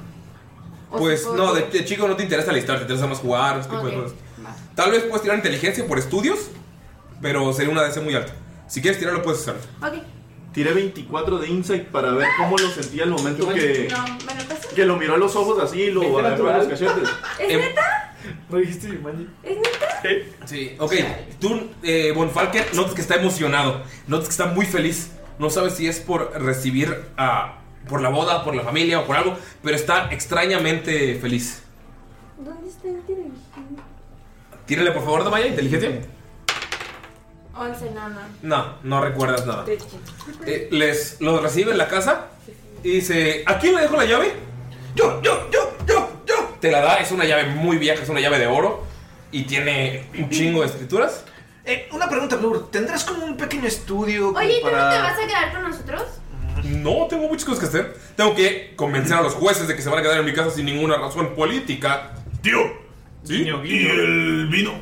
S9: ¿O sí
S3: Pues
S9: puedo-
S3: no, de, pues, de chico no te interesa la historia, te interesa más jugar, ese tipo de
S9: Ok,
S3: cosas.
S9: va.
S3: Tal vez puedes tirar inteligencia por estudios, pero sería una DC muy alta. Si quieres tirarlo, puedes hacerlo.
S9: Ok,
S5: Tiré 24 de insight para ver cómo lo sentía al momento que,
S9: no, pues, me lo pasó.
S5: que lo miró a los ojos así y lo
S9: ¿Viste
S5: agarró en los
S9: natural?
S5: cachetes.
S9: ¿Es neta?
S6: Em, ¿No dijiste Jumanji?
S3: *laughs* Sí, ok. Tú, eh, Von Falken, notas que está emocionado, notas que está muy feliz. No sabes si es por recibir a. por la boda, por la familia o por algo, pero está extrañamente feliz.
S9: ¿Dónde está inteligencia?
S3: Tírale, por favor, Damaya, inteligencia.
S9: 11, no, no.
S3: No, no recuerdas nada. Eh, les los recibe en la casa y dice, ¿a quién le dejo la llave? Yo, yo, yo, yo, yo. Te la da, es una llave muy vieja, es una llave de oro y tiene un chingo de escrituras.
S6: Eh, una pregunta, Blur. ¿Tendrás como un pequeño estudio?
S9: Oye, ¿y ¿tú no
S3: Para-
S9: te vas a quedar con nosotros?
S3: No, tengo muchas cosas que hacer. Tengo que convencer a los jueces de que se van a quedar en mi casa sin ninguna razón política. Tío. ¿Sí? ¿Y el vino?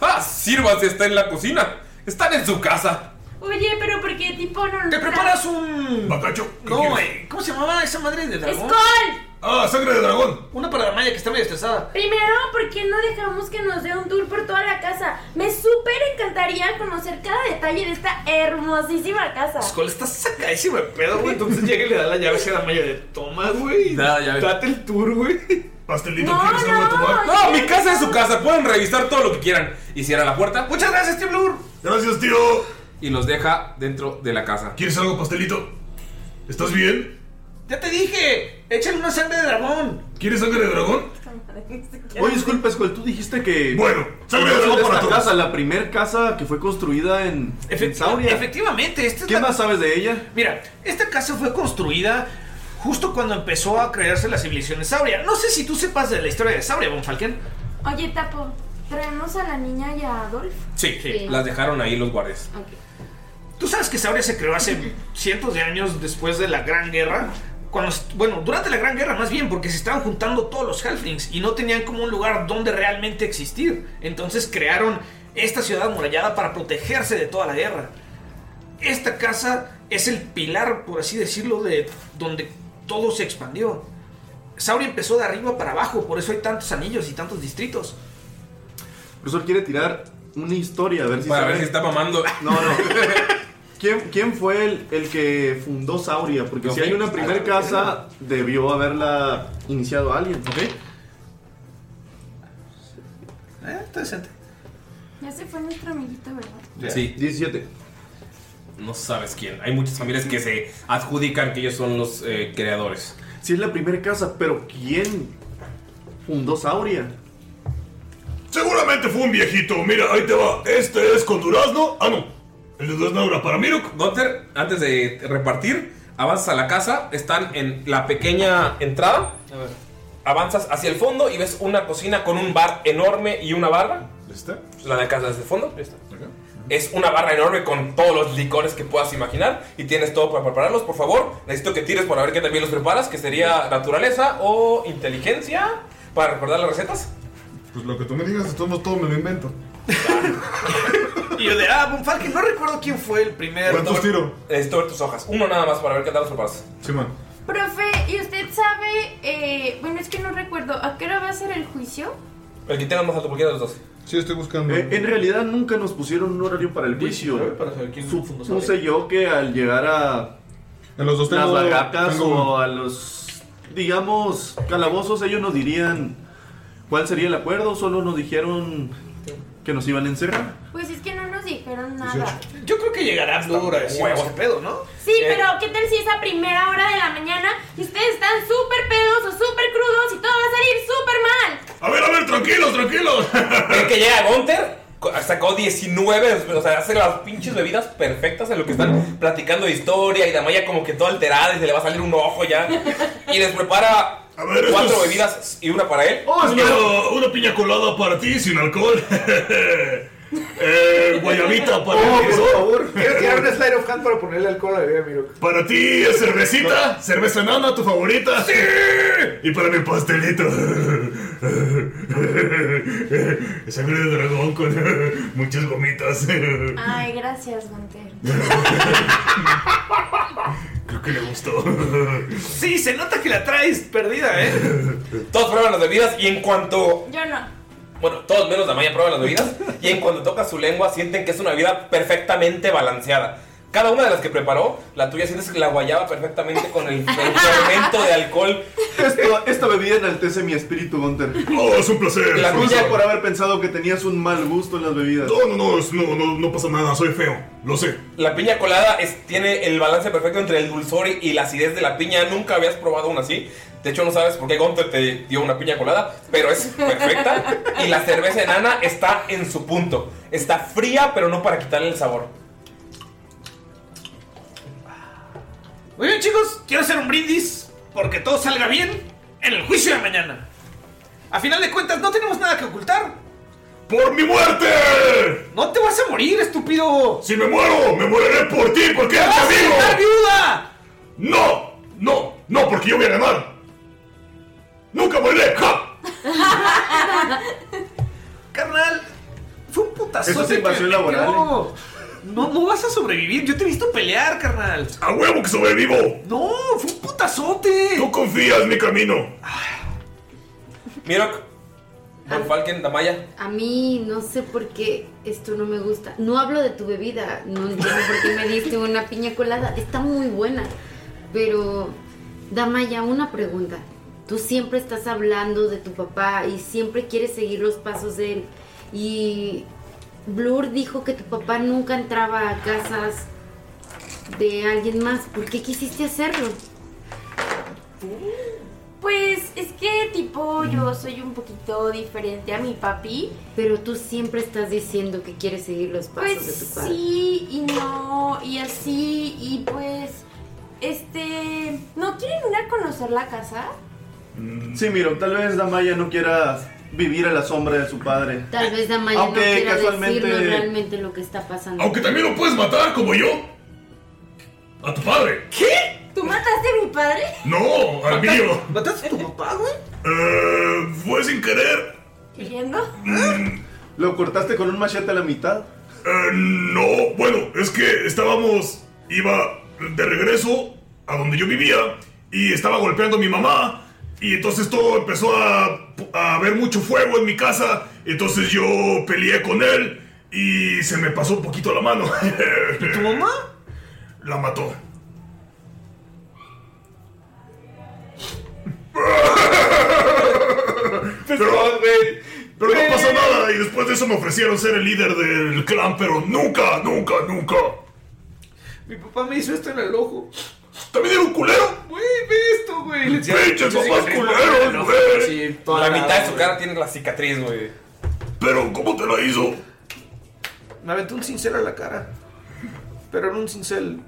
S3: Ah, sírvanse, está en la cocina. Están en su casa.
S9: Oye, pero ¿por qué tipo no
S6: ¿Te preparas un.
S3: Bacacho.
S6: No, eh, ¿cómo se llamaba esa madre de dragón?
S9: ¡Skull!
S6: Ah, sangre de dragón. Una para la Maya que está medio estresada.
S9: Primero, ¿por qué no dejamos que nos dé un tour por toda la casa? Me súper encantaría conocer cada detalle de esta hermosísima casa.
S6: Skull está sacadísimo de pedo, güey. Entonces llega y le da la llave a la Maya de toma, güey.
S3: Da la llave.
S6: Date el tour, güey.
S7: Pastelito,
S6: No,
S7: ¿quieres algo de tomar?
S3: No, mi casa es su casa. Pueden revisar todo lo que quieran. Y cierra la puerta. Muchas gracias, tío Blur.
S7: Gracias, tío.
S3: Y los deja dentro de la casa.
S7: ¿Quieres algo, pastelito? ¿Estás bien?
S6: Ya te dije, échale una sangre de dragón.
S7: ¿Quieres sangre de dragón?
S5: Oye, disculpa, Skull, tú dijiste que.
S7: Bueno, sangre de
S5: Conoces
S7: dragón
S5: esta
S7: para todos.
S5: casa, la primer casa que fue construida en, en Sauria.
S6: Efectivamente, esta es
S5: ¿Qué
S6: la-
S5: más sabes de ella?
S6: Mira, esta casa fue construida justo cuando empezó a crearse la civilización de Sauria. No sé si tú sepas de la historia de Sauria, Von Falken.
S9: Oye, Tapo, traemos a la niña y a Adolf.
S3: Sí,
S9: Sí.
S3: las dejaron ahí los guardias.
S6: Tú sabes que Sauria se creó hace cientos de años después de la Gran Guerra. Cuando, est- bueno, durante la Gran Guerra más bien, porque se estaban juntando todos los Halflings y no tenían como un lugar donde realmente existir. Entonces crearon esta ciudad amurallada para protegerse de toda la guerra. Esta casa es el pilar, por así decirlo, de donde todo se expandió. Sauria empezó de arriba para abajo, por eso hay tantos anillos y tantos distritos.
S5: Profesor quiere tirar una historia, a ver si
S3: Para
S5: sabe.
S3: ver si está mamando.
S5: No, no. ¿Quién, quién fue el, el que fundó Sauria? Porque si
S3: Ok.
S5: hay una primera casa, debió haberla iniciado alguien.
S6: Eh, está decente.
S9: Ya se fue nuestro amiguito,
S3: *laughs*
S9: ¿verdad?
S3: Sí.
S5: 17.
S3: No sabes quién. Hay muchas familias que se adjudican que ellos son los eh, creadores.
S5: Si es la primera casa, pero ¿quién fundó Sauria?
S7: Seguramente fue un viejito. Mira, ahí te va. Este es con durazno. Ah, no. El de durazno era para Mirok.
S3: Gunter, antes de repartir, avanzas a la casa. Están en la pequeña entrada. Avanzas hacia el fondo y ves una cocina con un bar enorme y una barra.
S7: ¿Está?
S3: La de casa desde el fondo. Es una barra enorme con todos los licores que puedas imaginar y tienes todo para prepararlos. Por favor, necesito que tires para ver qué también los preparas, que sería naturaleza o inteligencia para recordar las recetas.
S8: Pues lo que tú me digas, de todos modos, todo me lo invento.
S6: Y yo de, ah, Von Falken, no recuerdo quién fue el primer...
S8: ¿Cuántos tiro?
S3: Necesito ver tus hojas. Uno nada más para ver qué tal los preparas.
S8: Simón.
S9: Profe, ¿y usted sabe? eh, bueno, es que no recuerdo. ¿A qué hora va a ser el juicio?
S3: El que tenga más alto, cualquiera de los dos.
S8: Sí, estoy buscando.
S5: Eh, en realidad nunca nos pusieron un horario para el juicio.
S6: Su-
S5: Supuse yo que al llegar a
S8: En los dos
S5: las
S8: tengo-
S5: barracas
S8: tengo
S5: o a los, digamos, calabozos, ellos nos dirían cuál sería el acuerdo, solo nos dijeron que nos iban a encerrar.
S9: Pues es que no nos dijeron nada.
S6: Yo creo que llegará Blur a decirnos
S3: huevo.
S6: qué pedo, ¿no? Eh,
S9: Sí, pero ¿qué tal si es a primera hora de la mañana y ustedes están súper pedos o súper crudos y todo va a salir súper mal?
S7: A ver, a ver, tranquilos, tranquilos.
S3: Ven que llega
S7: *laughs*
S3: Gunter, co- sacó 19, o sea, hace las pinches bebidas perfectas en lo que están platicando de historia y Damaya como que toda alterada y se le va a salir un
S7: *laughs*
S3: ojo ya. Y les prepara
S7: ver, eso
S3: cuatro
S7: es- Oh,
S3: bebidas y una para él.
S7: una, una piña colada para ti sin alcohol. *laughs* Eh, guayabita para
S11: Oh,
S7: ti,
S11: por
S7: ¿no? Eh,
S11: favor. Quiero tirar un slide of hand para ponerle alcohol a la bebida, Miro.
S7: Para ti es cervecita, cerveza nana, tu favorita. ¡Sí! Y para mi pastelito. *laughs* Sangre de dragón con *laughs* muchas gomitas. Creo
S9: Ay, gracias, Gunter.
S7: que le gustó. *laughs* ¡Oh,
S6: Sí, se nota que la traes perdida, ¿eh?
S3: Todos prueban las bebidas y en cuanto.
S9: Yo no.
S3: Bueno, todos menos Damaya prueban las bebidas y en cuanto toca su lengua sienten que es una bebida perfectamente balanceada. Cada una de las que preparó, la tuya sientes que la guayaba perfectamente con el, el fermento de alcohol.
S5: *laughs* Esto- esta bebida enaltece mi espíritu, Gunter.
S7: Oh, es un placer.
S5: La tuya
S7: profesor.
S5: por haber pensado que tenías un mal gusto en las bebidas.
S7: No, no, no, es- no, no, no pasa nada, soy feo. Lo sé.
S3: La piña colada es- tiene el balance perfecto entre el dulzor y, y la acidez de la piña. Nunca habías probado una así. De hecho, no sabes por qué Gonte te dio una piña colada, pero es perfecta. y la cerveza enana está en su punto. Está fría, pero no para quitarle el sabor.
S6: Muy bien, chicos, quiero hacer un brindis porque todo salga bien en el juicio de mañana. A final de cuentas, no tenemos nada que ocultar.
S7: ¡Por mi muerte!
S6: ¡No te vas a morir, estúpido!
S7: ¡Si me muero, me moriré por ti, porque
S6: ¡Te
S7: eres
S6: vas a
S7: amigo!
S6: quedar viuda!
S7: ¡No! ¡No! ¡No! Porque yo voy a ganar. ¡Nunca moriré! ¡Ja!
S6: Carnal, fue un putazo.
S7: Eso es invasión laboral,
S6: No, no vas a sobrevivir. Yo te he visto pelear, carnal.
S7: ¡A huevo que sobrevivo!
S6: No, fue un putazote.
S7: Tú confías en mi camino.
S3: Mirok, Von Falken, Damaya.
S4: A mí no sé por qué esto no me gusta. No hablo de tu bebida. No entiendo por qué me diste una piña colada. Está muy buena. Pero, Damaya, una pregunta. Tú siempre estás hablando de tu papá y siempre quieres seguir los pasos de él. Y Blur dijo que tu papá nunca entraba a casas de alguien más. ¿Por qué quisiste hacerlo?
S9: Pues es que tipo yo soy un poquito diferente a mi papi.
S4: Pero tú siempre estás diciendo que quieres seguir los pasos
S9: Pues
S4: de tu padre.
S9: sí y no y así y pues este no quieren ir a conocer la casa.
S5: Sí, Miro, tal vez Damaya no quiera vivir a la sombra de su padre.
S4: Tal vez Damaya
S5: Aunque
S4: no quiera
S5: casualmente-
S4: decirnos realmente lo que está pasando.
S7: Aunque también lo puedes matar como yo. A tu padre. ¿Qué?
S4: *laughs*
S9: ¿Tú mataste a mi padre?
S7: No, al mío.
S6: ¿Mataste a tu papá, güey?
S7: Eh, fue sin querer.
S9: ¿Queriendo?
S5: ¿Lo cortaste con un machete a la mitad?
S7: Eh, no, bueno, es que estábamos. Iba de regreso a donde yo vivía y estaba golpeando a mi mamá. Y entonces todo empezó a, a haber mucho fuego en mi casa. Entonces yo peleé con él y se me pasó un poquito la
S6: *laughs*
S7: mano.
S6: tu mamá?
S7: La
S6: *laughs*
S7: mató. Pero, pero no pasó nada y después de eso me ofrecieron ser el líder del clan, pero nunca, nunca, nunca.
S6: Mi papá me hizo esto en el ojo.
S7: ¿También era un culero?
S6: Güey, ve esto, güey. Le decía-
S7: ¡Pinches
S6: Sí, sí,
S7: papás
S6: sí,
S7: culeros,
S6: no,
S7: güey!
S6: sí, toda
S3: La mitad de
S6: güey.
S3: su cara tiene la cicatriz, güey.
S7: Pero, ¿cómo te lo
S3: *laughs*
S7: hizo?
S6: Me aventó un cincel a la cara. Pero era un cincel.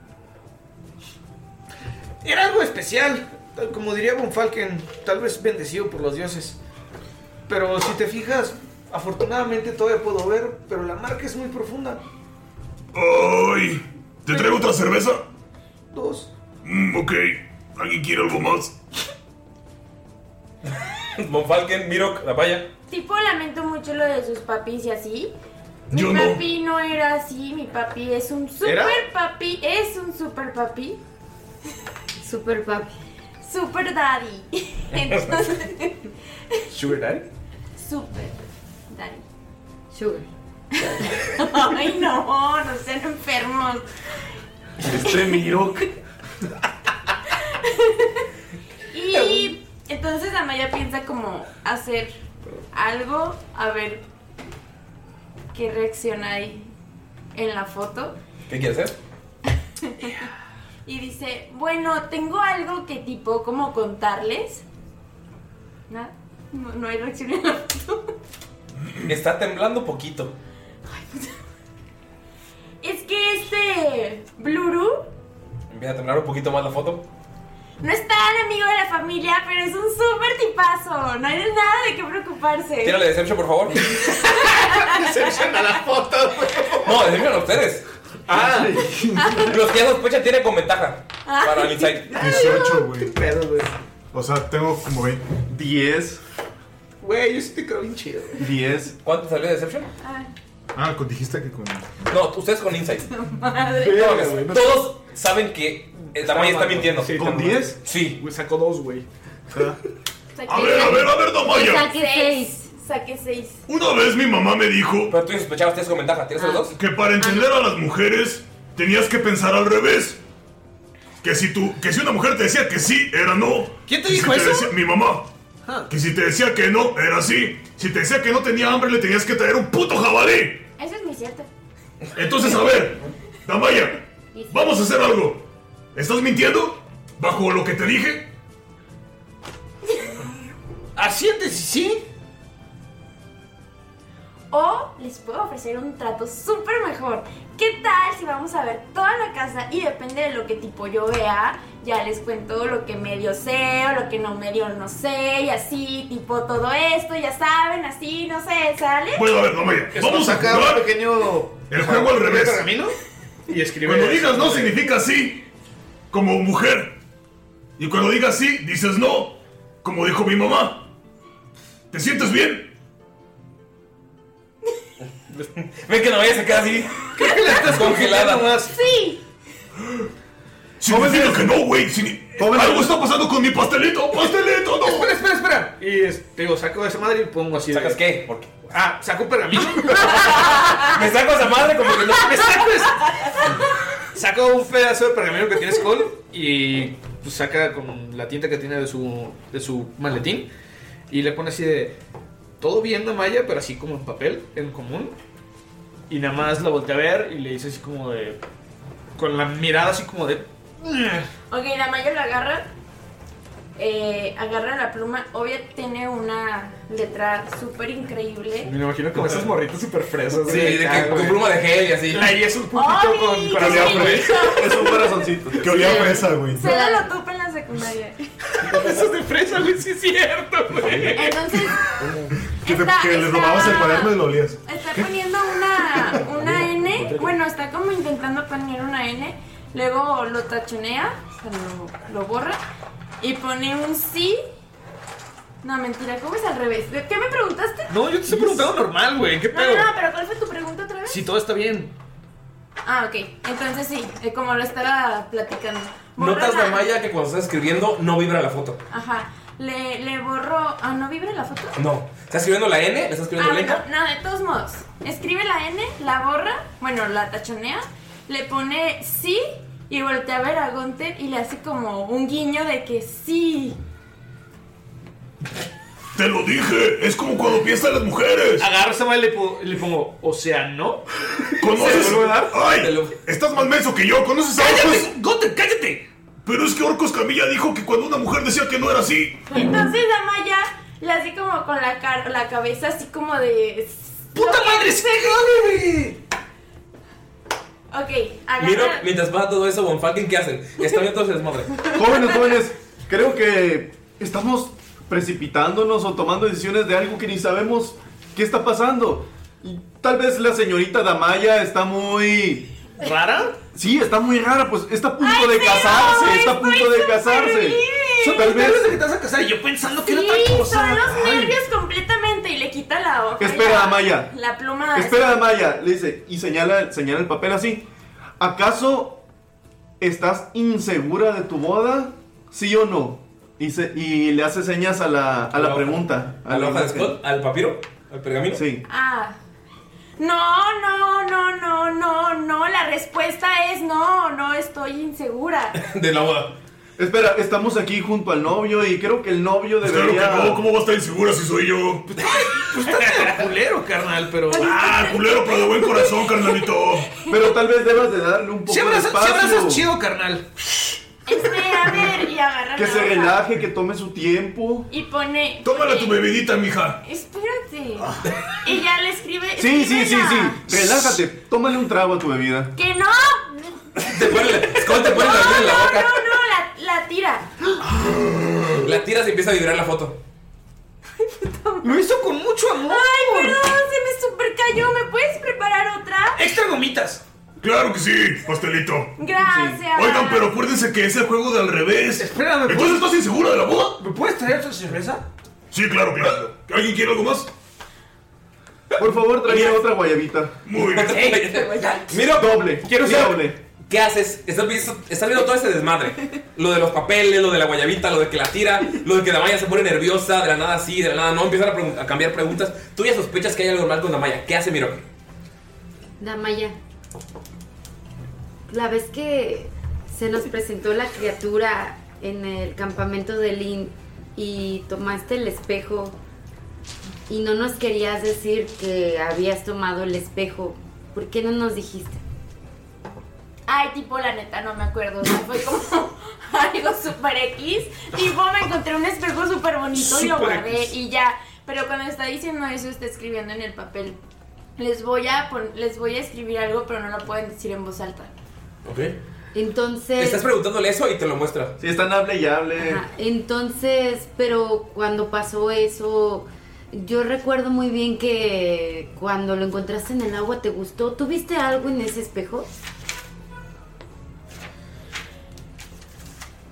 S6: Era algo especial. tal Como diría Von Falken, tal vez bendecido por los dioses. Pero si te fijas, afortunadamente todavía puedo ver, pero la marca es muy profunda.
S7: ¡Ay! ¿Te traigo otra cerveza?
S6: Dos.
S7: Mm, ok. ¿Alguien quiere algo más?
S3: Von Falken, Mirok, Damaya.
S9: Tipo lamento mucho lo de sus papis y así. Mi
S3: Yo no.
S9: papi no. era así, mi papi es un super
S3: ¿Era?
S9: papi, es un super papi.
S4: Super papi.
S9: Super
S3: *laughs*
S9: daddy. Entonces,
S6: ¿Sugar Daddy?
S9: super daddy.
S4: Sugar.
S9: *laughs* Ay, no, no sean enfermos.
S5: Este Miro.
S9: Y entonces Amaya piensa como hacer algo, a ver qué reacciona ahí en la foto.
S3: ¿Qué quieres hacer?
S9: Y dice, bueno, tengo algo que tipo como contarles. Nada, no, no hay reacción en la foto.
S3: Está temblando poquito.
S9: Es que este Bluru
S3: Empieza a temblar un poquito más la foto.
S9: No es tan amigo de la familia, pero es un súper tipazo. No hay de nada de qué preocuparse.
S3: Tírale
S9: *laughs*
S3: Deception, por favor.
S11: Deception a la foto,
S3: No, Deception a ustedes. Ah, los que ya sospechan tienen con ventaja. Para el insight.
S8: 18, güey. O sea, tengo como 20. 10.
S11: Güey, yo sí te creo bien chido.
S8: 10.
S3: ¿Cuánto salió de Deception?
S8: Ah, con- dijiste que con.
S3: No, ustedes con insight.
S11: Madre.
S3: No, que Todos saben que eh, la Maya está mintiendo.
S11: pues. Sí, ¿Con 10?
S3: Sí.
S11: Sacó dos, güey.
S9: A
S7: ver, a ver, a ver, Damaya.
S9: Saqué seis. Saqué seis.
S7: Una vez mi mamá me dijo.
S3: Pero tú sospechabas, tienes con ventaja, tienes los dos.
S7: Que para entender a las mujeres tenías que pensar al revés. Que si, tú, que si una mujer te decía que sí, era no.
S11: ¿Quién te
S7: Que si
S11: dijo eso?
S7: decía- mi mamá.
S9: Ah.
S7: Que si te decía que no, era sí. Si te decía que no tenía hambre, le tenías que traer un puto jabalí.
S9: Eso es muy cierto.
S7: Entonces, a ver, Damaya, vamos a hacer algo. ¿Estás mintiendo? ¿Bajo lo que te dije?
S11: ¿Así antes sí?
S9: O les puedo ofrecer un trato súper mejor. ¿Qué tal si vamos a ver toda la casa y depende de lo que tipo yo vea, ya les cuento lo que medio sé o lo que no medio no sé y así, tipo todo esto, ya saben, así, no sé, ¿sale?
S7: Bueno, a ver, Damaya,
S11: Es
S7: vamos a
S11: sacar un
S7: jugar
S11: pequeño.
S7: el juego al revés.
S11: Y escribe.
S7: Cuando digas no significa sí, como mujer. Y cuando digas sí, dices no, como dijo mi mamá. ¿Te sientes
S3: *laughs*
S7: bien?
S3: Ven que no vayas a quedar así.
S11: Creo que la estás
S3: Congelada.
S11: congelando más.
S9: Sí.
S7: Significa que no, güey. signi- Algo está pasando con mi pastelito. ¡Pastelito, no!
S11: Espera, espera, espera. Y es- te digo, saco esa madre y pongo así. ¿Sacas
S3: qué?
S11: Ah, saco un pergamino.
S3: *laughs* Me saco esa madre como que no.
S11: Me saco esa- Saco un pedazo de pergamino que tiene Skull y pues, saca con la tinta que tiene de su, de su maletín y le pone así de. Todo bien, Damaya, pero así como en papel, en común. Y nada más la voltea a ver y le dice así como de. Con la mirada así como de.
S9: Ok, la mayor lo agarra. eh, agarra la pluma. Obvio tiene una letra súper increíble.
S11: Me imagino como esos morritos súper fresas.
S3: Sí, de que con pluma de gel y así.
S11: La I es un puntito con
S9: qué
S11: corazón, güey.
S7: Es un corazoncito. Que olía a fresa, güey.
S9: Se da la topa en la secundaria.
S11: Eso es de fresa, güey, sí es cierto, güey.
S9: Entonces,
S8: *laughs* Que, te-
S9: Está-
S8: que le
S9: está-
S8: robabas el cuaderno y lo olías.
S9: Está poniendo una, una N, bueno, está como intentando poner una N, luego lo tachonea, o sea, lo, lo borra, y pone un sí. No, mentira, ¿cómo es al revés? ¿De ¿Qué me preguntaste?
S11: No, yo te estoy preguntando normal, güey. ¿Qué
S9: No, no,
S11: pedo?
S9: no, pero ¿cuál fue tu pregunta otra vez?
S11: Si todo está bien.
S9: Ah, ok, entonces sí, eh, como lo estaba platicando. Borra
S3: Notas
S9: la-
S3: la Maya que cuando estás escribiendo no vibra la foto.
S9: Ajá, le, le borró, ah, ¿no vibra la foto?
S3: No. ¿Estás escribiendo la N? ¿La estás escribiendo
S9: Ah,
S3: lenta?
S9: no, no, de todos modos. Escribe la N, la borra, bueno, la tachonea, le pone sí y voltea a ver a Gunther y le hace como un guiño de que sí.
S7: Te lo dije. Es como cuando piensan las mujeres.
S11: Agarro esa madre y le, po- le pongo, o sea, no.
S7: ¿Conoces?
S11: ¿Se lo vuelvo a dar?
S7: ¡Ay! Estás más menso que yo. ¿Conoces a
S11: ¡Cállate!
S7: Orcos? cállate! Pero es que Orcos Camilla dijo que cuando una mujer decía que no era así,
S9: Entonces Amaya le hace como con la, car- la cabeza así como de...
S11: ¡Puta madre, se güey!
S9: Ok, agarra...
S3: Miro, mientras pasa todo eso, Von Falken, ¿qué hacen? Están viendo todo ese desmadre.
S5: Jóvenes, jóvenes, creo que estamos precipitándonos o tomando decisiones de algo que ni sabemos qué está pasando. Y tal vez la señorita Damaya está muy...
S11: ¿Rara?
S5: Sí, está muy rara, pues está a punto de
S9: sí,
S5: casarse,
S9: güey,
S5: está a
S9: estoy
S5: punto de
S9: súper
S5: casarse.
S9: bien.
S5: Son tal vez...
S11: de que te vas a casar y yo pensando que
S9: Sí,
S11: era otra cosa.
S9: son los
S11: Ay.
S9: nervios completamente y le quita la hoja. y
S5: Espera,
S9: la-
S5: Amaya.
S9: La pluma...
S5: Espera, Damaya, le dice, y señala, señala el papel así. ¿Acaso estás insegura de tu boda? ¿Sí o no? Y, se- y le hace señas a la, a la pregunta.
S3: ¿A la hoja de
S5: imagen.
S3: Scott? ¿Al papiro? ¿Al pergamino?
S5: Sí.
S9: Ah. No, no, no, no, no, no. La respuesta es no, no estoy insegura.
S3: *laughs* De la boda.
S5: Espera, estamos aquí junto al novio y creo que el novio
S7: Pues claro
S5: debería...
S7: que no, ¿cómo va a estar insegura si soy yo?
S11: Pues está culero, *laughs* carnal, pero.
S7: Ah, culero, pero de buen corazón, carnalito.
S5: Pero tal vez debas de darle un poco
S11: Si
S5: de
S11: abrazas, si
S5: espacio.
S11: abrazas chido, carnal.
S9: Este, a ver, y agarra
S5: que
S9: la
S5: se
S9: hoja
S5: relaje, que tome su tiempo.
S9: Y pone.
S7: Tómala
S9: pone-
S7: tu bebidita, mija.
S9: Espérate. Y ya le escribe.
S5: Sí, sí, sí,
S9: escríbela.
S5: sí. Relájate, tómale un trago a tu bebida.
S9: Que no.
S3: Te pone la- Scott te pone la
S9: No,
S3: luz en pues, la
S9: no,
S3: boca.
S9: no, no, la, la tira.
S3: La tiras y empieza a vibrar la foto.
S11: Lo hizo con mucho amor.
S9: Ay, perdón, se me super cayó. ¿Me puedes preparar otra?
S7: Eh,
S11: Extra gomitas.
S7: Claro que sí, pastelito.
S9: Gracias.
S7: Oigan, pero acuérdense que es el juego de al revés.
S11: Espérame. pues.
S7: ¿Entonces estás insegura de la boda?
S11: ¿Me puedes traer otra cerveza?
S7: Sí, claro, claro. ¿Alguien quiere algo más?
S5: Por favor, traiga otra guayabita.
S7: Muy
S5: bien.
S3: Mira,
S5: doble.
S3: Quiero
S5: Mira,
S3: saber ¿Qué haces? Estás viendo, estás viendo todo ese desmadre. Lo de los papeles, lo de la guayabita, lo de que la tira, lo de que Damaya se pone nerviosa, de la nada sí, de la nada no, empiezan a, pregun- a cambiar preguntas. Tú ya sospechas que hay algo mal con Damaya. ¿Qué hace Miro?
S4: Damaya, la vez que se nos presentó la criatura en el campamento de Lynn y tomaste el espejo y no nos querías decir que habías tomado el espejo, ¿por qué no nos dijiste?
S9: Ay, tipo, la neta, no me acuerdo. O sea, fue como *laughs* algo super X. Tipo, me encontré un espejo súper bonito y lo
S4: Super
S9: guardé
S4: X.
S9: y ya. Pero cuando está diciendo eso, está escribiendo en el papel. Les voy a, pon- les voy a escribir algo, pero no lo pueden decir en voz alta.
S3: Ok.
S4: Entonces...
S3: Estás preguntándole eso y te lo muestra.
S5: Sí, están hable y hable.
S4: Ajá, Entonces, pero cuando pasó eso, yo recuerdo muy bien que cuando lo encontraste en el agua te gustó. ¿Tuviste algo en ese espejo?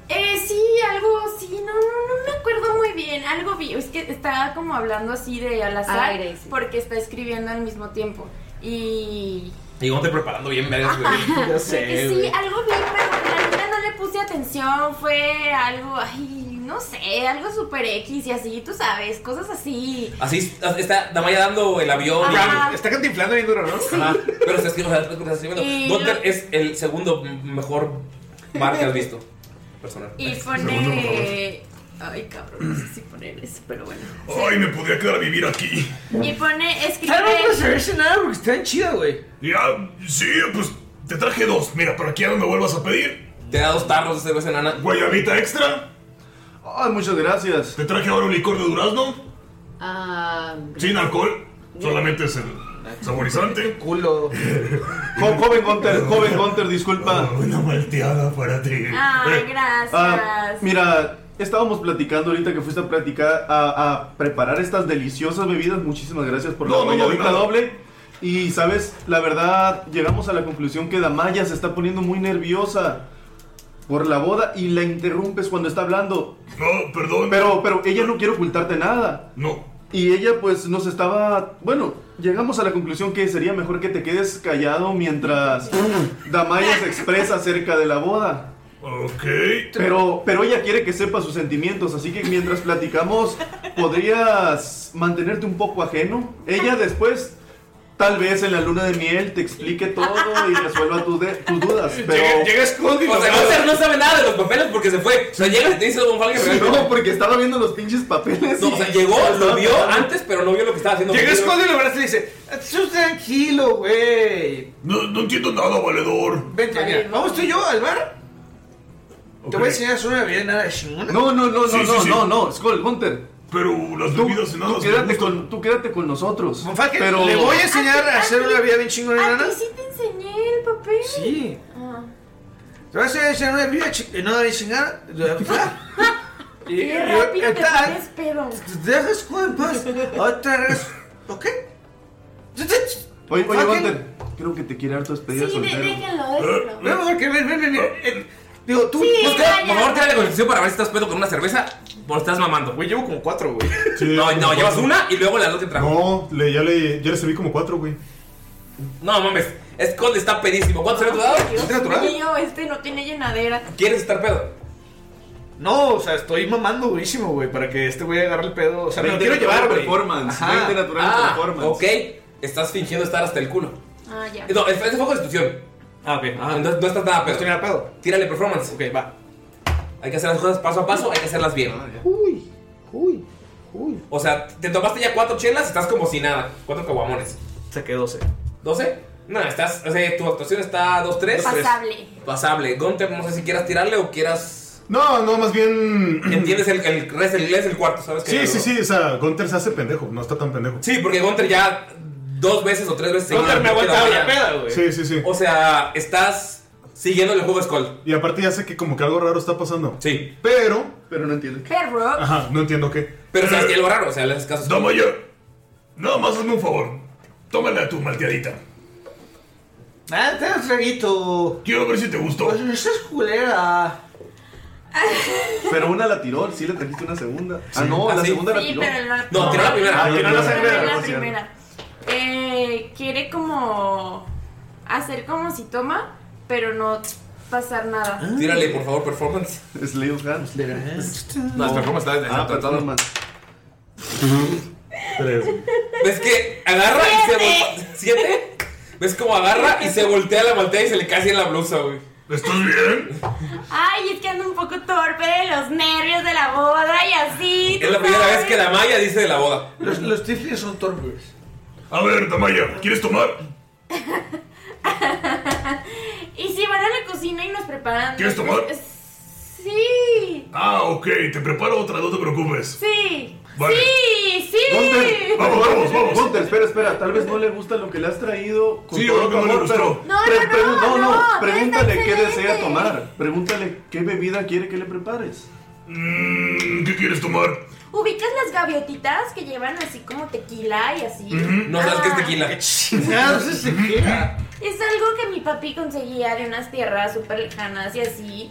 S9: Eh, sí, algo, sí, no, no, no me acuerdo muy bien. Algo vi, es que estaba como hablando así de al azar.
S4: Al aire, sí.
S9: Porque está escribiendo al mismo tiempo. Y
S3: Y te preparando bien, vergas, *laughs*
S9: *laughs*
S3: güey.
S9: Ya sé, Que sí, ah. algo vi, pero la neta no le puse atención. Fue algo, ay, no sé, algo super X y así, tú sabes, cosas así.
S3: Así está Damaya dando el avión.
S9: Ajá.
S3: Está cantinflando bien duro, ¿no? Pero está escribiendo, o sea, está escribiendo.
S9: Y
S3: Gunter
S9: lo-
S3: es el segundo mejor bar que has visto. Personal.
S9: Y
S7: Segundo, por
S9: pone. Ay, cabrón, no sé si poner eso, pero bueno.
S7: Ay, me podría quedar a vivir aquí.
S9: Y pone, escribe.
S11: Claro, no
S7: pues,
S11: pues, cerveza nada porque están chidas, güey.
S7: Ya, sí, pues te traje dos. Mira, para que ya no me vuelvas a pedir.
S3: Te da dos tarros de cerveza enana.
S7: ¿Guayabita extra?
S5: Ay, muchas gracias.
S7: ¿Te traje ahora un licor de durazno?
S4: Ah,
S7: Sin alcohol. Solamente es el saborizante. *laughs*
S11: Culo.
S5: joven Gunter, joven Gunter, disculpa.
S7: Oh, una malteada para ti. Eh,
S9: Ay, gracias.
S5: Ah, mira, estábamos platicando ahorita que fuiste a platicar a, a preparar estas deliciosas bebidas. Muchísimas gracias por
S7: No,
S5: la
S7: no, no, de
S5: guayabita
S7: nada.
S5: doble. Y sabes, la verdad, llegamos a la conclusión que Damaya se está poniendo muy nerviosa por la boda y la interrumpes cuando está hablando.
S7: No, perdón.
S5: Pero, pero ella no quiere ocultarte nada.
S7: No.
S5: Y ella pues nos estaba... Bueno, llegamos a la conclusión que sería mejor que te quedes callado mientras Damaya se expresa acerca de la boda.
S7: Ok.
S5: Pero, pero ella quiere que sepa sus sentimientos, así que mientras platicamos, ¿podrías mantenerte un poco ajeno? Ella después, tal vez en la luna de miel, te explique todo y resuelva tus, de- tus dudas. Pero...
S3: O sea, Gunter no sabe nada de los papeles porque se fue. O sea, llega y te dice Don Falken. pero-
S5: No, porque estaba viendo los pinches papeles.
S3: No, o sea, llegó, lo vio antes, pero no vio lo que estaba haciendo.
S11: Llega
S3: Porque-
S11: Scott y lo abraza y le dice: "Tú tranquilo, güey.
S7: No, no entiendo nada, valedor.
S11: Vente, mira, vamos tú y yo al bar. Te voy a enseñar a hacer una bebida nada chingona.
S5: No, no, no, no,
S11: Sí, sí,
S5: no,
S11: sí.
S5: no, no, Skull, Hunter.
S7: Pero las bebidas en nada
S5: Tú
S7: se me
S5: quédate, con, tú quédate con nosotros.
S11: Falken, le voy a enseñar Ah, a hacer una bebida bien chingona,
S9: ¿A
S11: nana.
S9: ti sí te enseñé el papel?
S11: Sí.
S9: Ah.
S11: Te voy a enseñar una bebida chi- no de chingada. Y- y-
S6: eh,
S9: Qué rápido te
S11: está-
S9: pones pedo.
S11: Dejas cuerpos, otra vez. ¿Ok?
S5: Oye, oye,
S11: Falken.
S5: Hunter, creo que te quiere harto despedir
S9: Sí, de- déjenlo, déjenlo.
S11: Ven, mejor que ven, ven, ven. eh, eh, Digo, tú.
S9: Sí,
S11: pues,
S3: Busca,
S9: vaya.
S3: por favor, tira la constitución para ver si estás pedo con una cerveza o estás mamando.
S11: Güey, llevo como cuatro, güey.
S3: no, no, llevas una y luego la dos que trajo.
S8: No, le, ya, le, ya le serví como cuatro, güey.
S3: No, mames, Scott está pedísimo. ¿Cuánto será tu dado?
S9: Dios mío, este no tiene llenadera.
S3: ¿Quieres estar pedo?
S11: No, o sea, estoy mamando durísimo, güey, para que este güey agarre el pedo. O sea, me lo
S3: Veinte
S11: quiero
S3: natural
S11: llevar, güey.
S5: performance,
S11: Ajá.
S5: veinte natural
S3: Ah,
S5: performance.
S3: ok. Estás fingiendo estar hasta el culo.
S9: Ah, ya.
S3: No, ese fue constitución.
S11: Ah, ok.
S3: Ah, entonces no estás nada pedo.
S11: Estoy nada pedo.
S3: Tírale performance.
S11: Ok, va. Ah,
S3: Hay que hacer las cosas paso a paso, hay que hacerlas bien.
S11: Uy, uy, uy.
S3: O sea, te tomaste ya cuatro chelas, estás como si nada. Cuatro caguamones.
S11: Saqué 12.
S3: ¿12? No, estás. O sea, tu actuación está 2-3.
S9: Pasable.
S3: Pasable. Gunter, no sé si quieras tirarle o quieras.
S8: No, no, más bien.
S3: Entiendes el, el, lees el, lees el cuarto, ¿sabes? que
S8: Sí,
S3: no-
S8: sí, sí, o sea, Gunter se hace pendejo, no está tan pendejo.
S3: Sí, porque Gunter ya dos veces o tres veces.
S8: Gunther me
S3: seguidas,
S8: aguantaba
S3: ya-
S8: la peda, güey. Sí, sí, sí.
S3: O sea, estás Siguiendo el juego Skull.
S8: Y aparte ya sé que como que algo raro está pasando.
S3: Sí.
S8: Pero. Pero no entiendo.
S9: Perro.
S8: Ajá, no entiendo qué.
S3: Pero o sea, es lo raro, o sea, le haces caso. a Skull.
S7: Damaya, Eh, nada más hazme un favor. Tómala a tu malteadita.
S6: Ah, te das reguito.
S7: Quiero ver si te gustó.
S6: Pues esa es culera.
S5: Pero una la tiró, sí le trajiste una segunda. Ah, no,
S3: Ah,
S5: la
S3: sí.
S5: segunda la
S9: Sí,
S5: tiró.
S9: pero no-
S3: No, tiró la primera.
S5: Ah, tiró la
S9: Pero
S5: primera.
S9: la
S5: por cierto.
S9: primera. Eh, quiere como hacer como si toma, pero no pasar nada.
S7: Ah.
S3: Ah. Tírale, por favor, performance.
S5: Slay of
S11: Pues,
S5: Hand.
S11: eh.
S3: No, es performance, está
S5: Ah,
S3: está- está-
S5: performance.
S3: ¿Ves que agarra y se voltea? ¿Siete? ¿Ves cómo agarra y se voltea la voltea y se le cae así en la blusa, güey?
S7: ¿Estás bien?
S9: Ay, es que ando un poco torpe de los nervios de la boda y así.
S3: Es la primera vez que la Maya dice de la boda.
S6: Los, los tiflins son torpes.
S7: A ver, Damaya, ¿quieres tomar?
S9: Y si van a la cocina y nos preparan. Eh,
S7: ¿Quieres tomar?
S9: Sí.
S7: Ah, ok, te preparo otra, no te preocupes.
S9: Sí.
S7: Vale.
S9: Sí, sí.
S5: Gunter,
S7: Vamos, vamos, vamos.
S5: Gunter, espera, espera. Tal vez no le gusta lo que le has traído. Con
S7: Sí,
S5: todo
S7: creo que no le
S5: amor,
S7: gustó.
S5: pero
S9: No,
S5: pre-
S9: no,
S5: pregun-
S9: no, no, está
S5: Pregúntale qué
S9: excelente.
S5: desea tomar. Pregúntale qué bebida quiere que le prepares.
S7: Mm, ¿Qué quieres tomar?
S9: ¿Ubicas las gaviotitas que llevan así como tequila y así?
S3: No sabes qué es tequila.
S6: Ah, pues
S3: tequila.
S9: Es algo que mi papi conseguía de unas tierras súper lejanas y así.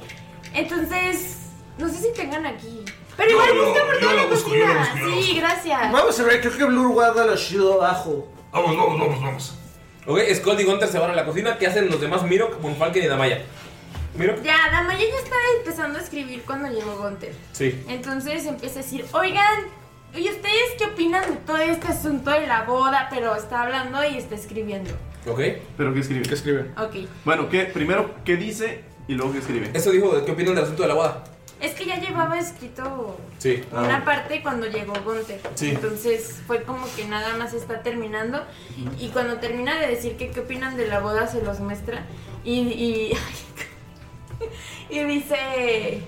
S9: Entonces, no sé si tengan aquí. Pero
S6: Yo
S9: igual
S6: lo-
S9: busca por
S6: yo
S9: toda
S6: lo
S9: la
S6: busco, yo lo
S9: cocina.
S6: busco, yo lo
S9: sí, gracias.
S6: Vamos a ver, creo que Blur guarda lo chido abajo.
S7: Vamos, vamos, vamos, vamos.
S3: Ok, Skull y Gunter se van a la cocina. ¿Qué hacen los demás? Mirok, Bonfalken y Damaya. ¿Mirok?
S9: Ya, Damaya ya estaba empezando a escribir cuando llegó Gunter.
S3: Sí.
S9: Entonces empieza a decir, oigan, ¿y ustedes qué opinan de todo este asunto de la boda? Pero está hablando y está escribiendo.
S3: Ok.
S5: ¿Pero qué escribe? ¿Qué
S6: escribe?
S9: Ok.
S5: Bueno, ¿qué, primero, ¿qué dice? Y luego, ¿qué escribe?
S3: Eso dijo, ¿qué opinan del asunto de la boda?
S9: Es que ya llevaba escrito
S3: Sí.
S5: Ah,
S9: una parte cuando llegó Gunter.
S3: Sí.
S9: Entonces fue como que nada más está terminando. Y cuando termina de decir que qué opinan de la boda, se los muestra. Y, y, *laughs* y dice: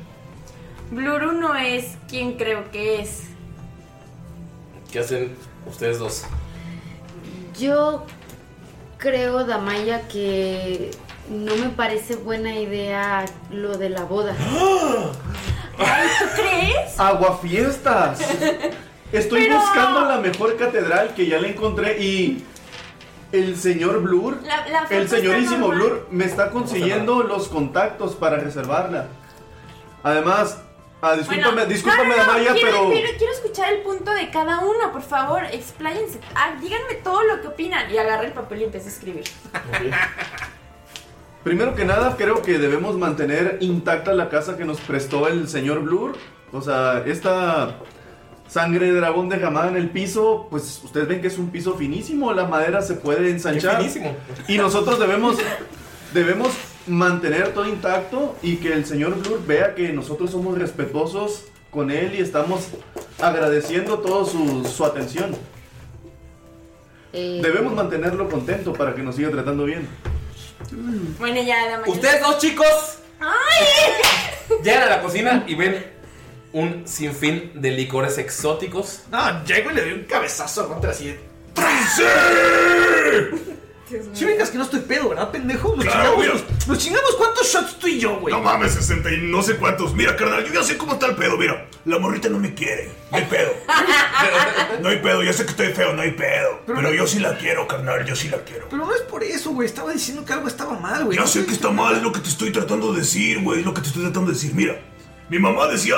S9: Bluru no es quien creo que es.
S3: ¿Qué hacen ustedes dos?
S4: Yo creo, Damaya, que no me parece buena idea lo de la boda.
S9: ¿Tú crees?
S5: ¡Aguafiestas! Estoy
S9: Pero-
S5: buscando la mejor catedral que ya la encontré y. El señor Blur,
S9: La- la foto
S5: el
S9: está
S5: señorísimo
S9: normal.
S5: Blur, me está consiguiendo los contactos para reservarla. Además, ah, discúlpame,
S9: Bueno,
S5: discúlpame,
S9: no, no, no,
S5: Damaya,
S9: quiero,
S5: pero.
S9: Quiero, quiero escuchar el punto de cada uno, por favor, expláyense. Ah, díganme todo lo que opinan. Y agarré el papel y empecé a escribir.
S5: Primero que nada, creo que debemos mantener intacta la casa que nos prestó el señor Blur. O sea, esta sangre de dragón derramada en el piso, pues ustedes ven que es un piso finísimo, la madera se puede ensanchar.
S3: finísimo.
S5: Y nosotros debemos, debemos mantener todo intacto y que el señor Blur vea que nosotros somos respetuosos con él y estamos agradeciendo toda su, su atención.
S4: Eh,
S5: Debemos mantenerlo contento para que nos siga tratando bien.
S9: Bueno, ya, la mañana.
S3: Ustedes dos chicos
S9: ¡Ay!
S3: llegan a la cocina y ven un sinfín de licores exóticos.
S6: No, llego y le doy un cabezazo a Gunter así. de-
S5: *laughs*
S6: Si vengas que no estoy pedo, ¿verdad, pendejo? Nos
S7: Claro, mira.
S6: chingamos, los- nos chingamos cuántos shots tú y yo, güey.
S7: No mames, 60 y no sé cuántos. Mira, carnal, yo ya sé cómo está el pedo, mira. La morrita no me quiere. No hay pedo. No hay pedo, ya sé que estoy feo, no hay pedo. Pero yo sí la quiero, carnal, yo sí la quiero.
S6: Pero no es por eso, güey. Estaba diciendo que algo estaba mal, güey.
S7: Ya sé que está mal, es lo que te estoy tratando de decir, güey, es lo que te estoy tratando de decir. Mira, mi mamá decía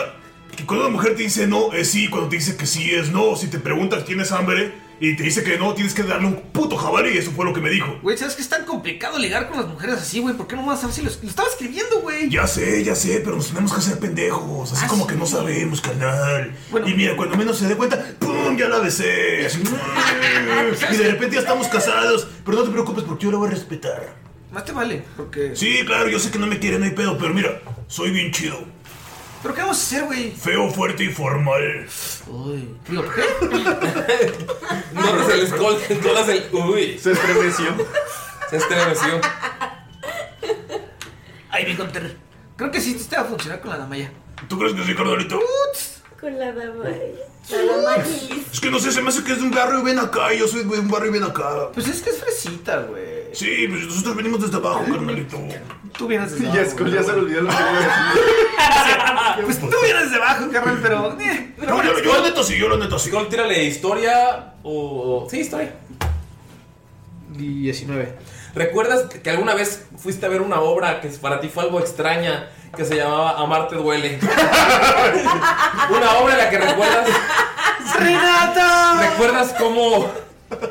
S7: que cuando una mujer te dice no, es sí, cuando te dice que sí, es no. Si te preguntas, ¿tienes hambre? Y te dice que no, tienes que darle un puto jabalí, y eso fue lo que me dijo.
S6: Güey, ¿sabes que es tan complicado ligar con las mujeres así, güey? ¿Por qué no más a ver si lo, lo estaba escribiendo, güey?
S7: Ya sé, ya sé, pero nos tenemos que hacer pendejos.
S6: Ah,
S7: Así como que no sabemos, carnal. y mira, cuando menos se dé cuenta, ¡pum! Ya la besé.
S6: *laughs*
S7: Así, y de repente ya estamos casados. Pero no te preocupes porque yo la voy a respetar.
S6: Más te vale, porque.
S7: Sí, claro, yo sé que no me quiere, no hay pedo, pero mira, soy bien chido.
S6: ¿Pero qué vamos a hacer, güey?
S7: Feo, fuerte y formal.
S6: Uy,
S3: *laughs* Notas el *laughs* Skull, notas el. Uy.
S5: Se estremeció.
S3: Se estremeció.
S6: Ay, mi Gunter. Creo que sí te va a funcionar con la damaya.
S7: ¿Tú crees que soy carnalito?
S9: Con la dama.
S7: Es que no sé, se me hace que es de un barrio bien acá y yo soy de un barrio bien acá.
S6: Pues es que es fresita, güey.
S7: Sí, pues nosotros venimos desde abajo, carnalito.
S6: Tú vienes desde
S5: Y *laughs* ya, Skull ya se le olvidó lo que iba a decir.
S6: Pues tú vienes debajo, carnal, pero.
S7: No, yo, yo la neta sí, yo la neta sí.
S3: Skull, tírale historia o. Sí, historia.
S6: 19.
S3: ¿Recuerdas que alguna vez fuiste a ver una obra que para ti fue algo extraña que se llamaba Amarte duele? *laughs* una obra en la que recuerdas.
S6: ¡Renata!
S3: ¿Recuerdas cómo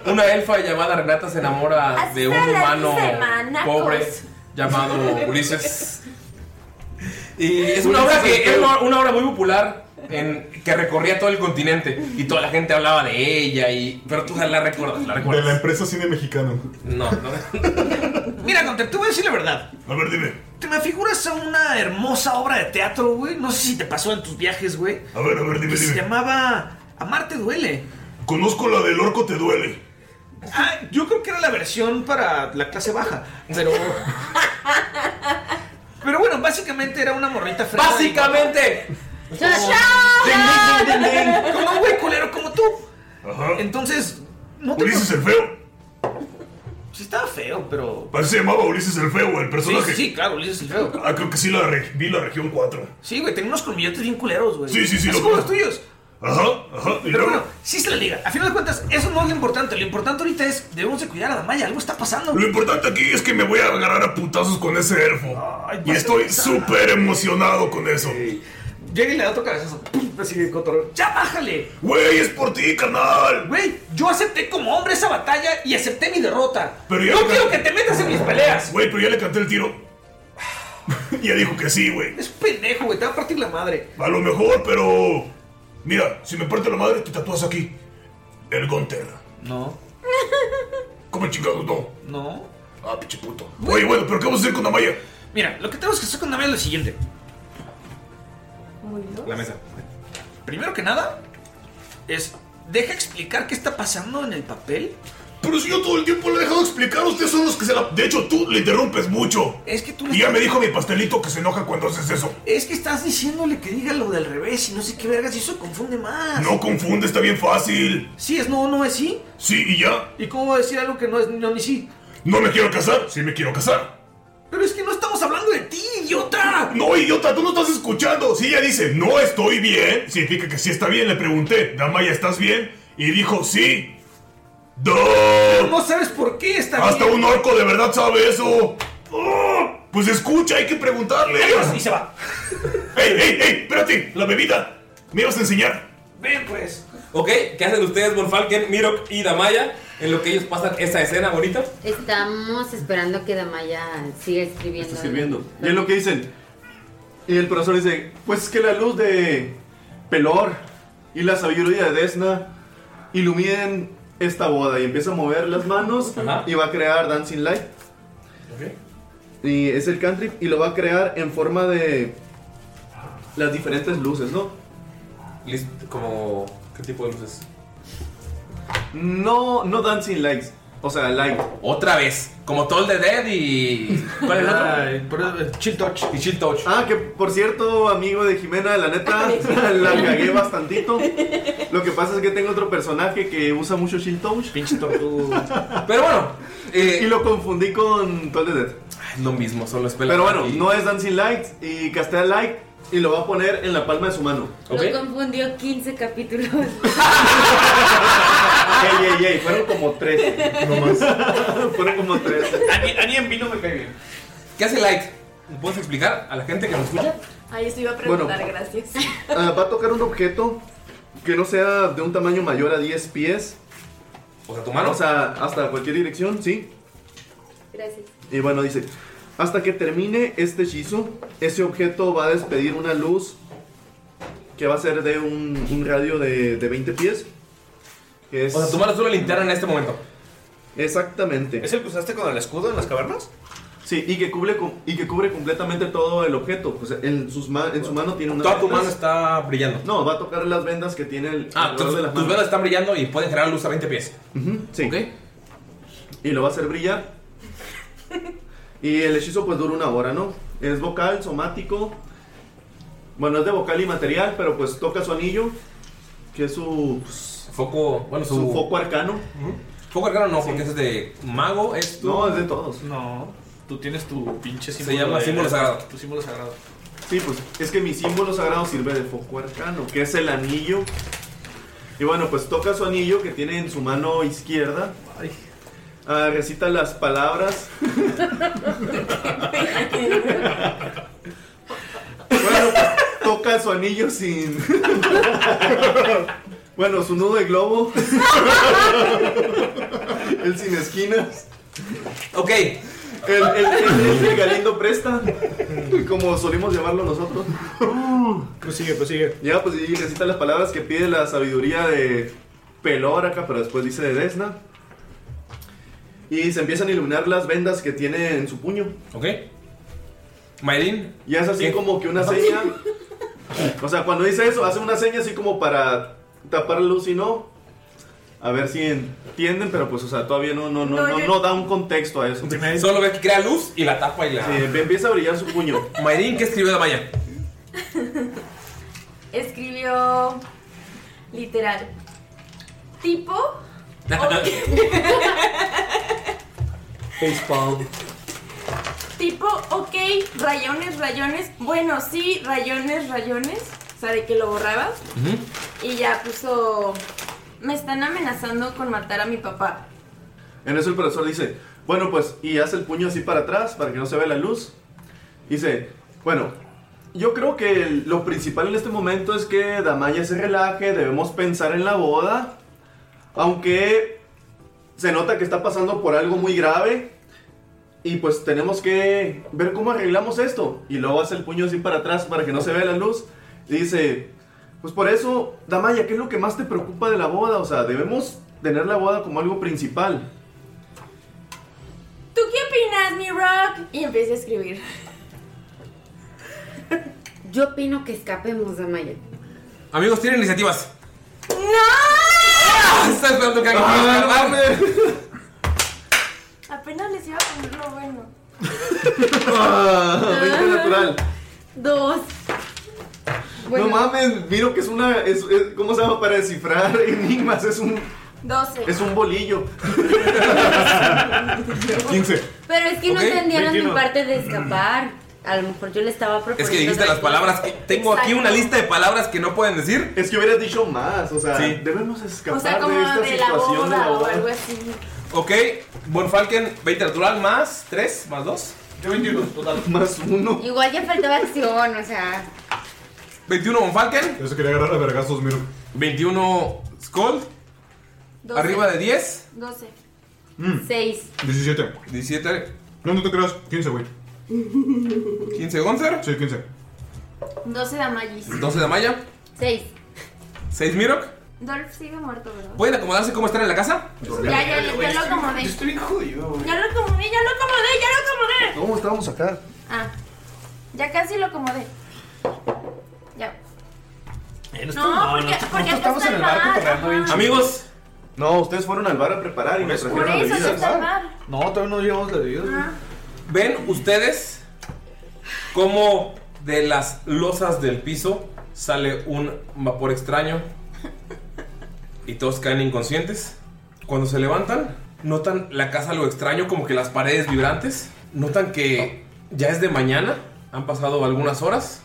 S3: una elfa llamada Renata se enamora de un
S9: Hasta la
S3: humano
S9: semana,
S3: pobre
S9: cos.
S3: llamado Ulises? Y es una obra que es una, una obra muy popular en, que recorría todo el continente y toda la gente hablaba de ella y pero tú la recuerdas, la
S8: De
S3: recuerdas.
S8: la empresa Cine Mexicano.
S3: No, no.
S6: Mira, Gunter, te voy a decir la verdad.
S7: A ver, dime.
S6: Te me figuras a una hermosa obra de teatro, güey. No sé si te pasó en tus viajes, güey.
S7: A ver, a ver, dime,
S6: Que Se
S7: dime.
S6: llamaba Amarte duele.
S7: Conozco la del orco te duele.
S6: Ah, yo creo que era la versión para la clase baja, pero. pero bueno, básicamente era una morrita fresa.
S3: ¡Básicamente!
S6: Con un güey culero como tú. Entonces, no
S7: *laughs*
S6: te.
S7: Ulises el feo.
S6: Sí, estaba feo, pero.
S7: Parece que se llamaba Ulises el feo, el
S6: Sí,
S7: personaje.
S6: sí, claro, Ulises el feo.
S7: Ah, creo que sí la re- vi la región 4.
S6: Sí, güey, tenía unos colmillotes bien culeros, güey.
S7: Sí, sí, sí,
S6: Así
S7: lo
S6: como los
S7: conozco.
S6: tuyos.
S7: Ajá, ajá. y
S6: Pero
S7: luego-
S6: bueno, sí se la liga. A final de cuentas, eso no es lo importante. Lo importante ahorita es, debemos de cuidar a Damaya. Algo está pasando.
S7: Lo importante aquí es que me voy a agarrar a putazos con ese elfo. y estoy súper emocionado con eso.
S6: Llega y le da otro cabezazo. ¡Pum! Así de cotorreo. ¡Ya bájale!
S7: Güey, es por ti, carnal.
S6: Güey, yo acepté como hombre esa batalla y acepté mi derrota.
S7: Pero ya
S6: no
S7: le-
S6: quiero que te metas en mis peleas.
S7: Güey, pero ya le canté el tiro. *sighs* ya dijo que sí, güey.
S6: Es pendejo, güey. Te va a partir la madre.
S7: A lo mejor, pero. Mira, si me parte la madre, te tatúas aquí. El Gonter.
S6: No.
S7: ¿Cómo chingados no?
S6: No.
S7: Ah, pinche puto. Güey, bueno, pero ¿qué vamos a hacer con Amaya?
S6: Mira, lo que tenemos que hacer con Damaya es lo siguiente. La mesa. Primero que nada, es. Deja explicar qué está pasando en el papel.
S7: Pero si yo todo el tiempo le he dejado explicar, ustedes son los que se la. De hecho, tú le interrumpes mucho.
S6: Es que tú le
S7: Y ya
S6: estás-
S7: me dijo mi pastelito que se enoja cuando haces eso.
S6: Es que estás diciéndole que diga lo del revés y no sé qué vergas y eso confunde más.
S7: No confunde, está bien fácil.
S6: Sí, es no, no es sí.
S7: Sí, y ya.
S6: ¿Y cómo va a decir algo que no es no ni sí?
S7: No me quiero casar, sí me quiero casar.
S6: Pero es que no estamos hablando de ti, idiota.
S7: No, idiota, tú no estás escuchando. Si ella dice, no estoy bien, significa que sí está bien. Le pregunté, Damaya, ¿estás bien? Y dijo, sí.
S6: Pero
S7: ¡No!
S6: no sabes por qué está
S7: Hasta
S6: bien.
S7: un orco de verdad sabe eso. ¡Oh! Pues escucha, hay que preguntarle.
S6: Y se va.
S7: ¡Ey, ey, ey! Espérate, la bebida. Me ibas a enseñar.
S6: Ven pues.
S3: Ok, ¿qué hacen ustedes, Bonfalken, Mirok y Damaya? En lo que ellos pasan esa escena bonita.
S4: Estamos esperando que Damaya siga escribiendo.
S5: escribiendo. Y es lo que dicen. Y el profesor dice, pues es que la luz de Pelor y la sabiduría de Desna iluminen esta boda. Y empieza a mover las manos y va a crear Dancing Light. Y es el cantrip y lo va a crear en forma de las diferentes luces, ¿no?
S3: Listo, como. ¿Qué tipo de luces?
S5: No, no Dancing Lights. O sea, Light.
S3: Otra vez, como todo el de Dead y. ¿Cuál es
S6: Ah,
S3: el
S6: otro? Chill Touch.
S3: Y Chill Touch.
S5: eh, Ah, que por cierto, amigo de Jimena, la neta,
S3: *laughs*
S5: *laughs* la cagué bastantito. Lo que pasa es que tengo otro personaje que usa mucho Shield Touch. eh,
S6: Pinche
S5: *laughs*
S6: tortuga.
S3: Pero bueno.
S5: y lo confundí con Toll the Dead.
S3: Lo mismo, solo es
S5: Pero bueno, no es Dancing Light y castea Light y lo va a poner en la palma de su mano.
S4: Lo confundió 15 capítulos.
S5: Ey, ey, ey, fueron como tres. *laughs* nomás. fueron como tres.
S6: A mí en vino me cae bien.
S3: ¿Qué hace Light? ¿Puedes explicar a la gente que nos escucha?
S9: Ahí esto iba a preguntar,
S5: Bueno.
S9: gracias.
S5: *laughs* Ah, va a tocar un objeto que no sea de un tamaño mayor a 10 pies.
S3: O sea, tu mano.
S5: O sea, hasta cualquier dirección, sí.
S9: Gracias.
S5: Y bueno, dice, hasta que termine este hechizo, ese objeto va a despedir una luz que va a ser de un, un radio de, de 20 pies. que es-
S3: O sea, tu mano es una linterna en este momento.
S5: Exactamente.
S6: ¿Es el que usaste con el escudo en las cavernas?
S5: Sí, y que cubre, com- y que cubre completamente todo el objeto. Pues en, sus ma- en su mano tiene una...
S3: Toda tu mano está brillando.
S5: No, va a tocar las vendas que tiene el...
S3: Ah,
S5: alrededor
S3: tus,
S5: de las
S3: tus
S5: manos.
S3: velas están brillando y pueden generar luz a 20 pies.
S5: Ujú, sí. Y lo va a hacer brillar. y el hechizo pues dura una hora, ¿no? Es vocal, somático. Bueno, es de vocal y material, pero pues toca su anillo, que es su...
S3: Foco, bueno, su-
S5: foco arcano.
S3: Fuego arcano no, porque es de mago, es tu-
S5: No, es de todos.
S6: No, tú tienes tu pinche
S3: Se
S6: símbolo.
S3: llama
S6: de-
S3: símbolo sagrado.
S6: Tu símbolo sagrado.
S5: Sí, pues es que mi símbolo sagrado sirve de foco arcano, que es el anillo. Y bueno, pues toca su anillo que tiene en su mano izquierda. Ah, recita
S6: *laughs*
S5: las palabras. bueno, pues, toca su anillo sin. *laughs* bueno, su nudo de globo. *laughs* el sin esquinas.
S3: Ok.
S5: El, el, el- el Galindo presta, como solimos llamarlo nosotros.
S6: Prosigue, prosigue.
S5: Ya, pues y recita las palabras que pide la sabiduría de Pelóraca, pero después dice de Desna. Y se empiezan a iluminar las vendas que tiene en su puño.
S3: Ok. Mayrin.
S5: Y hace así
S3: ¿Qué?
S5: como que una seña. O sea, cuando dice eso, hace una seña así como para tapar la luz y no. A ver si entienden, pero pues, o sea, todavía no, no, no,
S3: No,
S5: no,
S3: yo-
S5: no da un contexto a eso.
S3: Solo ves que crea luz y la tapa y la.
S5: Sí, empieza a brillar su puño.
S3: *laughs* Mayrin, ¿qué escribió de Maya?
S9: Escribió literal. Tipo.
S3: *laughs* Facepalm.
S9: Tipo, ok, rayones, rayones. Bueno, sí, rayones, rayones. O sea, de que lo borraba. Y ya puso. Me están amenazando con matar a mi papá.
S5: En eso el profesor dice, bueno pues, y hace el puño así para atrás para que no se vea la luz. Dice, bueno, yo creo que el- lo principal en este momento es que Damaya se relaje, debemos pensar en la boda, aunque se nota que está pasando por algo muy grave y pues tenemos que ver cómo arreglamos esto. Y luego hace el puño así para atrás para que no se vea la luz. Y dice, pues por eso, Damaya, ¿qué es lo que más te preocupa de la boda? O sea, debemos tener la boda como algo principal.
S9: ¿Tú qué opinas, mi rock? Y empecé a escribir. *laughs*
S4: Yo opino que escapemos, Damaya.
S3: Amigos, tienen iniciativas. *laughs*
S9: ¡No!
S3: Está esperando que alguien
S9: Ah,
S3: ¡Arme!
S9: Apenas les iba a poner lo bueno.
S5: Ah, veinte natural.
S4: Dos. Bueno.
S5: No mames, miro que es una. es- es- ¿Cómo se llama para descifrar *laughs* enigmas? Es un.
S9: Doce.
S5: Es
S9: *laughs*
S5: un bolillo.
S8: 15.
S4: Pero es que no
S3: Ok,
S4: entendieron mi
S3: 21.
S4: parte de escapar. A lo mejor yo le estaba proponiendo.
S3: Es que dijiste las palabras. que- Tengo aquí
S4: Exacto.
S3: una lista de palabras que no pueden decir.
S5: Es que hubieras dicho más, o sea,
S3: Sí.
S5: debemos escapar
S9: O sea, como
S5: de esta
S9: de la
S5: situación de la
S9: boda o
S5: boda.
S9: algo así.
S3: Ok, Bonfalken, 20 natural más 3, más 2. Yo 21 total.
S5: Más 1.
S4: Igual ya faltaba acción, o sea.
S3: 21 Bonfalken. Yo se quería agarrar a vergazos, miro. 21 Skull.
S4: doce,
S3: Arriba de 10.
S4: Doce.
S8: Mm,
S4: Seis.
S8: 17.
S3: 17.
S8: No, no te creas. 15, güey.
S3: 15 Gonzer.
S8: Sí, 15.
S9: Doce damallis.
S3: 12 de Maya.
S4: Seis.
S3: 6 Mirok.
S9: Dolph sigue muerto, ¿verdad?
S3: ¿Pueden acomodarse como están en la casa?
S9: Ya, ya, ya, ya lo acomodé.
S3: Yo estoy jodido, güey.
S9: Ya lo acomodé, ya lo acomodé, ya lo acomodé.
S5: ¿Cómo estábamos acá?
S9: Ah, ya casi lo acomodé. Ya.
S5: estamos-
S9: Eh, no,
S5: no,
S9: porque,
S5: no,
S9: porque acá está el bar.
S3: Amigos.
S5: No, ustedes fueron al bar a preparar y nos
S9: Por
S5: trajeron
S9: eso
S5: las
S9: se está el
S5: bebidas.
S9: bar.
S3: No, todavía no llevamos la bebida.
S9: Ah.
S3: Ven ustedes cómo de las losas del piso sale un vapor extraño y todos caen inconscientes. Cuando se levantan, notan la casa lo extraño, como que las paredes vibrantes. Notan que ya es de mañana, han pasado algunas horas.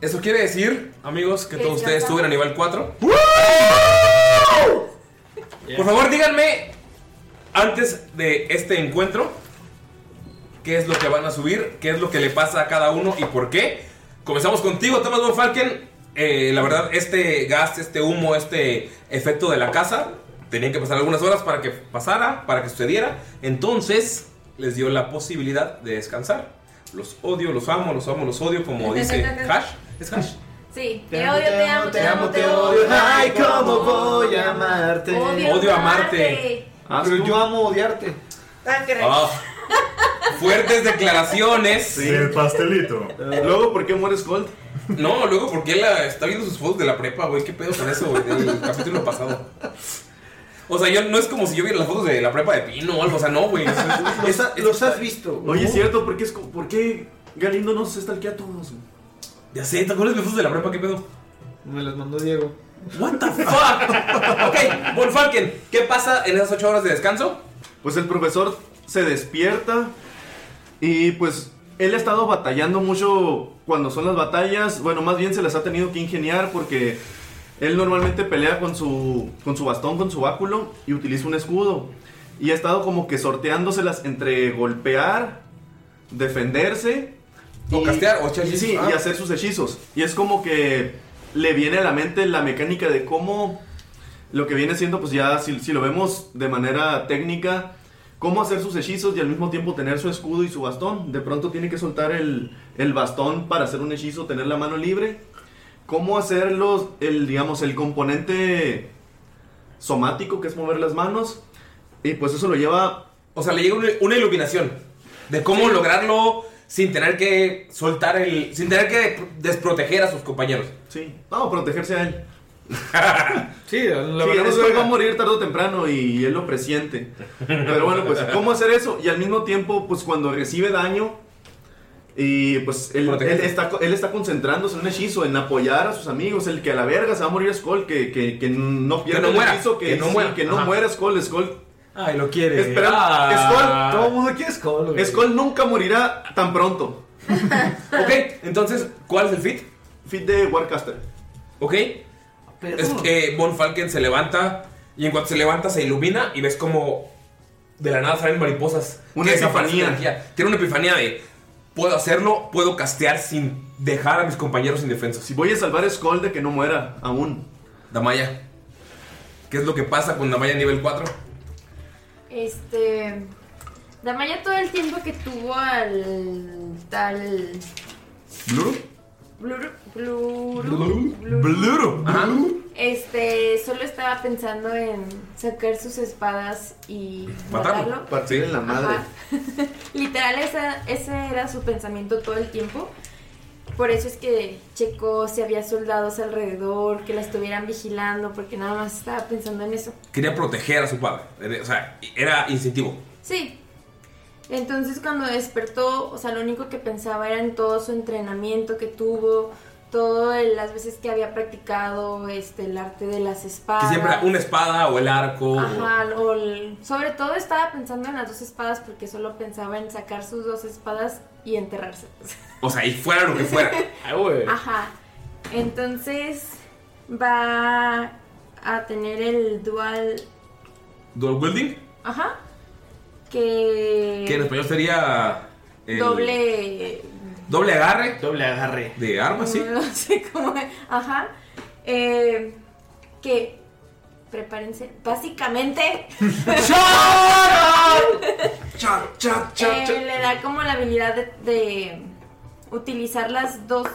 S3: Eso quiere decir, amigos, que
S10: Que ya
S3: todos ustedes
S10: está.
S3: suben a nivel 4. Por favor, díganme antes de este encuentro, ¿qué es lo que van a subir? ¿Qué es lo que le pasa a cada uno y por qué? Comenzamos contigo, Thomas Von Falken. Eh, la verdad, este gas, este humo, este efecto de la casa, tenían que pasar algunas horas para que pasara, para que sucediera. Entonces, les dio la posibilidad de descansar. Los odio, los amo, los amo, los odio, como *laughs* dice Hash. ¿Es Hash?
S9: Sí, te, odio, te amo, te amo, te odio.
S3: Ay,
S9: cómo
S3: voy
S6: a amarte.
S3: Odio Odio amarte.
S6: Pero yo amo odiarte.
S9: Ah, caray.
S3: Ah. Fuertes declaraciones.
S8: El pastelito.
S6: Eh,
S5: Luego, ¿por qué mueres Gold?
S3: No, luego porque él ah, está viendo sus fotos de la prepa, güey. ¿Qué pedo con eso, güey? Del capítulo pasado. O sea, yo, no es como si yo viera las fotos de la prepa de Pino o algo. O sea, no, güey. Los, has visto. Uh.
S5: Oye, es cierto, ¿por qué, es co- por qué Galindo nos stalkea a todos?
S3: Ya sé, ¿te acuerdas de mis fotos de la prepa? ¿Qué pedo?
S6: Me las mandó Diego.
S3: What the fuck? ok, Volfalken, ¿qué pasa en esas ocho horas de descanso?
S5: Pues el profesor se despierta y pues él ha estado batallando mucho cuando son las batallas. Bueno, más bien se las ha tenido que ingeniar porque él normalmente pelea con su, con su bastón, con su báculo y utiliza un escudo. Y ha estado como que sorteándoselas entre golpear, defenderse. O
S3: castear, o
S5: echar
S3: hechizos.
S5: Sí,
S3: Ah.
S5: y hacer sus hechizos. Y es como que le viene a la mente la mecánica de cómo lo que viene siendo, pues ya si, si lo vemos de manera técnica, cómo hacer sus hechizos y al mismo tiempo tener su escudo y su bastón. De pronto tiene que soltar el, el bastón para hacer un hechizo, tener la mano libre. Cómo hacer los, el, digamos, el componente somático, que es mover las manos. Y pues eso lo lleva...
S3: O sea, le llega una, iluminación de cómo lograrlo sin tener que soltar el. sin tener que desproteger a sus compañeros.
S5: Sí. No, protegerse
S3: *laughs*
S5: a él.
S6: sí, la
S5: Sí,
S6: verdad
S5: él
S6: es
S5: después
S6: que-
S5: va a morir tarde o temprano y él lo presiente. Pero bueno, pues, ¿cómo hacer eso? Y al mismo tiempo, pues cuando recibe daño, y pues él, él
S3: Protegerse.
S5: está, él está concentrándose en un hechizo, en apoyar a sus amigos, el que a la verga se va a morir Skull, que, que, que no pierda
S3: no
S5: el
S3: muera,
S5: hechizo,
S3: que no
S5: sí,
S3: muera.
S5: que no
S3: Ajá.
S5: muera Skull, Skull.
S3: Ay, lo quiere.
S5: Espera,
S3: Ah.
S5: Skull.
S3: Todo el
S5: mundo quiere Skull. Skull nunca morirá tan pronto.
S3: *laughs* ok, entonces, ¿cuál es el fit?
S5: Fit de Warcaster.
S3: Ok. Es que Von Falken se levanta y en cuanto se levanta se ilumina y ves como de la nada salen mariposas.
S5: Una
S3: Que esa
S5: epifanía.
S3: parte de energía. Tiene una epifanía de puedo hacerlo, puedo castear sin dejar a mis compañeros indefensos.
S5: Si voy a salvar a Skull de que no muera aún.
S3: Damaya. ¿Qué es lo que pasa con Damaya nivel 4?
S9: Este. Damaya todo el tiempo que tuvo al tal
S5: ¿Bluro?
S9: Bluru, Bluru,
S5: ¿Bluro? ¿Bluro? Ajá.
S9: este solo estaba pensando en sacar sus espadas y matarlo.
S5: Partir en la madre.
S9: Ajá. *laughs* Literal esa- ese era su pensamiento todo el tiempo. Por eso es que checó si había soldados alrededor que la estuvieran vigilando porque nada más estaba pensando en eso.
S3: Quería proteger a su padre. Era- O sea, era instintivo.
S9: Sí. Entonces cuando despertó, o sea, lo único que pensaba era en todo su entrenamiento que tuvo, todas las veces que había practicado este el arte de las espadas.
S3: Que siempre era una espada o el arco. o-
S9: Ajá, o el- sobre todo estaba pensando en las dos espadas porque solo pensaba en sacar sus dos espadas y enterrarse.
S3: O sea, y fuera lo que
S6: *laughs*
S9: *laughs*
S3: fuera.
S9: Ajá. Entonces va a tener el dual,
S3: Dual wielding,
S9: ajá, que
S3: que en español sería. el
S9: doble
S3: Doble agarre.
S6: Doble agarre.
S3: De armas, sí.
S9: *laughs* No sé cómo. es. Ajá. Eh, que. Prepárense.
S3: *laughs*
S9: Básicamente. *laughs*
S3: cha, cha.
S9: eh, le da como la habilidad de, de utilizar las dos.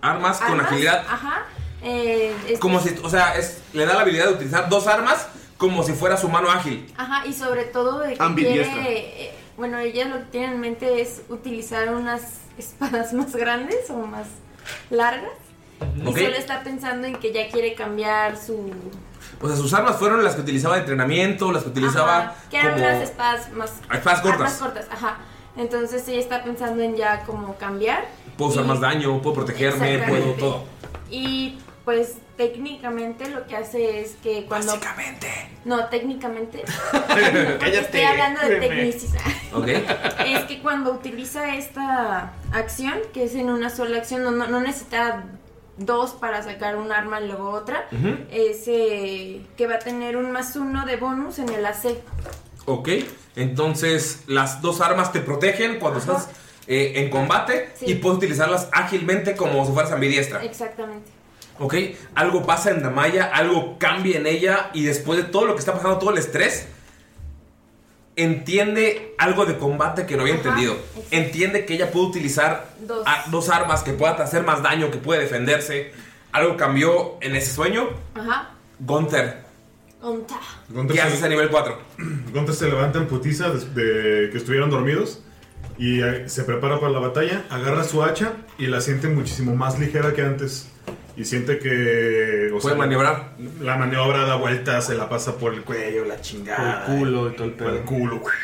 S3: Armas con
S9: armas.
S3: agilidad.
S9: Ajá. Eh, este-
S3: Como si, o sea, es, le da la habilidad de utilizar dos armas como si fuera su mano ágil.
S9: Ajá, y sobre todo de que
S3: Ambidiestra.
S9: quiere. eh, bueno, ella lo que tiene en mente es utilizar unas *laughs* espadas más grandes o más largas.
S3: Ok.
S9: Y solo está pensando en que ya quiere cambiar su
S3: O sea, sus armas fueron las que utilizaba de entrenamiento, las que utilizaba
S9: Que eran
S3: como-
S9: unas espadas más.
S3: Espadas cortas.
S9: armas cortas, ajá. Entonces ella está pensando en ya como cambiar.
S3: puedo usar más daño, puedo protegerme,
S9: Exactamente.
S3: puedo todo.
S9: Y pues técnicamente lo que hace es que cuando.
S3: Básicamente.
S9: No,
S3: *laughs*
S9: técnicamente.
S3: Cállate.
S9: estoy hablando de Eh, tecnicis.
S3: Ok.
S9: es que cuando utiliza esta acción, que es en una sola acción, no, no- no necesita dos para sacar un arma y luego otra.
S3: Ujú.
S9: Es eh, que va a tener un más uno de bonus en el AC.
S3: Ok. Entonces, las dos armas te protegen cuando estás eh, en combate
S9: Sí.
S3: y puedes utilizarlas ágilmente como si fueras ambidiestra.
S9: Exactamente.
S3: Ok, algo pasa en Damaya, algo cambia en ella y después de todo lo que está pasando, todo el estrés, entiende algo de combate que no había
S9: Ajá,
S3: entendido.
S9: exacto.
S3: Entiende que ella puede utilizar
S9: Dos.
S3: a- dos armas que pueda hacer más daño, que puede defenderse. Algo cambió en ese sueño.
S9: Ajá.
S3: Gunther,
S9: Onta.
S8: Gunther
S3: ¿qué
S8: se-
S3: haces a nivel
S8: *clears throat*
S3: 4?
S8: Gunther se levanta en putiza de, de que estuvieron dormidos y eh, se prepara para la batalla, agarra su hacha y la siente muchísimo más ligera que antes. Y siente que... o
S3: Puede maniobrar.
S8: La maniobra da vueltas, se la pasa por el cuello, la chingada.
S3: Por el
S8: culo y todo el Por el culo, güey,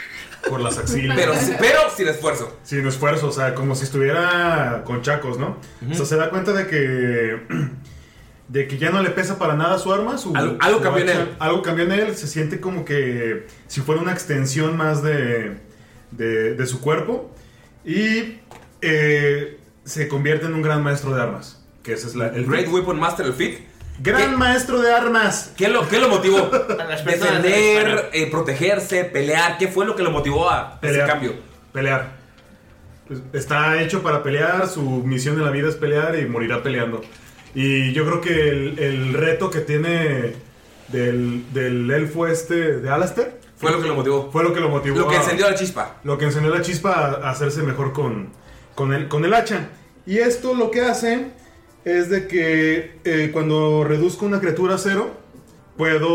S8: por las axilas.
S3: Pero, pero sin esfuerzo.
S8: Sin esfuerzo, o sea, como si estuviera con chacos, ¿no? O sea, se da cuenta de que *clears throat* de que ya no le pesa para nada su arma, su
S3: Algo- algo
S8: su
S3: cambió en
S8: hacha.
S3: él.
S8: Algo cambió en él, se siente como que si fuera una extensión más de, de, de su cuerpo y eh, se convierte en un gran maestro de armas, que ese es la, el
S3: Great Weapon Master el Fit.
S8: Gran maestro de armas.
S3: ¿Qué lo, qué lo motivó?
S8: personas de
S3: Defender, eh, protegerse, pelear. ¿Qué fue lo que lo motivó a ese cambio?
S8: Pelear. Pues, está hecho para pelear, su misión en la vida es pelear y morirá peleando. Y yo creo que el, el reto que tiene del, del elfo este de Alastair
S3: Fue lo que lo motivó.
S8: Fue lo que lo motivó.
S3: Lo que
S8: a-
S3: encendió la chispa.
S8: Lo que encendió la chispa a a hacerse mejor con, con, el, con el hacha. Y esto lo que hace es de que eh, cuando reduzco una criatura a cero, puedo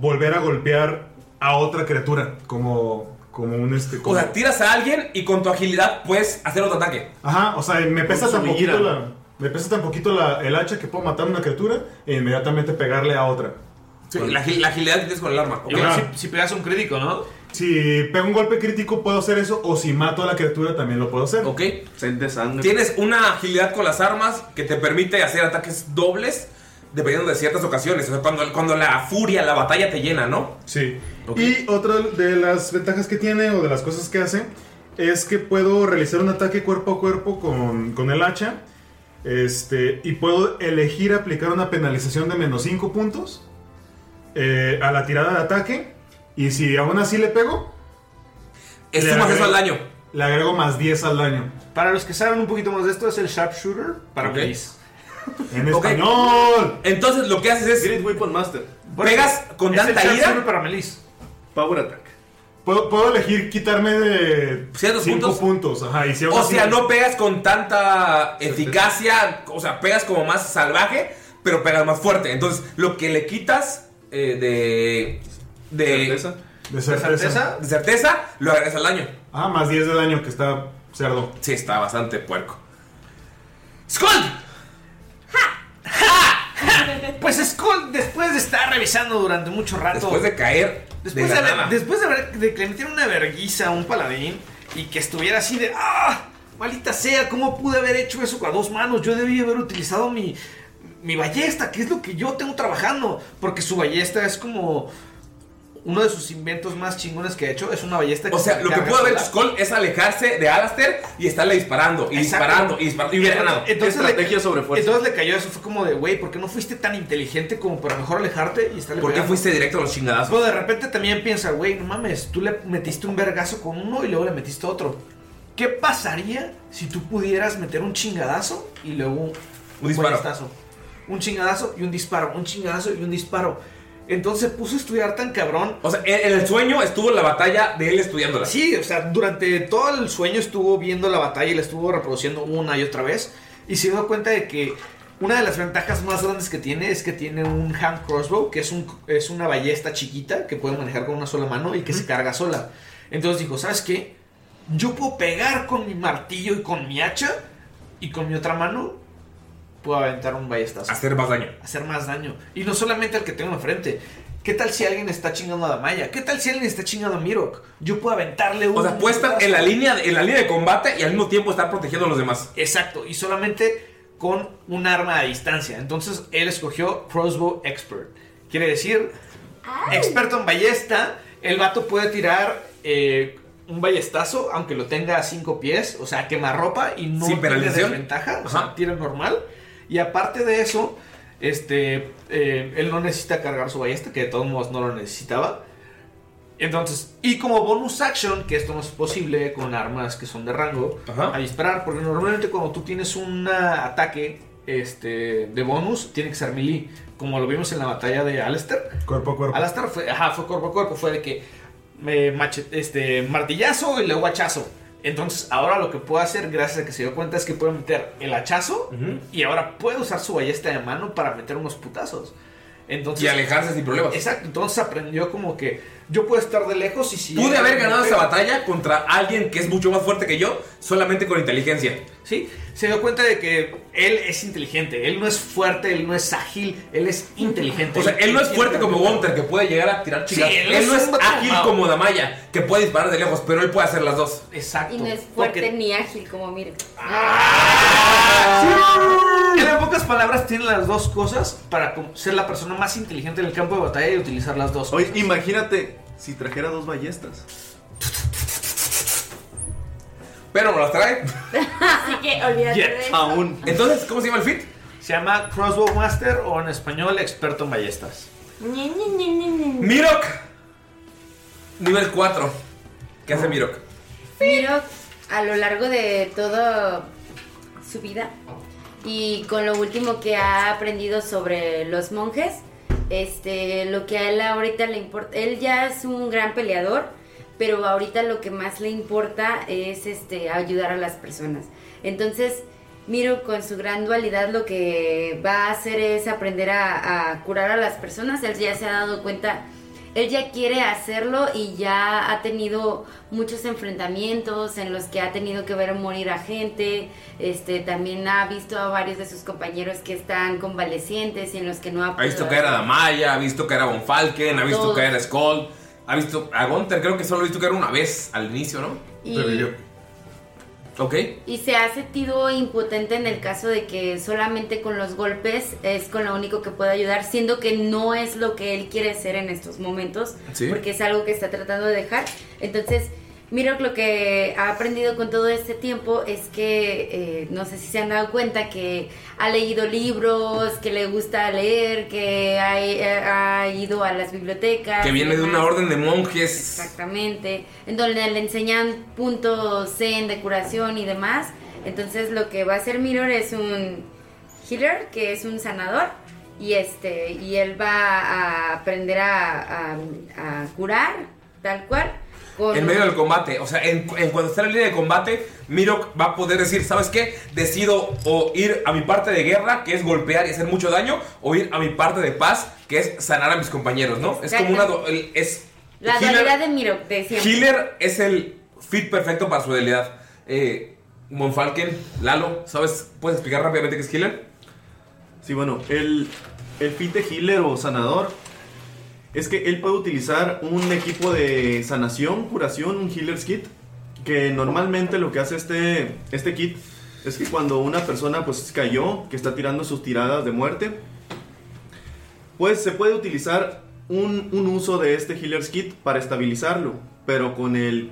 S8: volver a golpear a otra criatura. Como, como un este.
S3: O
S8: como-
S3: sea, tiras a alguien y con tu agilidad puedes hacer otro ataque.
S8: Ajá, o sea, me pesa
S3: Con su
S8: tan
S3: ira.
S8: poquito, la- me pesa tan poquito la- el hacha que puedo matar a una criatura e inmediatamente pegarle a otra.
S3: La, agil- la agilidad que tienes con el arma. ok.
S8: Ajá.
S6: Si pegas un crítico, ¿no?
S8: Si pego un golpe crítico puedo hacer eso o si mato a la criatura también lo puedo hacer.
S3: Ok.
S8: Sed de sangre.
S3: Tienes una agilidad con las armas que te permite hacer ataques dobles dependiendo de ciertas ocasiones. O sea, cuando, cuando la furia, la batalla te llena, ¿no?
S8: Sí. Y otra de las ventajas que tiene o de las cosas que hace es que puedo realizar un ataque cuerpo a cuerpo con, con el hacha. Este, y puedo elegir aplicar una penalización de menos 5 puntos eh, a la tirada de ataque. Y si aún así le pego,
S3: Es
S8: le
S3: sumas eso
S8: agrego-
S3: al daño.
S8: Le agrego más 10 al daño.
S6: Para los que saben un poquito más de esto, es el sharpshooter para
S3: Ok.
S6: Blaze.
S8: En
S3: Ok.
S8: español.
S3: Entonces lo que haces es.
S5: Great Weapon Master.
S3: Pegas con
S6: Es el
S3: tanta
S6: sharpshooter
S3: ira.
S6: para Melis.
S5: Power Attack.
S8: Puedo, puedo elegir quitarme de
S3: Ciertos
S8: 5
S3: puntos.
S8: puntos. Ajá, y si aún
S3: O
S8: así-
S3: sea, no pegas con tanta eficacia, o sea, pegas como más salvaje, pero pegas más fuerte. Entonces, lo que le quitas eh, de. de. certeza.
S8: De certeza.
S3: De certeza, lo agregas al daño.
S8: Ah, más 10 de daño que está cerdo.
S3: Sí, está bastante puerco. ¡Skull!
S6: *laughs* Pues Skull, después de estar revisando durante mucho rato.
S3: Después de caer.
S6: Después
S3: de
S6: de,
S3: la
S6: haber-
S3: nada.
S6: después de haber- de que le metieron una verguiza a un paladín y que estuviera así de. ¡Ah! Maldita sea, ¿cómo pude haber hecho eso con dos manos? Yo debí haber utilizado mi. Mi ballesta, que es lo que yo tengo trabajando. Porque su ballesta es como. Uno de sus inventos más chingones que ha hecho. Es una ballesta que.
S3: O sea, lo que pudo haber hecho Skull es alejarse de Alastair y estarle disparando, y
S6: Exacto.
S3: disparando, y disparando. Y hubiera ganado.
S6: Entonces le-
S3: sobre
S6: Entonces le cayó eso. Fue como de, güey, ¿por qué no fuiste tan inteligente como para mejor alejarte y estarle
S3: ¿Por qué
S6: pegando?"
S3: fuiste directo a los chingadazos?
S6: Pero de repente también piensa, güey, no mames, tú le metiste un vergazo con uno y luego le metiste otro. ¿Qué pasaría si tú pudieras meter un chingadazo y luego un
S3: disparo.
S6: ballestazo? Un chingadazo y un disparo, un chingadazo y un disparo. Entonces se puso a estudiar tan cabrón.
S3: O sea, en el sueño estuvo la batalla de él estudiándola.
S6: Sí, o sea, durante todo el sueño estuvo viendo la batalla y la estuvo reproduciendo una y otra vez. Y se dio cuenta de que una de las ventajas más grandes que tiene es que tiene un hand crossbow, que es, un, es una ballesta chiquita que puede manejar con una sola mano y que se carga sola. Entonces dijo, ¿sabes qué? Yo puedo pegar con mi martillo y con mi hacha y con mi otra mano puedo aventar un ballestazo.
S3: Hacer más daño.
S6: Hacer más daño. Y no solamente al que tengo enfrente. ¿Qué tal si alguien está chingando a Damaya? ¿Qué tal si alguien está chingando a Mirok? Yo puedo aventarle un...
S3: O sea, puede estar en la línea, de- en la línea de combate y al mismo tiempo estar protegiendo a los demás.
S6: Exacto, y solamente con un arma a distancia. Entonces él escogió Crossbow Expert. Quiere decir, experto en ballesta, el vato puede tirar eh, un ballestazo, aunque lo tenga a cinco pies, o sea, quemarropa y no
S3: Sin
S6: tiene
S3: penalización.
S6: desventaja, o sea, tira normal. Y aparte de eso, este, eh, él no necesita cargar su ballesta, que de todos modos no lo necesitaba. Entonces, y como bonus action, que esto no es posible con armas que son de rango, a disparar, porque normalmente cuando tú tienes un ah, ataque este, de bonus, tiene que ser melee, como lo vimos en la batalla de Alistair.
S8: Cuerpo a cuerpo.
S6: Alistair fue, ajá, fue cuerpo a cuerpo, fue de que eh, mache- este, martillazo y luego hachazo. Entonces, ahora lo que puedo hacer, gracias a que se dio cuenta, es que puedo meter el hachazo y ahora puedo usar su ballesta de mano para meter unos putazos. Entonces,
S3: Y alejarse sin problemas.
S6: Exacto, entonces aprendió como que yo puedo estar de lejos y si...
S3: Pude
S6: llega
S3: haber
S6: alguien
S3: ganado
S6: me
S3: esa
S6: pega-
S3: batalla contra alguien que es mucho más fuerte que yo, solamente con inteligencia.
S6: Sí, se dio cuenta de que él es inteligente, él no es fuerte, él no es ágil, él es inteligente.
S3: O sea, él no es fuerte como Gunter, que puede llegar a tirar chicas.
S6: Sí,
S3: él, no es
S6: un
S3: ágil
S6: mamado.
S3: como Damaya, que puede disparar de lejos, pero él puede hacer las dos.
S6: Exacto.
S4: Y no es fuerte ni ágil como mire.
S11: en pocas palabras, tiene las dos cosas para como ser la persona más inteligente en el campo de batalla y utilizar las dos. Oye,
S5: imagínate si trajera dos ballestas.
S3: Pero me
S11: *laughs*
S3: las trae.
S9: Así que olvídate de eso.
S11: aún.
S3: Entonces, ¿cómo se llama el fit?
S11: Se llama Crossbow Master o en español experto en ballestas.
S9: Ñe, Ñe, Ñe, Ñe, Ñe.
S3: Mirok. Nivel 4. ¿Qué hace Mirok?
S4: Miro a lo largo de toda su vida y con lo último que ha aprendido sobre los monjes, este, lo que a él ahorita le importa, él ya es un gran peleador, pero ahorita lo que más le importa es este, ayudar a las personas. Entonces, Miro con su gran dualidad lo que va a hacer es aprender a, a curar a las personas, él ya se ha dado cuenta él ya quiere hacerlo y ya ha tenido muchos enfrentamientos en los que ha tenido que ver morir a gente. Este, también ha visto a varios de sus compañeros que están convalecientes y en los que no ha
S3: Ha visto
S4: podido-
S3: caer a Damaya, ha visto caer a Von Falken, ha visto
S4: Todos.
S3: caer a Skull, ha visto a Gunther, creo que solo ha visto caer una vez al inicio, ¿no?
S4: Y- Revivió.
S3: Ok.
S4: Y se ha sentido impotente en el caso de que solamente con los golpes es con lo único que puede ayudar, siendo que no es lo que él quiere hacer en estos momentos,
S12: Sí.
S4: porque es algo que está tratando de dejar. Entonces, Miro lo que ha aprendido con todo este tiempo es que, eh, no sé si se han dado cuenta, que ha leído libros, que le gusta leer, que ha, eh, ha ido a las bibliotecas.
S3: Que viene de una
S4: demás.
S3: orden de monjes.
S4: Exactamente. En donde le enseñan puntos zen de curación y demás. Entonces lo que va a hacer Mirror es un healer, que es un sanador. Y este, y él va a aprender a, a- a curar, tal cual. con-
S3: En medio del combate, o sea, en, en cuando esté en la línea de combate, Mirok va a poder decir, ¿sabes qué? Decido o ir a mi parte de guerra, que es golpear y hacer mucho daño, o ir a mi parte de paz, que es sanar a mis compañeros, ¿no? Es como una... do- el- es
S4: La
S3: healer-
S4: dualidad de Miro de siempre.
S3: Healer es el fit perfecto para su debilidad. Eh, Monfalken, Lalo, ¿sabes? ¿Puedes explicar rápidamente qué es healer?
S5: Sí, bueno, el, el fit de healer o sanador es que él puede utilizar un equipo de sanación, curación, un healer's kit. Que normalmente lo que hace este, este kit es que cuando una persona pues cayó, que está tirando sus tiradas de muerte, pues se puede utilizar un, un uso de este healer's kit para estabilizarlo. Pero con el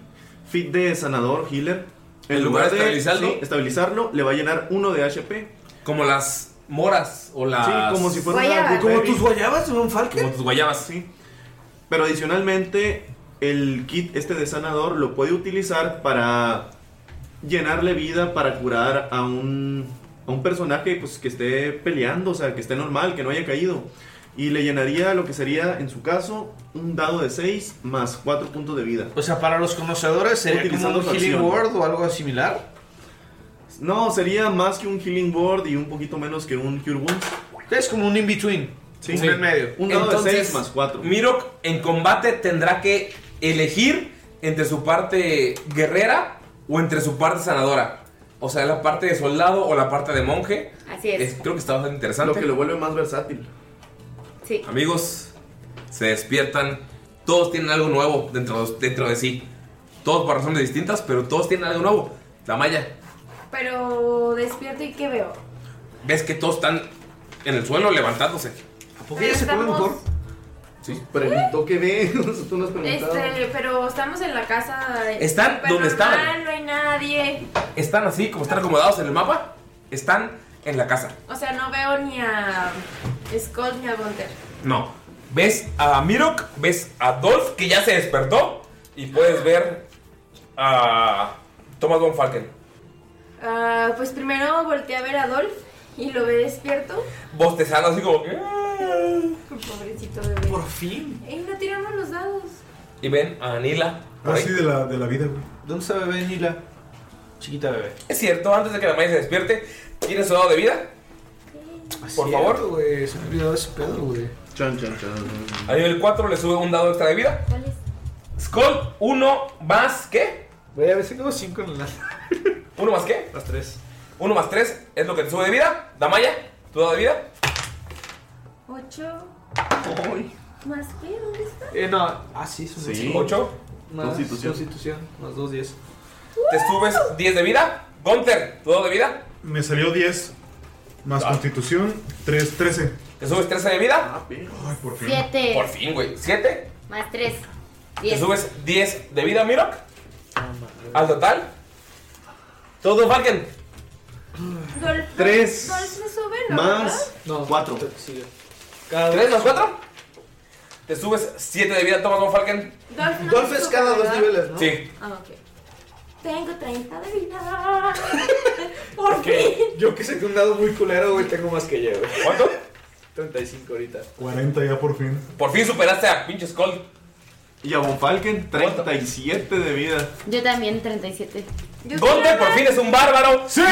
S5: fit de sanador healer,
S3: En lugar de estabilizarlo.
S5: sí, estabilizarlo, le va a llenar uno de HP.
S3: Como las moras o las...
S5: Sí, como si fuera
S3: Guayabas.
S5: una
S3: ¿Como tus
S5: guayabas un falque?
S3: Como tus guayabas.
S5: Sí. Pero adicionalmente, el kit este de sanador lo puede utilizar para llenarle vida, para curar a un, a un personaje pues, que esté peleando, o sea, que esté normal, que no haya caído. Y le llenaría lo que sería, en su caso, un dado de 6 más 4 puntos de vida.
S11: O sea, para los conocedores sería como
S5: Utilizando
S11: un
S5: su
S11: healing
S5: acción.
S11: word o algo similar.
S5: No, sería más que un healing board y un poquito menos que un cure wounds.
S11: Es como un in-between.
S5: Sí.
S11: Un en medio.
S5: Un dado
S3: Entonces,
S5: de 6 más 4.
S3: Mirok en combate tendrá que elegir entre su parte guerrera o entre su parte sanadora. O sea, la parte de soldado o la parte de monje.
S4: Así es.
S3: Es- creo que está bastante interesante.
S5: Lo que lo vuelve más versátil.
S4: Sí.
S3: Amigos, se despiertan. Todos tienen algo nuevo dentro, dentro de sí. Todos por razones distintas, pero todos tienen algo nuevo. La malla.
S9: Pero despierto y ¿qué veo?
S3: Ves que todos están en el suelo levantándose. ¿A
S9: poco ya se pone mejor?
S3: Sí.
S5: Preguntó qué
S8: *laughs*
S5: ve. Tú no has
S9: Este, pero estamos en la casa.
S3: Están
S9: súper
S3: donde estaban.
S9: normal, No hay nadie.
S3: Están así, como están acomodados en el mapa. Están en la casa.
S9: O sea, no veo ni a Scott ni a Gunther.
S3: No. Ves a Mirok, ves a Dolph que ya se despertó y puedes ver a Thomas von Falken.
S9: Ah, pues primero volteé a ver a Dolph y lo ve despierto.
S3: Bostezando así como que- "Ah,
S9: Pobrecito bebé. Por
S11: fin.
S9: Ey, no tiramos los dados.
S3: y ven a Anila.
S8: Ah, sí, de la, de la vida, güey.
S11: ¿Dónde está bebé Nila? Chiquita bebé.
S3: Es cierto, antes de que la Maya se despierte, ¿tienes su dado de vida? Por favor.
S11: güey. Se me olvidó ese pedo, güey.
S5: Chan, chan, chan.
S3: A nivel 4 le sube un dado extra de vida. Skull, 1 más ¿qué?
S11: Voy a ver si tengo 5 en la.
S3: *laughs* ¿Uno más qué? Más 3. 1 más 3 es lo que te sube de vida. Damaya, tu dado de vida.
S9: Ocho. Más qué, ¿dónde está?
S11: Eh, no. Ah, sí, es un
S3: Sí.
S11: cinco.
S3: Ocho.
S11: Más
S3: Constitución.
S11: constitución. Más 2, 10.
S3: Te subes 10 de vida. Gunther, tu dado de vida.
S8: Me salió 10. más constitución, 3, 13.
S3: ¿Te subes 13 de vida?
S11: Ah,
S8: Ay, por fin.
S4: Siete.
S3: Por fin, güey. ¿Siete?
S4: Más tres.
S3: ¿Te
S4: Diez.
S3: subes 10 de vida, Mirok? Al total. Todo Falken.
S9: Golf-
S3: Tres
S9: golf me sube, ¿no?
S3: No, 4. ¿Tres más cuatro? Te subes 7 de vida, tomas un Falken.
S9: Golf, no
S3: Golf
S9: me
S3: es
S9: sube,
S3: cada dos
S9: ¿verdad?
S3: niveles, ¿no? Sí.
S9: Ah, ok. Tengo 30 de
S3: *laughs*
S9: vida. Por
S6: Yo que sé que un dado muy culero, güey, tengo más que yo, güey.
S3: ¿Cuánto?
S6: 35 ahorita.
S8: 40 ya por fin.
S3: Por fin superaste a pinche Skull.
S5: Y a Von Falken, 37 de vida.
S4: Yo también, 37.
S3: Gonte por fin es un bárbaro. ¡Sí!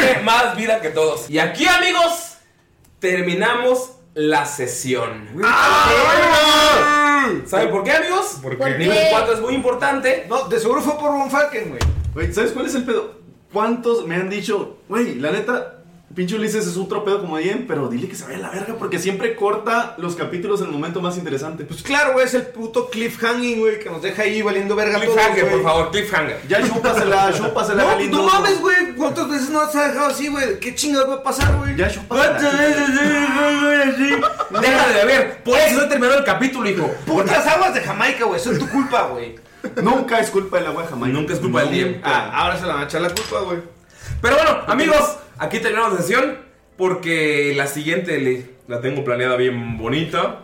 S3: Tiene más vida que todos. Y aquí, amigos, terminamos la sesión. ¡Ah! ¿Saben por qué, amigos?
S5: qué?
S3: Nivel 4 es muy importante.
S5: No, de seguro fue por Von Falken, güey. Güey, ¿sabes cuál es el pedo? ¿Cuántos me han dicho, güey, la neta, pinche Ulises es un tropedo como Dien, pero dile que se vaya a la verga porque siempre corta los capítulos en el momento más interesante. Pues
S6: Claro, güey, es el puto cliffhanging, güey, que nos deja ahí valiendo verga todo,
S3: Cliffhanger, por
S6: güey.
S3: favor, cliffhanger.
S5: Ya
S6: *laughs*
S5: chúpasela, chúpasela,
S6: No,
S5: Galindo.
S6: no mames, güey. ¿Cuántas veces nos has dejado así, güey? ¿Qué chingados va a pasar, güey?
S5: Ya
S6: ¿Cuántas veces
S3: Deja de beber. Por eso no terminó el capítulo, hijo.
S6: Putas aguas de Jamaica, güey. Eso es tu culpa, güey.
S5: Nunca es culpa del agua de Jamaica.
S3: Nunca es culpa del DM.
S6: Ah, ahora se la van a echar la culpa, güey.
S3: Pero bueno, amigos, aquí terminamos la sesión porque la siguiente le- la tengo planeada bien bonita.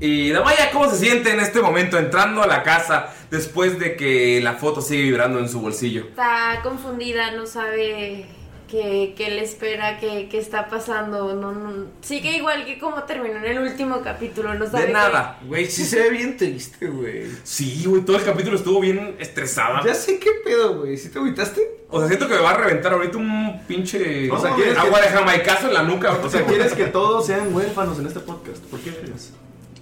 S3: Y Damaya, ¿cómo se siente en este momento entrando a la casa después de que la foto sigue vibrando en su bolsillo?
S9: Está confundida, no sabe qué, qué le espera, qué, qué está pasando. No, no- sigue igual que como terminó en el último capítulo, no sabe.
S3: De
S9: qué-
S3: nada.
S6: Güey, sí se ve bien triste, güey.
S3: Sí, güey, todo el capítulo estuvo bien estresada.
S6: Ya sé qué pedo, güey. ¿Sí te agüitaste?
S3: O sea, siento que me va a reventar ahorita un pinche
S5: O sea, ¿quieres
S3: agua
S5: que-
S3: de jamaicazo en la nuca.
S5: O sea,
S3: *laughs*
S5: quieres que todos sean huérfanos en este podcast. ¿Por qué vergas?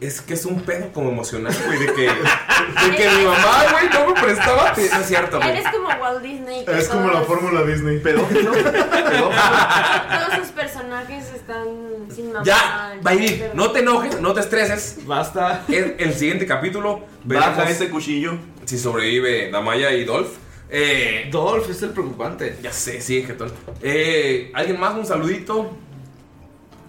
S3: Es que es un pedo como emocional, güey, de que, de que mi mamá, güey, no me prestaba. No es cierto, güey.
S9: Eres como Walt Disney. que
S8: Es como la
S9: todos-
S8: fórmula Disney.
S5: Pedófilo.
S9: Todos
S8: *laughs*
S9: sus personajes están sin mamá.
S3: Ya, Baidí,
S9: Pero-
S3: no te enojes, no te estreses.
S6: Basta.
S3: En el siguiente capítulo
S5: Baja
S3: veremos
S5: ese cuchillo.
S3: si sobrevive Damaya y Dolph. Eh,
S6: Dolph es el preocupante.
S3: Ya sé, sí, es que Dolph. Eh, ¿Alguien más? Un saludito.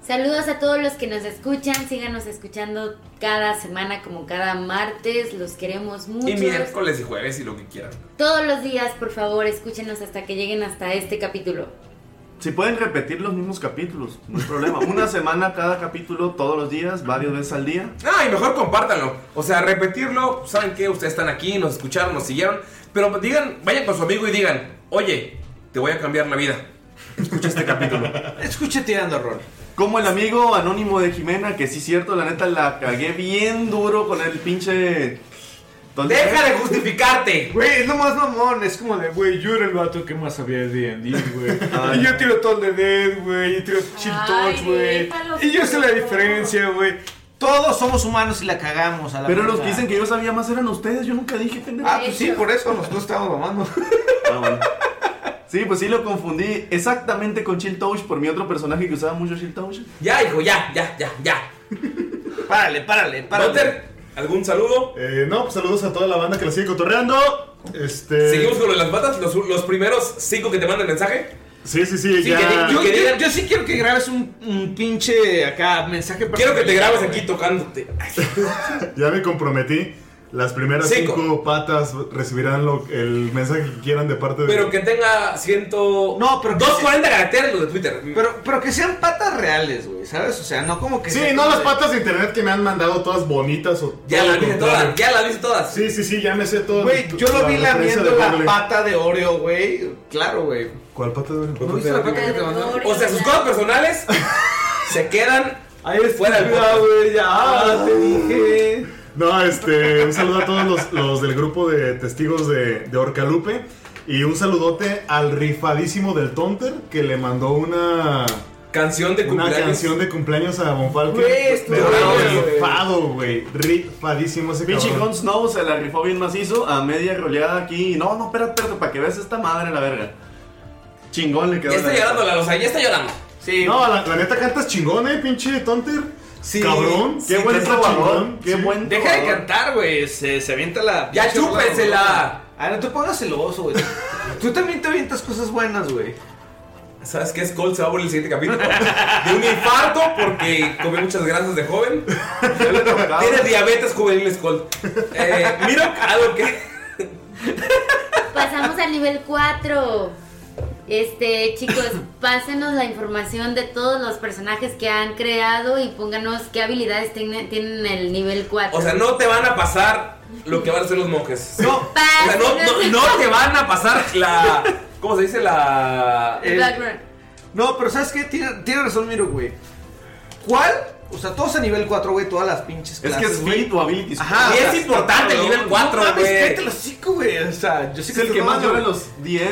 S4: Saludos a todos los que nos escuchan. Síganos escuchando cada semana, como cada martes. Los queremos mucho.
S3: Y miércoles y jueves y lo que quieran.
S4: Todos los días, por favor, escúchenos hasta que lleguen hasta este capítulo.
S5: Si pueden repetir los mismos capítulos, no hay
S3: *laughs*
S5: problema. Una semana cada capítulo, todos los días, varias veces al día.
S3: Ah, y mejor compártanlo. O sea, repetirlo. Saben que ustedes están aquí, nos escucharon, nos siguieron. Pero digan, vayan con su amigo y digan, oye, te voy a cambiar la vida.
S6: Escucha tirando rol.
S5: Como el amigo anónimo de Jimena, que sí cierto, la neta la cagué bien duro con el pinche.
S3: ¡Deja de justificarte!
S6: Güey, es lo más mamón. Es como de, güey, yo era el vato que más sabía de D&D, güey.
S5: Ay.
S6: y yo tiro todo de Dead, güey. Y tiro Chill
S9: Ay,
S6: Touch, güey.
S9: déjalo,
S6: Y yo sé la
S9: no.
S6: diferencia, güey. Todos somos humanos y la cagamos a la
S5: Pero los
S6: verdad.
S5: que dicen que yo sabía más eran ustedes, yo nunca dije, pendejo.
S6: Ah, pues sí, por eso nosotros estábamos mamando.
S5: Ah, bueno. Sí, pues sí lo confundí exactamente con Chill Touch por mi otro personaje que usaba mucho Chill Touch.
S3: Ya, hijo, ya, ya, ya, ya.
S6: *laughs* Párale, párale,
S3: párale. ¿algún saludo?
S8: no, pues saludos a toda la banda que la sigue cotorreando. Este.
S3: Seguimos con lo de las batas, los, los primeros cinco que te mandan mensaje.
S8: Sí, sí, sí,
S3: Sí,
S8: ya.
S3: que di-
S6: Yo,
S3: que digan-
S6: yo- yo sí quiero que grabes un, un pinche acá mensaje para.
S3: Quiero que te grabes aquí tocándote.
S8: *laughs* Ya me comprometí. Las primeras
S3: Cinco.
S8: cinco, patas recibirán lo- el mensaje que quieran de parte de.
S3: Pero que tenga ciento. No, pero. 240 caracteres los de Twitter.
S6: Pero, pero que sean patas reales, güey, ¿sabes? O sea, no como que.
S8: Sí,
S6: sea
S8: no
S6: como
S8: las
S6: de-
S8: patas de internet que me han mandado todas bonitas o.
S6: Ya las
S8: todo lo
S6: viste
S8: contrario.
S6: todas, ya las viste todas.
S8: Sí, sí, sí, ya me sé todo.
S6: Güey, yo lo vi
S8: referencia
S6: lamiendo
S8: de
S6: la
S8: Google.
S6: pata de Oreo, güey. Claro, güey.
S8: ¿Cuál pata de Oreo?
S6: ¿No viste la pata que te mandó?
S3: O sea, sus cosas personales
S6: *laughs*
S3: se quedan fuera del
S6: Mira,
S3: podcast.
S6: güey, ya ah, te dije.
S8: No, este, un saludo a todos los, los del grupo de testigos de, de Orcalupe. Y un saludote al rifadísimo del Tonter que le mandó una.
S3: Canción de
S8: Una
S3: cumpleaños.
S8: canción de cumpleaños a Bonfalque.
S6: Güey, estuvo bueno, güey.
S8: rifado, güey. Rifadísimo ese
S5: Pinche
S8: cabrón.
S5: Jon Snow se la rifó bien macizo a media roleada aquí. No, no, espérate, espérate, para que veas esta madre la verga. Chingón le quedó.
S3: Ya está
S5: la neta.
S3: llorando, Lalo, o sea, ya está llorando.
S6: Sí.
S8: No, la, la neta cantas chingón, eh, pinche Tonter.
S6: Sí.
S8: Cabrón.
S6: Sí, canta
S8: cabrón. Qué buen.
S6: Deja de cantar, güey. Se, se avienta la.
S3: Ya chúpensela.
S6: Ah, no te pongas celoso, güey. Tú también te avientas cosas buenas, güey.
S3: ¿Sabes qué? Skull se va a morir el siguiente
S6: *laughs*
S3: capítulo. De un infarto porque comió muchas grasas de
S8: *laughs*
S3: joven. Tiene diabetes juvenil Skull. Eh, mira algo que.
S4: Pasamos al nivel 4. Este,
S3: *laughs*
S4: chicos, pásenos la información de todos los personajes que han creado y pónganos qué habilidades tienen, tienen el nivel 4.
S3: O sea, no te van a pasar lo que van a hacer los monjes. No, o sea,
S4: Pásenos
S3: no, no- no te van a pasar la. ¿Cómo se dice?
S6: Ah,
S3: La.
S11: El- No, pero ¿sabes qué? Tiene, tiene razón, Miro, güey. ¿Cuál? O sea, todos a nivel 4, güey, todas las pinches
S5: Es
S11: clases.
S5: que es
S11: güey.
S5: fit o ability.
S11: Ajá.
S5: Y
S11: o
S5: es
S11: sea,
S5: importante el
S11: no,
S5: nivel cuatro,
S11: No mames,
S5: güey.
S11: cállate los cinco, güey. O sea, yo sé que
S5: Es
S11: es el que más...
S5: llora
S11: güey.
S5: en los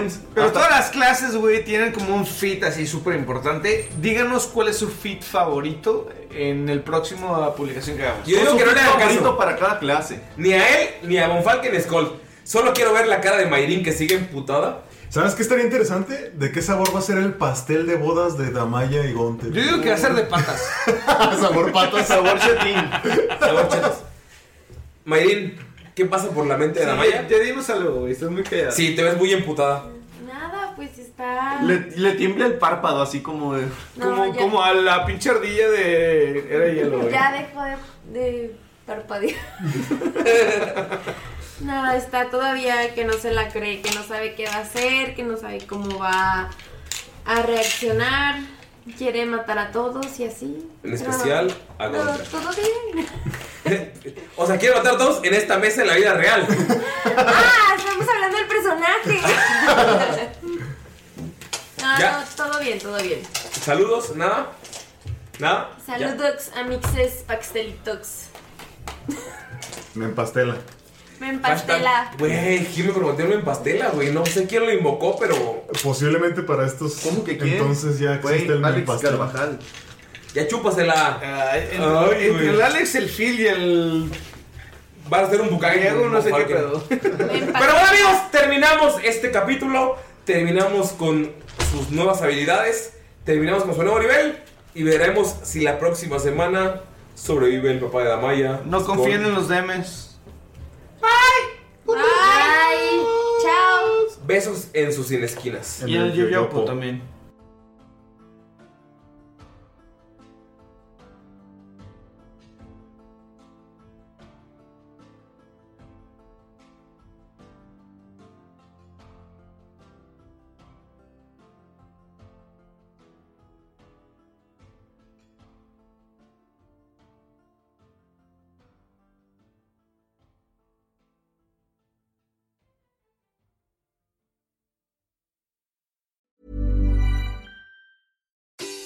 S5: DMs.
S11: Pero
S5: Hasta-
S11: todas las clases, güey, tienen como un fit así súper importante. Díganos cuál es su fit favorito en el próximo publicación que hagamos.
S3: Yo digo que no le hagan caso.
S5: para cada clase.
S3: Ni a él, ni a Bonfalken ni a Skull. Solo quiero ver la cara de Mayrin que sigue emputada.
S7: ¿Sabes qué estaría interesante? ¿De qué sabor va a ser el pastel de bodas de Damaya y Gonte? Yo
S11: digo que va a ser de patas.
S7: sabor patas,
S5: *laughs* sabor chetín.
S3: Sabor chetos. Mayrin, ¿qué pasa por la mente de la Maya?
S11: Te dimos algo, güey, estás muy callada.
S3: Sí, te ves muy emputada.
S9: Nada, pues está.
S5: Le, le tiembla el párpado así como de...
S9: No, Como- ya. como
S11: a la pinche ardilla de... Era
S9: Ya dejó de, de
S3: *laughs*
S9: parpadear. no, está todavía que no se la cree, que no sabe qué va a hacer, que no sabe cómo va a reaccionar. Quiere matar a todos y así.
S3: En especial a
S9: Pero
S3: Gondra.
S9: todo bien.
S3: O sea, quiero matar dos en esta mesa en la vida real.
S9: ¡Ah! Estamos hablando
S3: *laughs*
S9: del personaje. no,
S3: Ya.
S9: no, todo bien, todo bien.
S3: Saludos, nada. Nada. Ya.
S9: Saludos, amixes, paxtelitox.
S7: Me empastela.
S9: Me empastela.
S3: Güey, ¿quién me prometió una empastela, güey? No sé quién lo invocó, pero.
S7: Posiblemente para estos. ¿Cómo que
S3: quién?
S7: Entonces ya
S3: Güey,
S7: existe el
S3: Alex
S7: Mempastel.
S3: Carvajal. Ya chúpasela.
S11: Entre, entre el Alex, el Phil y el.
S3: Va a ser un bucaque.
S11: Diego, no sé qué pedo.
S3: Pero bueno amigos, terminamos este capítulo, terminamos con sus nuevas habilidades, terminamos con su nuevo nivel y veremos si la próxima semana sobrevive el papá de Damaya.
S11: No confíen en los DMs.
S9: Bye. Chao.
S3: Besos en sus sin esquinas.
S11: Y en el Yoyopo también.